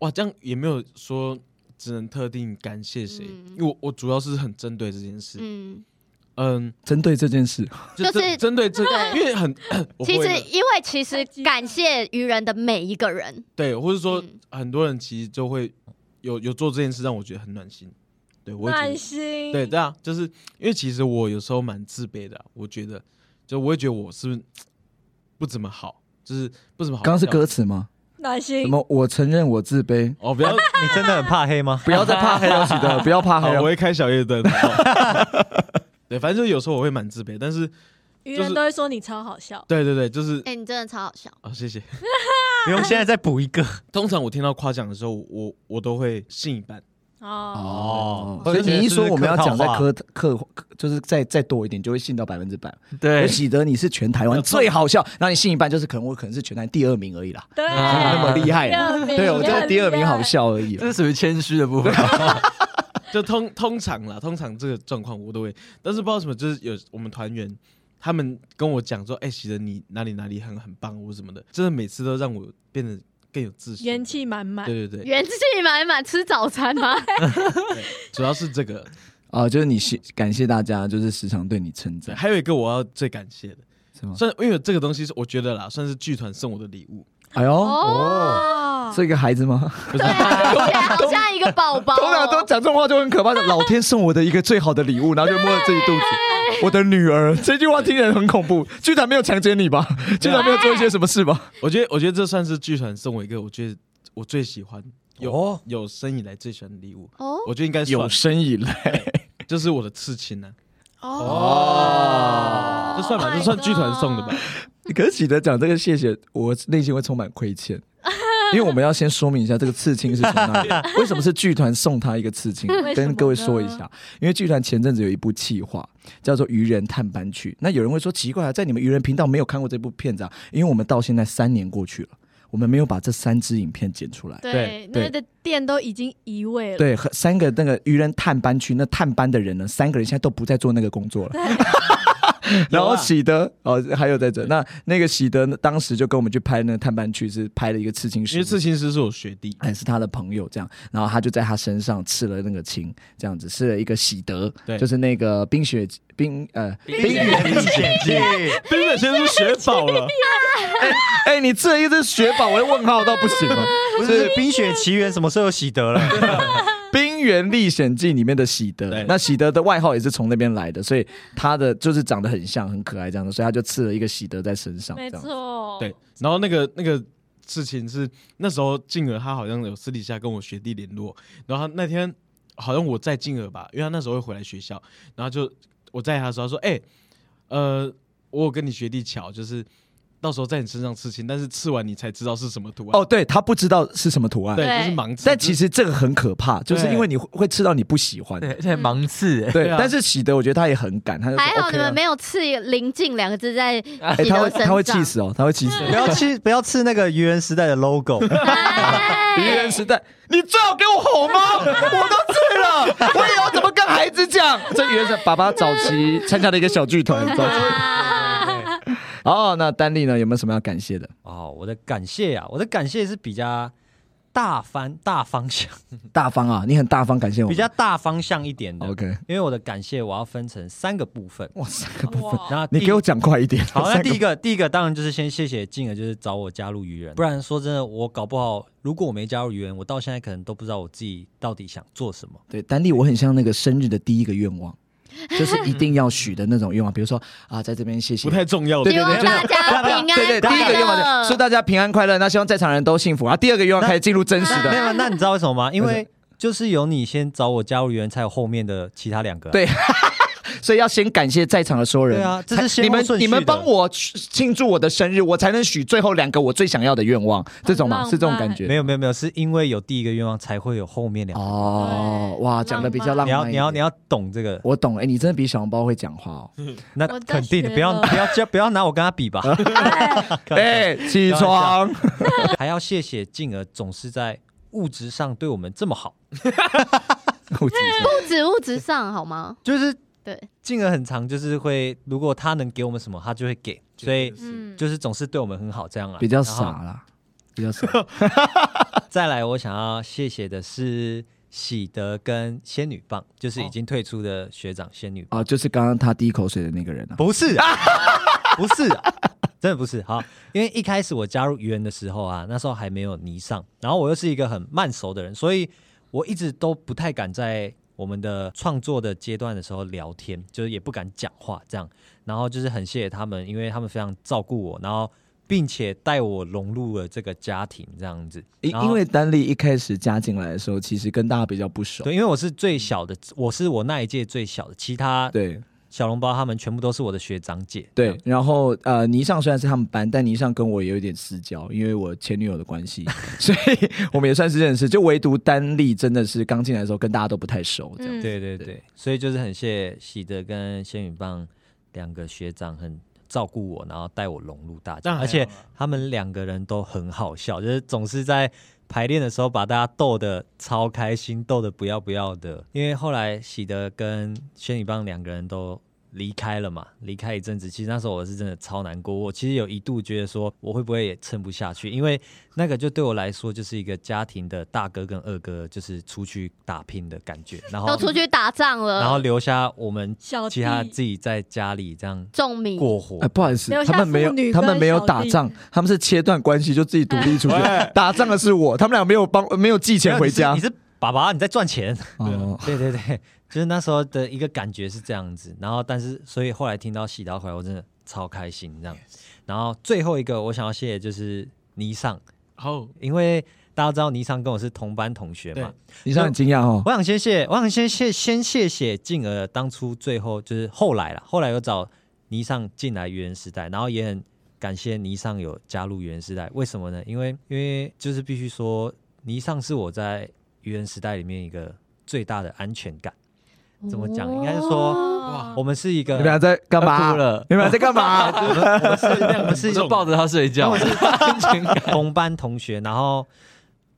Speaker 3: 哇，这样也没有说只能特定感谢谁，
Speaker 5: 嗯
Speaker 3: 因为我我主要是很针对这件事，
Speaker 5: 嗯，
Speaker 3: 嗯，
Speaker 1: 针对这件事，
Speaker 3: 就
Speaker 5: 就是
Speaker 3: 针针对这，
Speaker 5: 对
Speaker 3: 因为很， <coughs> 我
Speaker 5: 其
Speaker 3: 会
Speaker 5: 实
Speaker 3: 的
Speaker 5: 因为其实感谢愚人的每一个人，
Speaker 3: 对，或者说
Speaker 5: 嗯
Speaker 3: 很多人其实就会有有做这件事，让我觉得很暖心，对我也觉得
Speaker 6: 暖心。
Speaker 3: 对，对啊，就是因为其实我有时候蛮自卑的啊、我觉得，就我会觉得我是不是不怎么好，就是不怎么好。
Speaker 1: 刚刚是歌词吗？
Speaker 6: 暖
Speaker 1: 什
Speaker 6: 心。
Speaker 1: 么？我承认我自
Speaker 4: <laughs>
Speaker 1: 卑，
Speaker 3: 哦，不要，
Speaker 4: 你真的很怕黑吗？
Speaker 1: 不要再怕黑了，喜德，不要怕
Speaker 3: 好
Speaker 1: 黑，
Speaker 3: 我
Speaker 1: 了。
Speaker 3: 会开小夜灯。好 <laughs> 对，反正就有时候我会蛮自卑，但是
Speaker 6: 愚
Speaker 3: 就
Speaker 6: 人
Speaker 3: 是
Speaker 6: 都会说你超好笑。
Speaker 3: 对对对，就是
Speaker 5: 哎，你真的超好笑。
Speaker 3: 啊、谢谢。 <laughs>
Speaker 4: 不用现在再补一个，
Speaker 3: 通常我听到夸奖的时候，我我都会信一半，
Speaker 6: 哦，
Speaker 1: 哦
Speaker 4: 或
Speaker 1: 所
Speaker 4: 者
Speaker 1: 以你一说
Speaker 4: 是
Speaker 1: 我们要
Speaker 4: 客套
Speaker 1: 讲再
Speaker 4: 话
Speaker 1: 科科，科就是再再多一点，就会信到百分之百。
Speaker 3: 对
Speaker 1: 我喜得你是全台湾最好笑，然后你信一半，就是可能我可能是全台第二名而已 <laughs> 啦，
Speaker 2: 对，
Speaker 1: 没那么厉害
Speaker 2: 第
Speaker 1: 啦。
Speaker 2: 二名
Speaker 1: 对我就是第二名好。笑而 <laughs> 已啦。
Speaker 7: 这是属于谦虚的
Speaker 1: <laughs>
Speaker 7: 部分。
Speaker 3: 就通通常啦，通常这个状况我都会，但是不知道为什么，就是有我们团员他们跟我讲说，哎、喜人你哪里哪里很很棒或什么的，真的每次都让我变得更有自信。
Speaker 6: 元气满满，
Speaker 3: 对对对，
Speaker 5: 元气满满吃早餐吗？
Speaker 3: 主要是这个。
Speaker 1: 啊、就是你谢感谢大家，就是时常 <laughs> 对你称
Speaker 3: 对，
Speaker 1: 赞，
Speaker 3: 还有一个我要最感谢的，
Speaker 1: 是吗？
Speaker 3: 算因为这个东西是我觉得啦，算是剧团送我的礼物。
Speaker 1: <laughs> 哎呦，
Speaker 2: 哦
Speaker 5: 哦，
Speaker 1: 这个孩子吗？
Speaker 5: 对啊，听起来好像一个宝宝
Speaker 1: <laughs>
Speaker 5: 哦。
Speaker 1: 通常都讲这种话就很可
Speaker 2: <laughs>
Speaker 1: 怕的，老天送我的一个最好的礼物，然后就摸了自己肚子。我的女儿，这句话听起来很恐怖。居然没有强奸你吧？居然没有做一些什么事吧？
Speaker 3: 我觉得，我觉得这算是剧团送我一个我觉得我最喜欢有、
Speaker 4: 哦
Speaker 3: 有生以来最喜欢的礼物。
Speaker 5: 哦，
Speaker 3: 我觉得应该
Speaker 1: <laughs>
Speaker 3: 算
Speaker 1: 有生以来，
Speaker 3: 就是我的刺青呢、
Speaker 1: 哦
Speaker 8: 哦
Speaker 6: 哦
Speaker 3: 这算
Speaker 8: Oh
Speaker 3: 吧，这
Speaker 6: ，Oh
Speaker 3: 算剧团送的吧？
Speaker 1: <laughs> 可是喜德讲这个谢谢，我内心会充满亏欠，因为我们要先说明一下这个刺青是从哪
Speaker 6: <laughs>
Speaker 1: 里来，为什么是剧团送他一个刺青
Speaker 6: 为什么？呢
Speaker 1: 跟各位说一下，因为剧团前阵子有一部企划叫做《愚人探班曲》，那有人会说奇怪啊，在你们愚人频道没有看过这部片子啊？因为我们到现在三年过去了，我们没有把这三支影片剪出来。
Speaker 6: 对，
Speaker 1: 对
Speaker 6: 那个店都已经移位了，
Speaker 1: 对，和三个那个愚人探班区，那探班的人呢，三个人现在都不在做那个工 <laughs> 作了。然后喜德哦，还有在这，那那个喜德呢，当时就跟我们去拍那个探班区，是拍了一个刺青师，
Speaker 3: 因为刺青师是我学弟，
Speaker 1: 还是他的朋友这样，然后他就在他身上刺了那个青，这样子刺了一个喜德，
Speaker 3: 对
Speaker 1: 就是那个冰雪冰呃冰原
Speaker 7: 历险记，
Speaker 3: 冰雪先生学宝了，
Speaker 1: 哎，你刺了一只雪宝，我的问号到不行哦了，
Speaker 4: 不是《冰雪奇缘》什么时候有喜得了？
Speaker 1: 《冰原历险记》里面的喜德
Speaker 3: 对，
Speaker 1: 那喜德的外号也是从那边来的，所以他的就是长得很像，很可爱这样的，所以他就刺了一个喜德在身上，这
Speaker 6: 没
Speaker 1: 样。
Speaker 6: 错，
Speaker 3: 对，然后那个那个事情是那时候静儿她好像有私底下跟我学弟联络，然后她那天好像我在静儿吧，因为她那时候会回来学校，然后就我在她的时候她说，哎、呃，我有跟你学弟巧，就是到时候在你身上刺青，但是刺完你才知道是什么图案，
Speaker 1: 哦，对他不知道是什么图案，
Speaker 3: 对，
Speaker 5: 对
Speaker 3: 就是盲刺，
Speaker 1: 但其
Speaker 3: 实
Speaker 1: 实这个很可怕，就是因为你会会刺到你不喜欢。
Speaker 7: 对，而且
Speaker 1: <laughs>
Speaker 7: 盲刺，哎
Speaker 1: 对
Speaker 3: 对啊，
Speaker 1: 但是喜德我觉得他也很敢，他就说
Speaker 5: 还好
Speaker 1: OK
Speaker 5: 你
Speaker 1: 啊
Speaker 5: 们没有刺“临近”两个字在喜
Speaker 1: 哎，他
Speaker 5: 德
Speaker 1: 会
Speaker 5: 身上，
Speaker 1: 他会气死哦，他会气死。
Speaker 4: <laughs> 不要吃，不要吃那个愚人时代的 logo。
Speaker 5: 哎。
Speaker 1: 愚人时代，你最好给我吼吗？我都醉了，我以后怎么跟孩子讲？这愚人是爸爸早期参加的一个小剧团，早 <laughs> 期。
Speaker 5: 啊
Speaker 1: 哦，那丹丽呢？有没有什么要感谢的？
Speaker 4: <laughs> 哦，我的感谢呀、我的感谢是比较大方大方 <laughs> 向，
Speaker 1: 大方啊，你很大方，感谢我
Speaker 4: 比
Speaker 1: 们。
Speaker 4: 较大方向一点的。
Speaker 1: OK，
Speaker 4: 因为我的感谢我要分成三个部分。
Speaker 1: 哇，三个部分，
Speaker 6: 哇，
Speaker 4: 那第
Speaker 1: 你给我讲快一点。
Speaker 4: 好，那
Speaker 1: 三
Speaker 4: 第
Speaker 1: 个
Speaker 4: 一个第一个当然就是先谢谢静儿，就是找我加入愚人，不然说真的，我搞不好如果我没加入愚人，我到现在可能都不知道我自己到底想做什么。
Speaker 1: 对丹丽，我很像那个生日的第一个愿望，就是一定要许的那种愿望，比如说啊，在这边谢谢
Speaker 3: 不。太重要的
Speaker 1: 对
Speaker 5: 希
Speaker 1: 对
Speaker 5: 望
Speaker 1: 对，
Speaker 5: 大家平安
Speaker 1: 对对，第一个愿
Speaker 5: 快
Speaker 1: 望
Speaker 5: 乐
Speaker 1: 是祝大家平安快乐，那希望在场人都幸福。然后第二个愿望
Speaker 4: 那
Speaker 1: 开始进入真实
Speaker 4: 没
Speaker 1: 的，
Speaker 4: 有，那你知道为什么吗？因为就是有你先找我加入愚人，才有后面的其他两个啊。
Speaker 1: 对所以要先感谢在场的所有人。
Speaker 4: 对啊这
Speaker 1: 才
Speaker 4: 是先
Speaker 1: 你
Speaker 4: 后
Speaker 1: 们
Speaker 4: 顺序
Speaker 1: 你
Speaker 4: 的
Speaker 1: 们帮我庆祝我的生日，我才能许最后两个我最想要的愿望，这种吗？
Speaker 6: 浪漫
Speaker 1: 是这种感觉？
Speaker 4: 没有没有没有，是因为有第一个愿望，才会有后面两个。
Speaker 1: 哦，
Speaker 6: 对
Speaker 1: 哇，讲的比较浪漫
Speaker 4: 你
Speaker 1: 一
Speaker 4: 要
Speaker 1: 点。
Speaker 4: 你要你要懂这个，
Speaker 1: 我懂，哎、你真的比小笼包会讲话哦。
Speaker 4: 那
Speaker 6: 我在
Speaker 4: 肯定
Speaker 6: 学
Speaker 4: 的，不要
Speaker 6: 了
Speaker 4: 不要加不要拿我跟他
Speaker 1: <laughs>
Speaker 4: 比吧。 <laughs> 开玩笑
Speaker 1: 哎、起
Speaker 4: 床
Speaker 1: 床！
Speaker 4: 还要谢谢静儿总是在物质上对我们这
Speaker 1: <laughs>
Speaker 4: 么好，
Speaker 1: 我起床
Speaker 5: 物质物质上好吗？
Speaker 4: 就是
Speaker 5: 对，
Speaker 4: 静儿很常就是会，如果她能给我们什么，她就会给，所以
Speaker 5: 嗯，
Speaker 4: 就是总是对我们很好这样啦。啊
Speaker 1: 比较
Speaker 4: 然
Speaker 1: 傻
Speaker 4: 后
Speaker 1: 啦，比较傻。
Speaker 4: <laughs> 再来，我想要谢谢的是喜德跟仙女棒，就是已经退出的学长仙女棒，
Speaker 1: 啊，就是刚刚他滴口水的那个人啊。<laughs>
Speaker 4: 不是、啊，不是、啊。真的不是好，因为一开始我加入愚人的时候啊，那时候还没有泥上，然后我又是一个很慢熟的人，所以我一直都不太敢在我们的创作的阶段的时候聊天，就是也不敢讲话这样。然后就是很谢谢他们，因为他们非常照顾我，然后并且带我融入了这个家庭这样子。
Speaker 1: 因
Speaker 4: 然后
Speaker 1: 因为丹丽一开始加进来的时候，其实跟大家比较不熟。
Speaker 4: 对，因为我是最小的，我是我那一届最小的，其他
Speaker 1: 对
Speaker 4: 小笼包他们全部都是我的学长姐。
Speaker 1: 对，然后呃，倪尚虽然是他们班，但倪尚跟我也有一点私交，因为我前女友的关 <laughs> 系，所以我们也算是认识。就唯独丹丽真的是刚进来的时候跟大家都不太熟，这样。
Speaker 6: 嗯
Speaker 4: 对对对，所以就是很谢喜德跟仙女棒两个学长很照顾我，然后带我融入大
Speaker 3: 那
Speaker 4: 家，
Speaker 3: 还
Speaker 4: 而且
Speaker 3: 好啊
Speaker 4: 他们两个人都很好笑，就是总是在排练的时候把大家逗得超开心，逗得不要不要的。因为后来喜德跟仙女棒两个人都。离开了嘛，离开一阵子，其实那时候我是真的超难过。我其实有一度觉得说，我会不会也撑不下去？因为那个就对我来说，就是一个家庭的大哥跟二哥，就是出去打拼的感觉。然后
Speaker 5: 都出去打仗了，
Speaker 4: 哦然后留下我们
Speaker 8: 小
Speaker 4: 其他自己在家里这样
Speaker 5: 仲明
Speaker 4: 过活
Speaker 1: 哎，。不好意思
Speaker 8: 留，下
Speaker 1: 他们没
Speaker 8: 妇女
Speaker 1: 有，
Speaker 8: 跟
Speaker 1: 他们没有
Speaker 8: 小
Speaker 1: 打
Speaker 8: 弟 <laughs>
Speaker 1: 仗，他们是切断关系就自己独立出去
Speaker 3: 哎。
Speaker 1: 打仗的是我，他们俩没有帮，没有寄钱回家
Speaker 4: 你。是你是爸爸，你在
Speaker 1: <laughs>
Speaker 4: 赚钱。
Speaker 1: 哦，
Speaker 4: 对对对，就是那时候的一个感觉是这样子。然后，但是所以后来听到喜刀回来，我真的超开心这样。然后最后一个我想要谢的就是尼尚，
Speaker 3: 好，
Speaker 4: 因为大家知道尼尚跟我是同班同学嘛
Speaker 3: 对。
Speaker 1: 你让很惊讶哦。
Speaker 4: 我想先谢，我想先谢，先谢谢静儿当初最后就是后来了，后来有找倪尚进来原时代，然后也很感谢倪尚有加入原时代。为什么呢？因为因为就是必须说，倪尚是我在原时代里面一个最大的安全感。怎么讲？应该是说
Speaker 5: 哦
Speaker 4: 我们是一个
Speaker 1: 你们俩在干嘛？
Speaker 4: 哭了
Speaker 1: 你们俩在干嘛？ <laughs>
Speaker 4: 我们是
Speaker 7: 我
Speaker 4: 一个
Speaker 7: 就抱着他睡觉，
Speaker 4: 同班同学，然后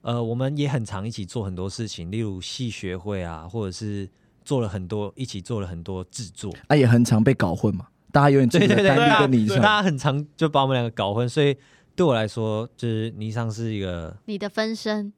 Speaker 4: 呃，我们也很常一起做很多事情，例如戏学会啊，或者是做了很多一起做了很多制作。
Speaker 1: 啊，也很常被搞混嘛。大家有
Speaker 4: <laughs>
Speaker 1: 点记
Speaker 4: 对
Speaker 1: 得
Speaker 4: 对对，
Speaker 1: 丹
Speaker 4: 对
Speaker 1: 丽
Speaker 4: 啊
Speaker 1: 跟倪
Speaker 4: 对大
Speaker 1: 尚，
Speaker 4: 家很常就把我们两个搞混，所以对我来说，就是尼桑是一个
Speaker 5: 你的分身，。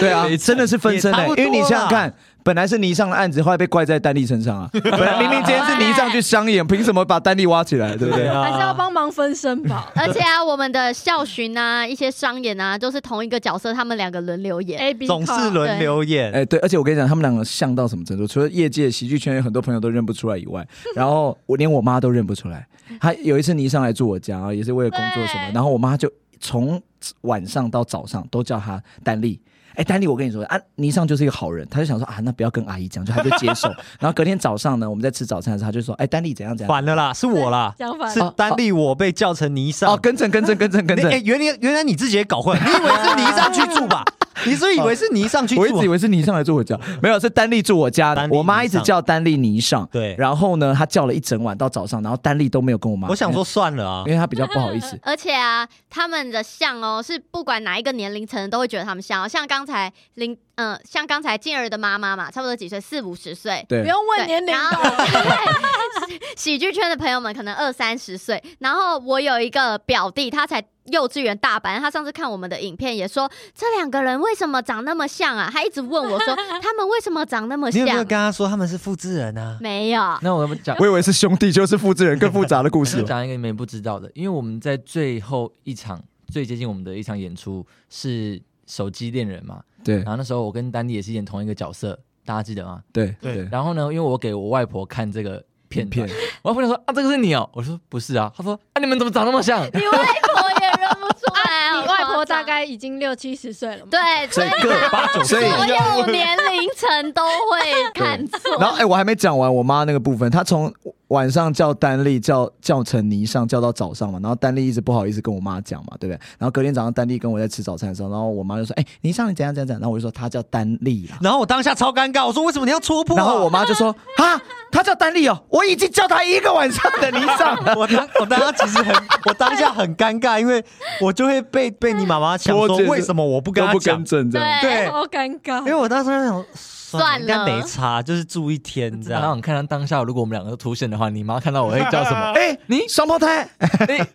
Speaker 1: 对啊，真的是分身
Speaker 4: 也
Speaker 1: 哎
Speaker 4: 差。不
Speaker 1: 因
Speaker 4: 多
Speaker 1: 为你想想看，本来是倪尚的案子，后来被怪在丹丽身上啊。本来明明今天是倪尚去商演，凭什么把丹丽挖起来？对
Speaker 4: <laughs>
Speaker 1: 不对？
Speaker 4: 啊
Speaker 8: 还是要帮忙分身
Speaker 4: <laughs>
Speaker 8: 吧
Speaker 5: 而且啊，我们的校巡啊，一些商演啊，都是同一个角色，他们两个轮流演。
Speaker 8: A B
Speaker 4: 总是轮流演。
Speaker 1: 哎、对，而且我跟你讲，他们两个像到什么程度？除了业界喜剧圈有很多朋友都认不出来以外，然后我连我妈都认不出来。她有一次你上来住我家啊，也是为了工作什么，
Speaker 5: 对。
Speaker 1: 然后我妈就从晚上到早上都叫她丹丽。哎，丹丽，我跟你说啊，倪尚就是一个好人，她就想说啊，那不要跟阿姨讲，就她就接受。然后隔天早上呢，我们在吃早餐的时候，她就说，哎，丹丽怎样怎样，
Speaker 4: 反了啦，是我啦，
Speaker 8: 相反
Speaker 4: 是丹利我被叫成尼桑。
Speaker 1: 哦，跟正跟正跟正跟
Speaker 4: 你
Speaker 1: 正
Speaker 4: 哎，，原来原来你自己也搞混，你以为是尼桑去 <laughs> 住吧？你是以为是尼桑去
Speaker 1: 我一直以
Speaker 4: 住？
Speaker 1: 为是倪尚来住我家，没有是丹丽住我家的
Speaker 4: 丹。丽
Speaker 1: 我妈一直叫丹丽倪尚，
Speaker 4: 对
Speaker 1: 然后呢，她叫了一整晚到早上，然后丹丽都没有跟我妈。
Speaker 4: 我想说，算了啊
Speaker 1: <laughs> 因为，因为她比较不好意思
Speaker 5: <laughs> 而且啊，他们的像哦，是不管哪一个年龄层都会觉得他们像、哦。像刚才林，嗯、像刚才静儿的妈妈嘛，差不多几岁，四五十岁。
Speaker 1: 对
Speaker 8: 不，用问年龄
Speaker 5: 对然后对 <laughs> 喜剧圈的朋友们可能二三十岁，然后我有一个表弟，他才幼稚园大班，他上次看我们的影片也说，这两个人为什么长那么像啊？他一直问我 <laughs> 说，他们为什么长那么
Speaker 4: 你有没有
Speaker 5: 像
Speaker 4: 跟？他说他们是复制人啊？
Speaker 5: 没有，
Speaker 7: <laughs> 那我们
Speaker 1: <laughs>
Speaker 7: 讲
Speaker 1: 我以为是兄弟，就是复制人更复杂的故
Speaker 7: 我
Speaker 1: 事
Speaker 7: <laughs> 是
Speaker 1: 哦。
Speaker 7: 讲一个你们也不知道的，因为我们在最后一场最接近我们的一场演出是手机恋人嘛，
Speaker 1: 对
Speaker 7: 然后那时候我跟丹妮也是演同一个角色，大家记得吗？
Speaker 1: 对
Speaker 3: 对
Speaker 1: 对，
Speaker 7: 然后呢，因为我给我外婆看这个片
Speaker 1: 片
Speaker 7: 片， <laughs> 我外婆就说啊，这个是你哦，我说不是啊，她说啊，你们怎么长那么像？
Speaker 5: 你外婆也认不出来、
Speaker 8: 你外婆大概已经六七十岁了嘛，
Speaker 5: 对，
Speaker 1: 所以各八九所以。
Speaker 5: 所 <laughs> 有年龄层都会看错。
Speaker 1: 然后，哎、我还没讲完我妈那个部分，她从晚上叫丹丽叫叫成泥上，叫到早上嘛，然后丹丽一直不好意思跟我妈讲嘛，对不对？然后隔天早上丹丽跟我在吃早餐的时候，然后我妈就说：“哎、泥上你怎样怎样怎样。”然后我就说：“她叫丹丽啦。”
Speaker 4: 然后我当下超尴尬，我说为什么你要戳破啊？
Speaker 1: 然后我妈就说：“啊，她叫丹丽哦，我已经叫她一个晚上的泥上了。
Speaker 4: 我当我当下其实很，我当下很尴尬，因为我就会被被你妈妈想说
Speaker 1: 脱节
Speaker 4: 为什么我不”跟
Speaker 1: 都
Speaker 4: 她
Speaker 1: 不
Speaker 4: 讲
Speaker 1: 更，正这样，
Speaker 5: 对，
Speaker 4: 对，
Speaker 8: 好尴
Speaker 4: <laughs> 因为
Speaker 8: 尬。
Speaker 4: 我当时就想
Speaker 5: 算
Speaker 4: 算应该
Speaker 5: 了
Speaker 4: 没差，就是住一天这
Speaker 7: 然后
Speaker 4: 样。
Speaker 7: 你看她当下，如果我们两个都出现的话，你妈看到我会叫什
Speaker 1: <laughs>
Speaker 7: 么？
Speaker 1: 哎、你双胞胎，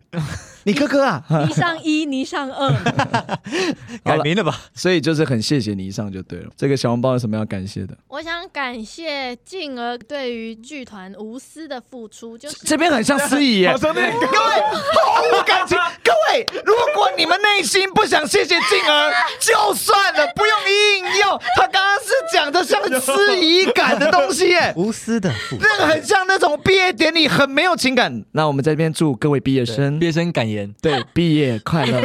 Speaker 1: <laughs> 你哥哥啊，
Speaker 8: <laughs> 你上一，你上二，
Speaker 4: <laughs> 改名了吧？，
Speaker 1: 所以就是很谢谢你以上就对了。这个小红包有什么要感谢的？
Speaker 6: 我想感谢静儿对于剧团无私的付出，就是
Speaker 1: 这边很像司仪耶
Speaker 3: 好，兄
Speaker 1: <laughs>
Speaker 3: 弟，
Speaker 1: 各位毫无感情。各位，如果你们内心不想谢谢静儿，就算了，不用硬要。他刚刚是讲讲的像司仪感的东西耶
Speaker 4: <laughs> 无私的付出。
Speaker 1: 那个很像那种毕业典礼，很没有情感。那我们在这边祝各位毕业生
Speaker 7: 毕业生感言，
Speaker 1: 对毕业快乐，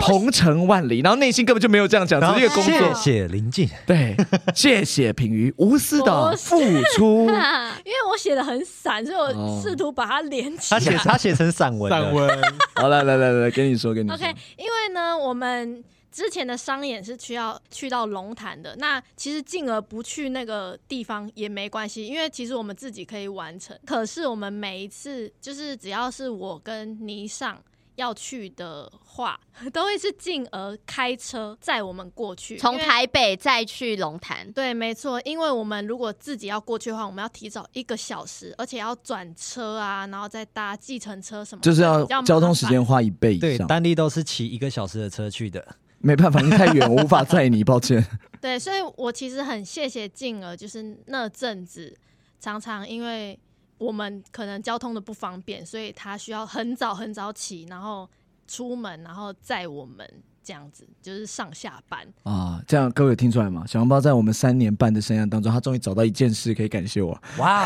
Speaker 1: 鹏程万里。然后内心根本就没有这样讲，
Speaker 4: 然后
Speaker 1: 只是一个工
Speaker 4: 谢
Speaker 1: 作。
Speaker 4: 谢林静，
Speaker 1: 对，谢谢品瑜无私的付出。
Speaker 8: 因为我写的很散，所以
Speaker 1: 哦
Speaker 8: 我试图把它连起
Speaker 4: 他
Speaker 8: 来。
Speaker 4: 写他写成散文
Speaker 3: 散
Speaker 4: 了，
Speaker 3: 文， <laughs>
Speaker 1: 好，来来来来，跟你
Speaker 5: 嗯
Speaker 1: 说，跟你说
Speaker 6: OK，因为呢，我们之前的商演是需要去到龙潭的，那其实进而不去那个地方也没关系，因为其实我们自己可以完成。可是我们每一次就是只要是我跟倪尚要去的话， <laughs> 都会是进而开车载我们过去，
Speaker 5: <laughs> 从
Speaker 6: 因为
Speaker 5: 台北再去龙潭，
Speaker 6: 对，没错，因为我们如果自己要过去的话，我们要提早一个小时，而且要转车啊，然后再搭计程车什么的，
Speaker 1: 就是要
Speaker 6: 比较麻
Speaker 1: 交通时
Speaker 6: 烦
Speaker 1: 间花一倍以
Speaker 4: 对，
Speaker 1: 上，
Speaker 4: 丹利都是骑一个小时的车去的，
Speaker 1: 没办法，因为太远，我无法载你，抱
Speaker 4: <laughs>
Speaker 1: 歉。
Speaker 6: 对，所以我其实很谢谢静儿，就是那阵子常常因为我们可能交通的不方便，所以她需要很早很早起，然后出门，然后载我们这样子，就是上下班。
Speaker 1: 啊，这样各位有听出来吗？小笼包在我们三年半的生涯当中，他终于找到一件事可以感 <laughs> 谢我，
Speaker 4: 哇，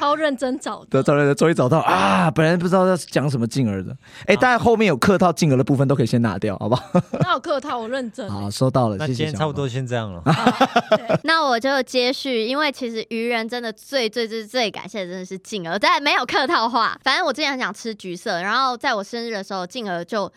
Speaker 8: 超认真找
Speaker 1: 得 <laughs>
Speaker 8: 的。
Speaker 1: 找了，终于找到啊！本来不知道要讲什么静儿的，
Speaker 4: 啊
Speaker 1: 哎，大家后面有客套静儿的部分都可以先拿掉，好不
Speaker 4: <laughs>
Speaker 1: 好？
Speaker 8: 那有客套，我认真。
Speaker 1: 好，收到了，
Speaker 4: 那
Speaker 1: 谢
Speaker 4: 今
Speaker 1: 谢。
Speaker 4: 天差不多，先这样了。
Speaker 5: 那我就接续，因为其实愚人真的最最最最感谢的真的是静儿，但没有客套话。反正我之前很想吃橘色，然后在我生日的时候，静儿就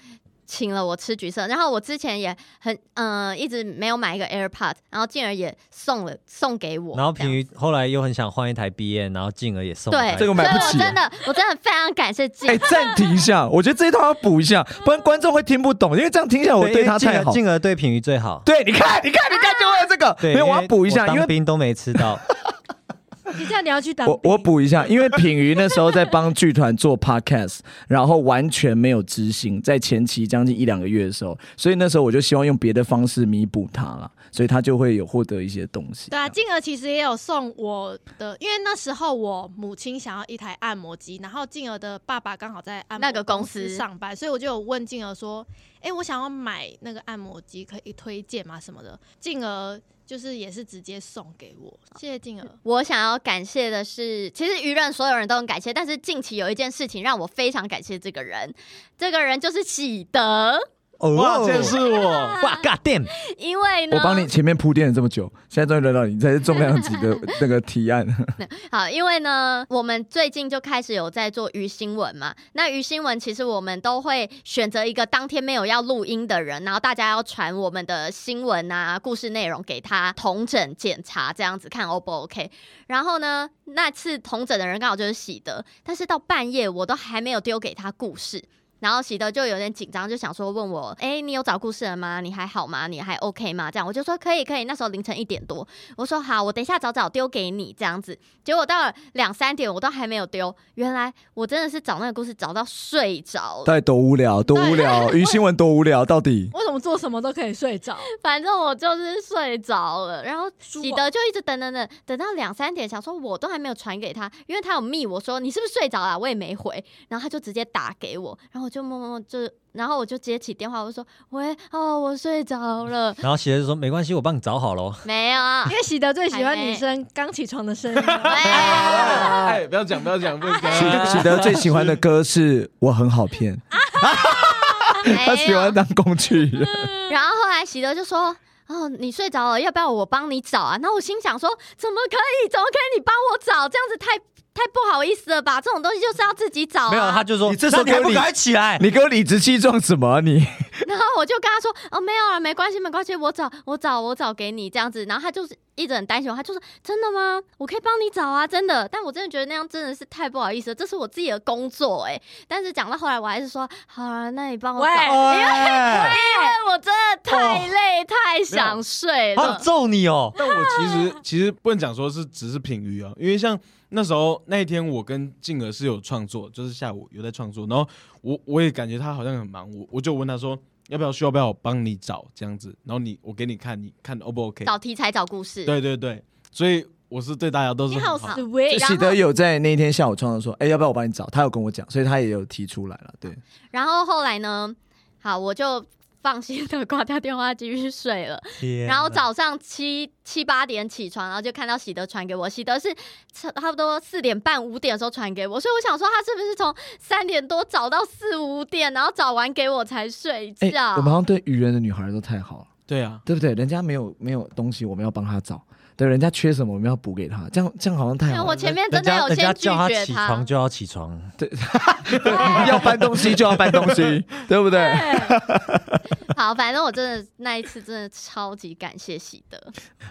Speaker 5: 请了我吃橘色。然后我之前也很嗯、呃一直没有买一个 AirPod，然后静儿也送了送给我。
Speaker 4: 然后
Speaker 5: 这样
Speaker 4: 平瑜后来又很想换一台 B N，然后进而也送
Speaker 5: 对
Speaker 4: 他，
Speaker 1: 这个我买不起啊
Speaker 5: 所以我真的我真的非常感谢静
Speaker 1: 哎，
Speaker 5: 儿。
Speaker 1: 暂停一下，我觉得这一段要补一下，不然观众会听不懂，因为这样听起来我对他
Speaker 4: 进
Speaker 1: 太
Speaker 4: 而
Speaker 1: 好。
Speaker 4: 进而对平瑜最好。
Speaker 1: 对，你看，你看，你看，就为了这个，
Speaker 4: 对，
Speaker 1: 没有，我要补一下，
Speaker 4: 我
Speaker 1: 因为
Speaker 4: 当兵都没吃
Speaker 1: <laughs>
Speaker 4: 到，
Speaker 8: 你这样你要去当
Speaker 1: 我
Speaker 8: 兵
Speaker 1: 我补一下，因为品瑜那时候在帮剧团做 podcast，然 <laughs> 后完全没有执行，在前期将近一两个月的时候，所以那时候我就希望用别的方式弥补他了，所以他就会有获得一些东西。
Speaker 6: 对啊，静儿其实也有送我的，因为那时候我母亲想要一台按摩机，然后静儿的爸爸刚好在按摩
Speaker 5: 那个公
Speaker 6: 公
Speaker 5: 司
Speaker 6: 上班，所以我就有问静儿说：“哎、我想要买那个按摩机，可以推荐吗？什么的？”静儿就是也是直接送给我，谢谢静儿。
Speaker 5: 我想要感谢的是，其实舆论所有人都很感谢，但是近期有一件事情让我非常感谢这个人，这个人就是喜德，
Speaker 1: 哦
Speaker 3: 哇，这是我。
Speaker 4: 哇，God damn！
Speaker 5: 因为呢，
Speaker 1: 我帮你前面铺垫了这么久，现在终于轮到你，这是重量级的那个提案。
Speaker 5: 好，因为呢，我们最近就开始有在做鱼新闻嘛。那鱼新闻其实我们都会选择一个当天没有要录音的人，然后大家要传我们的新闻啊、故事内容给他同整检查，这样子看 O 不 OK。然后呢，那次同整的人刚好就是喜德，但是到半夜我都还没有丢给他故事。然后喜德就有点紧张，就想说问我，哎，你有找故事了吗？你还好吗？你还 OK 吗？这样我就说可以可以。那时候凌晨一点多，我说好，我等一下早早丢给你这样子。结果到了两三点，我都还没有丢。原来我真的是找那个故事找到睡着
Speaker 1: 到底
Speaker 5: 了。
Speaker 1: 多无聊，多无聊，于新闻多无聊，到底
Speaker 8: <laughs> 为什么做什么都可以睡
Speaker 6: <laughs>
Speaker 8: 着？
Speaker 5: 反正我就是睡着了。然后
Speaker 8: 输
Speaker 5: 喜
Speaker 8: 啊
Speaker 5: 德就一直等等等，等到两三点，想说我都还没有传给他，因为他有密我说你是不是睡着了、啊我也没回，然后他就直接打给我，然后我就默默就，然后我就接起电话，我就说喂哦，我睡着了，
Speaker 4: 然后喜德就说没关系，我帮你找好
Speaker 7: 哦
Speaker 4: 喽。
Speaker 5: 没有啊
Speaker 8: 因。为喜德最喜欢女生刚起床的声 <laughs> 音啊。
Speaker 1: <laughs>
Speaker 5: 喂
Speaker 3: 哎，不要讲，不要讲，不要
Speaker 1: 喜喜 <laughs>
Speaker 3: 讲。
Speaker 1: 德最喜欢的歌是《我很好骗》，他
Speaker 5: 没
Speaker 1: 喜
Speaker 5: 有啊
Speaker 1: 欢当工具人。
Speaker 5: 然后后来喜德就说：“哦，你睡着了，要不要我帮你找啊？”那我心想说：“怎么可以？怎么可以你帮我找？这样子太太不好意思了吧？这种东西就是要自己找、啊。”
Speaker 4: 没有，他就说
Speaker 1: 你这时候
Speaker 4: 那你还
Speaker 1: 给我
Speaker 4: 不
Speaker 1: 理
Speaker 4: 赶快起来？
Speaker 1: 你给我理直气壮什么啊、你
Speaker 5: 然后我就跟他说：“哦，没有啊，没关系，没关系，我找，我找，我找给你这样子。”然后他就是一直很担心我，他就说：“真的吗？我可以帮你找啊，真的。”但我真的觉得那样真的是太不好意思了，这是我自己的工作哎、但是讲到后来，我还是说：“好啊，那你帮我找，
Speaker 8: 喂
Speaker 5: 因为
Speaker 4: 哎，
Speaker 5: <laughs> 我真的太
Speaker 3: 哦
Speaker 5: 累，太想睡
Speaker 4: 好想
Speaker 5: 了。”
Speaker 4: 揍你哦！
Speaker 3: 但我其实其实不能讲说是只是品鱼啊，因为像那时候那一天我跟静儿是有创作，就是下午有在创作，然后我我也感觉他好像很忙，我我就问他说要不要需要不要我帮你找这样子，然后你我给你看，你看 O 不 OK？
Speaker 5: 找题材，找故事，
Speaker 3: 对对对，所以我是对大家都是
Speaker 8: 你
Speaker 3: 很
Speaker 8: 好
Speaker 5: 好
Speaker 8: sweet，
Speaker 1: 喜德有在那一天下午创作说，哎、要不要我帮你找？他有跟我讲，所以他也有提出来了。对，
Speaker 5: 然后后来呢，好，我就放心的 <laughs> 挂掉电话，继续睡了。
Speaker 4: 天
Speaker 5: 然后
Speaker 4: 哪
Speaker 5: 早上七七八点起床，然后就看到喜德传给我，喜德是差差不多四点半五点的时候传给我，所以我想说他是不是从三点多找到四五点，然后找完给我才睡
Speaker 1: 哎、
Speaker 8: 哦
Speaker 5: 觉？
Speaker 1: 我们好像对愚人的女孩都太好了，
Speaker 3: 对啊，
Speaker 1: 对不对？人家没有没有东西，我们要帮她找；对，人家缺什么，我们要补给她。这样这样好像太
Speaker 8: 哎
Speaker 5: 因为
Speaker 1: 好
Speaker 5: 我
Speaker 1: 了，
Speaker 5: 前面真
Speaker 4: 人
Speaker 5: 的
Speaker 4: 家
Speaker 5: 有
Speaker 4: 人
Speaker 5: 先
Speaker 4: 家
Speaker 5: 拒
Speaker 4: 叫他
Speaker 5: 绝
Speaker 4: 起床就要起床， <laughs>
Speaker 1: 要搬东西就要搬东
Speaker 8: <laughs>
Speaker 1: 西，对不对？
Speaker 5: 好，反正我真的那一次真的超级感谢喜德。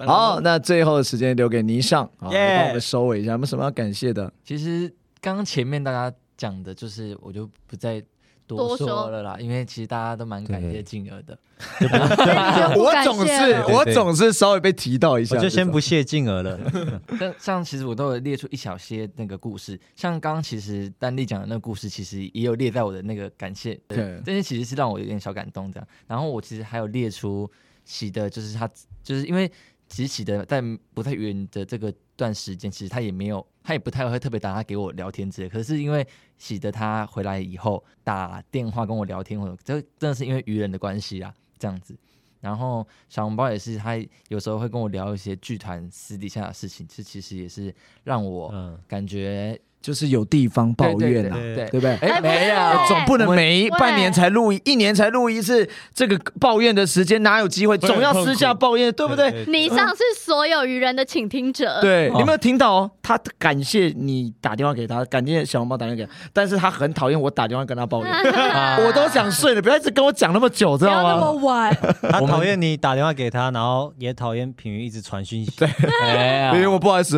Speaker 1: 好，那最后的时间留给倪尚，好，
Speaker 3: 耶
Speaker 1: 来帮我们收尾一下，有没有什么要感谢的？
Speaker 7: 其实刚刚前面大家讲的，就是我就不再
Speaker 5: 多
Speaker 7: 多
Speaker 5: 说
Speaker 7: 说了啦，因为其实大家都蛮感
Speaker 4: 对
Speaker 7: 谢静儿的。
Speaker 8: 所以你就不
Speaker 1: 我
Speaker 8: 感
Speaker 1: 总
Speaker 8: 谢
Speaker 1: 是
Speaker 8: 了
Speaker 4: 对
Speaker 1: 我
Speaker 4: 对
Speaker 1: 总是稍微被提到一下
Speaker 4: 我
Speaker 1: 这种，
Speaker 4: 就先不谢静儿
Speaker 1: <laughs>
Speaker 4: 了。
Speaker 7: 像像其实我都有列出一小些那个故事，像刚刚其实丹丽讲的那个故事，其实也有列在我的那个感谢，
Speaker 1: 对
Speaker 7: 这些其实是让我有点小感动这样。然后我其实还有列出喜的，就是他就是因为其实喜的在不太远的这个段时间，其实他也没有，他也不太会特别打他给我聊天之类。可是因为喜的他回来以后打电话跟我聊天，或者这真的是因为愚人的关系啊，这样子。然后小红包也是，他有时候会跟我聊一些剧团私底下的事情，这其实也是让我
Speaker 4: 嗯，
Speaker 7: 感觉
Speaker 1: 就是有地方抱怨啊，
Speaker 4: 对
Speaker 7: 对
Speaker 1: <laughs> 对不对？
Speaker 5: 哎
Speaker 7: 哎，
Speaker 5: 不是
Speaker 7: 没有，
Speaker 1: 总不能每一
Speaker 5: 我
Speaker 1: 半年才录一，一年才录一次，这个抱怨的时间哪有机会？
Speaker 3: 会很
Speaker 1: 总要私下
Speaker 3: 痛苦
Speaker 1: 抱怨，对不对？
Speaker 5: 你上
Speaker 4: 嗯
Speaker 5: 是所有愚人的倾听者，
Speaker 1: 对，
Speaker 7: 哦
Speaker 1: 你有没有听到哦？他感谢你打电话给他，感谢小红包打电话给他，但是他很讨厌我打电话跟他抱怨，我都想睡了，不要一直跟我讲那么久，知
Speaker 8: 不要那
Speaker 1: 道
Speaker 8: 么
Speaker 1: 吗？
Speaker 8: 晚，
Speaker 4: 他讨厌你打电话给他，然后也讨厌品瑜一直传讯息。
Speaker 7: 没
Speaker 1: 哎
Speaker 7: 有，
Speaker 1: 我不好意思，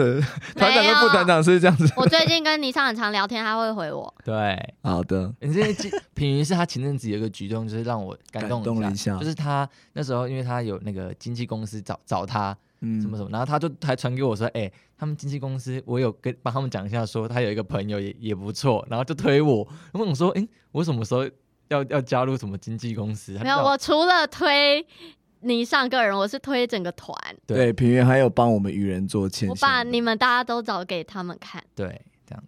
Speaker 5: 没有。
Speaker 1: 长是这样子。
Speaker 5: <laughs> 我最近跟倪尚很常聊天，他会回我。
Speaker 7: 对。
Speaker 1: 好的，
Speaker 7: 你这记，品云是他前阵子有一个举动，就是让我感动
Speaker 1: 感动了一下
Speaker 7: 就是他那时候，因为他有那个经纪公司找找他
Speaker 1: 嗯
Speaker 7: 什么什么，然后他就还传给我说，哎、他们经纪公司，我有跟帮他们讲一下说他有一个朋友也也不错，然后就推我，我想说，哎、我什么时候要要加入什么经纪公司？他就
Speaker 5: 没有，
Speaker 7: 让
Speaker 5: 我除了推倪尚个人，我是推整个团。
Speaker 7: 对
Speaker 1: 对，平原还有帮我们愚人做牵线的，
Speaker 5: 我把你们大家都找给他们看，
Speaker 7: 对这样，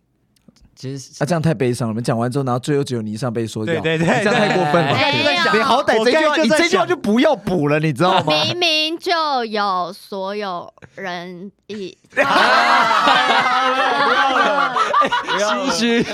Speaker 7: 其实是
Speaker 1: 啊，这样太悲伤了。我们讲完之后，然后最后只有你上被说掉，
Speaker 4: 对对对
Speaker 1: 哎这样太过分了。
Speaker 4: 哎
Speaker 5: 对没有
Speaker 1: 你好歹这句话，你这句话就不要补了，你知道吗？
Speaker 5: <laughs> 明明就有所有人一， <laughs>
Speaker 7: 心虚心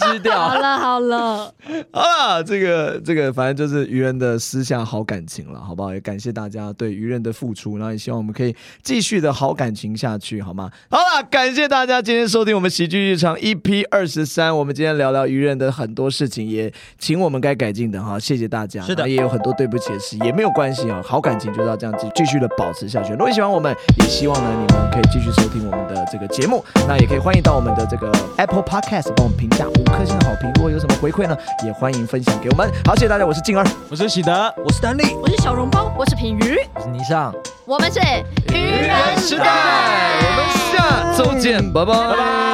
Speaker 7: 虚
Speaker 8: 好
Speaker 7: 掉。
Speaker 8: 了好了，
Speaker 1: <laughs> 啊，这个这个，反正就是愚人的私下好感情了，好不好？也感谢大家对愚人的付出，然后也希望我们可以继续的好感情下去，好吗？好了，感谢大家今天收听我们喜剧日常 EP 二十三，我们今天聊聊愚人的很多事情，也请我们该改进的哈，谢谢大家。
Speaker 4: 是的
Speaker 1: 然后也有很多对不起的事，也没有关系啊，好感情就是要这样继继续的保持下去。如果你喜欢我们，也希望呢你们可以继续收听我们的这个节目，那也可以欢迎到我们的这个 Apple Podcast 帮我们评价五颗星的好评。如果有什么回馈呢，也欢迎分享给我们。好，谢谢大家，我是静儿。
Speaker 3: 我是喜德，
Speaker 4: 我是丹力，
Speaker 5: 我是小笼包，我是品鱼，
Speaker 7: 我是倪尚，
Speaker 5: 我们是愚
Speaker 1: 愚人时代，我们下周见，拜拜。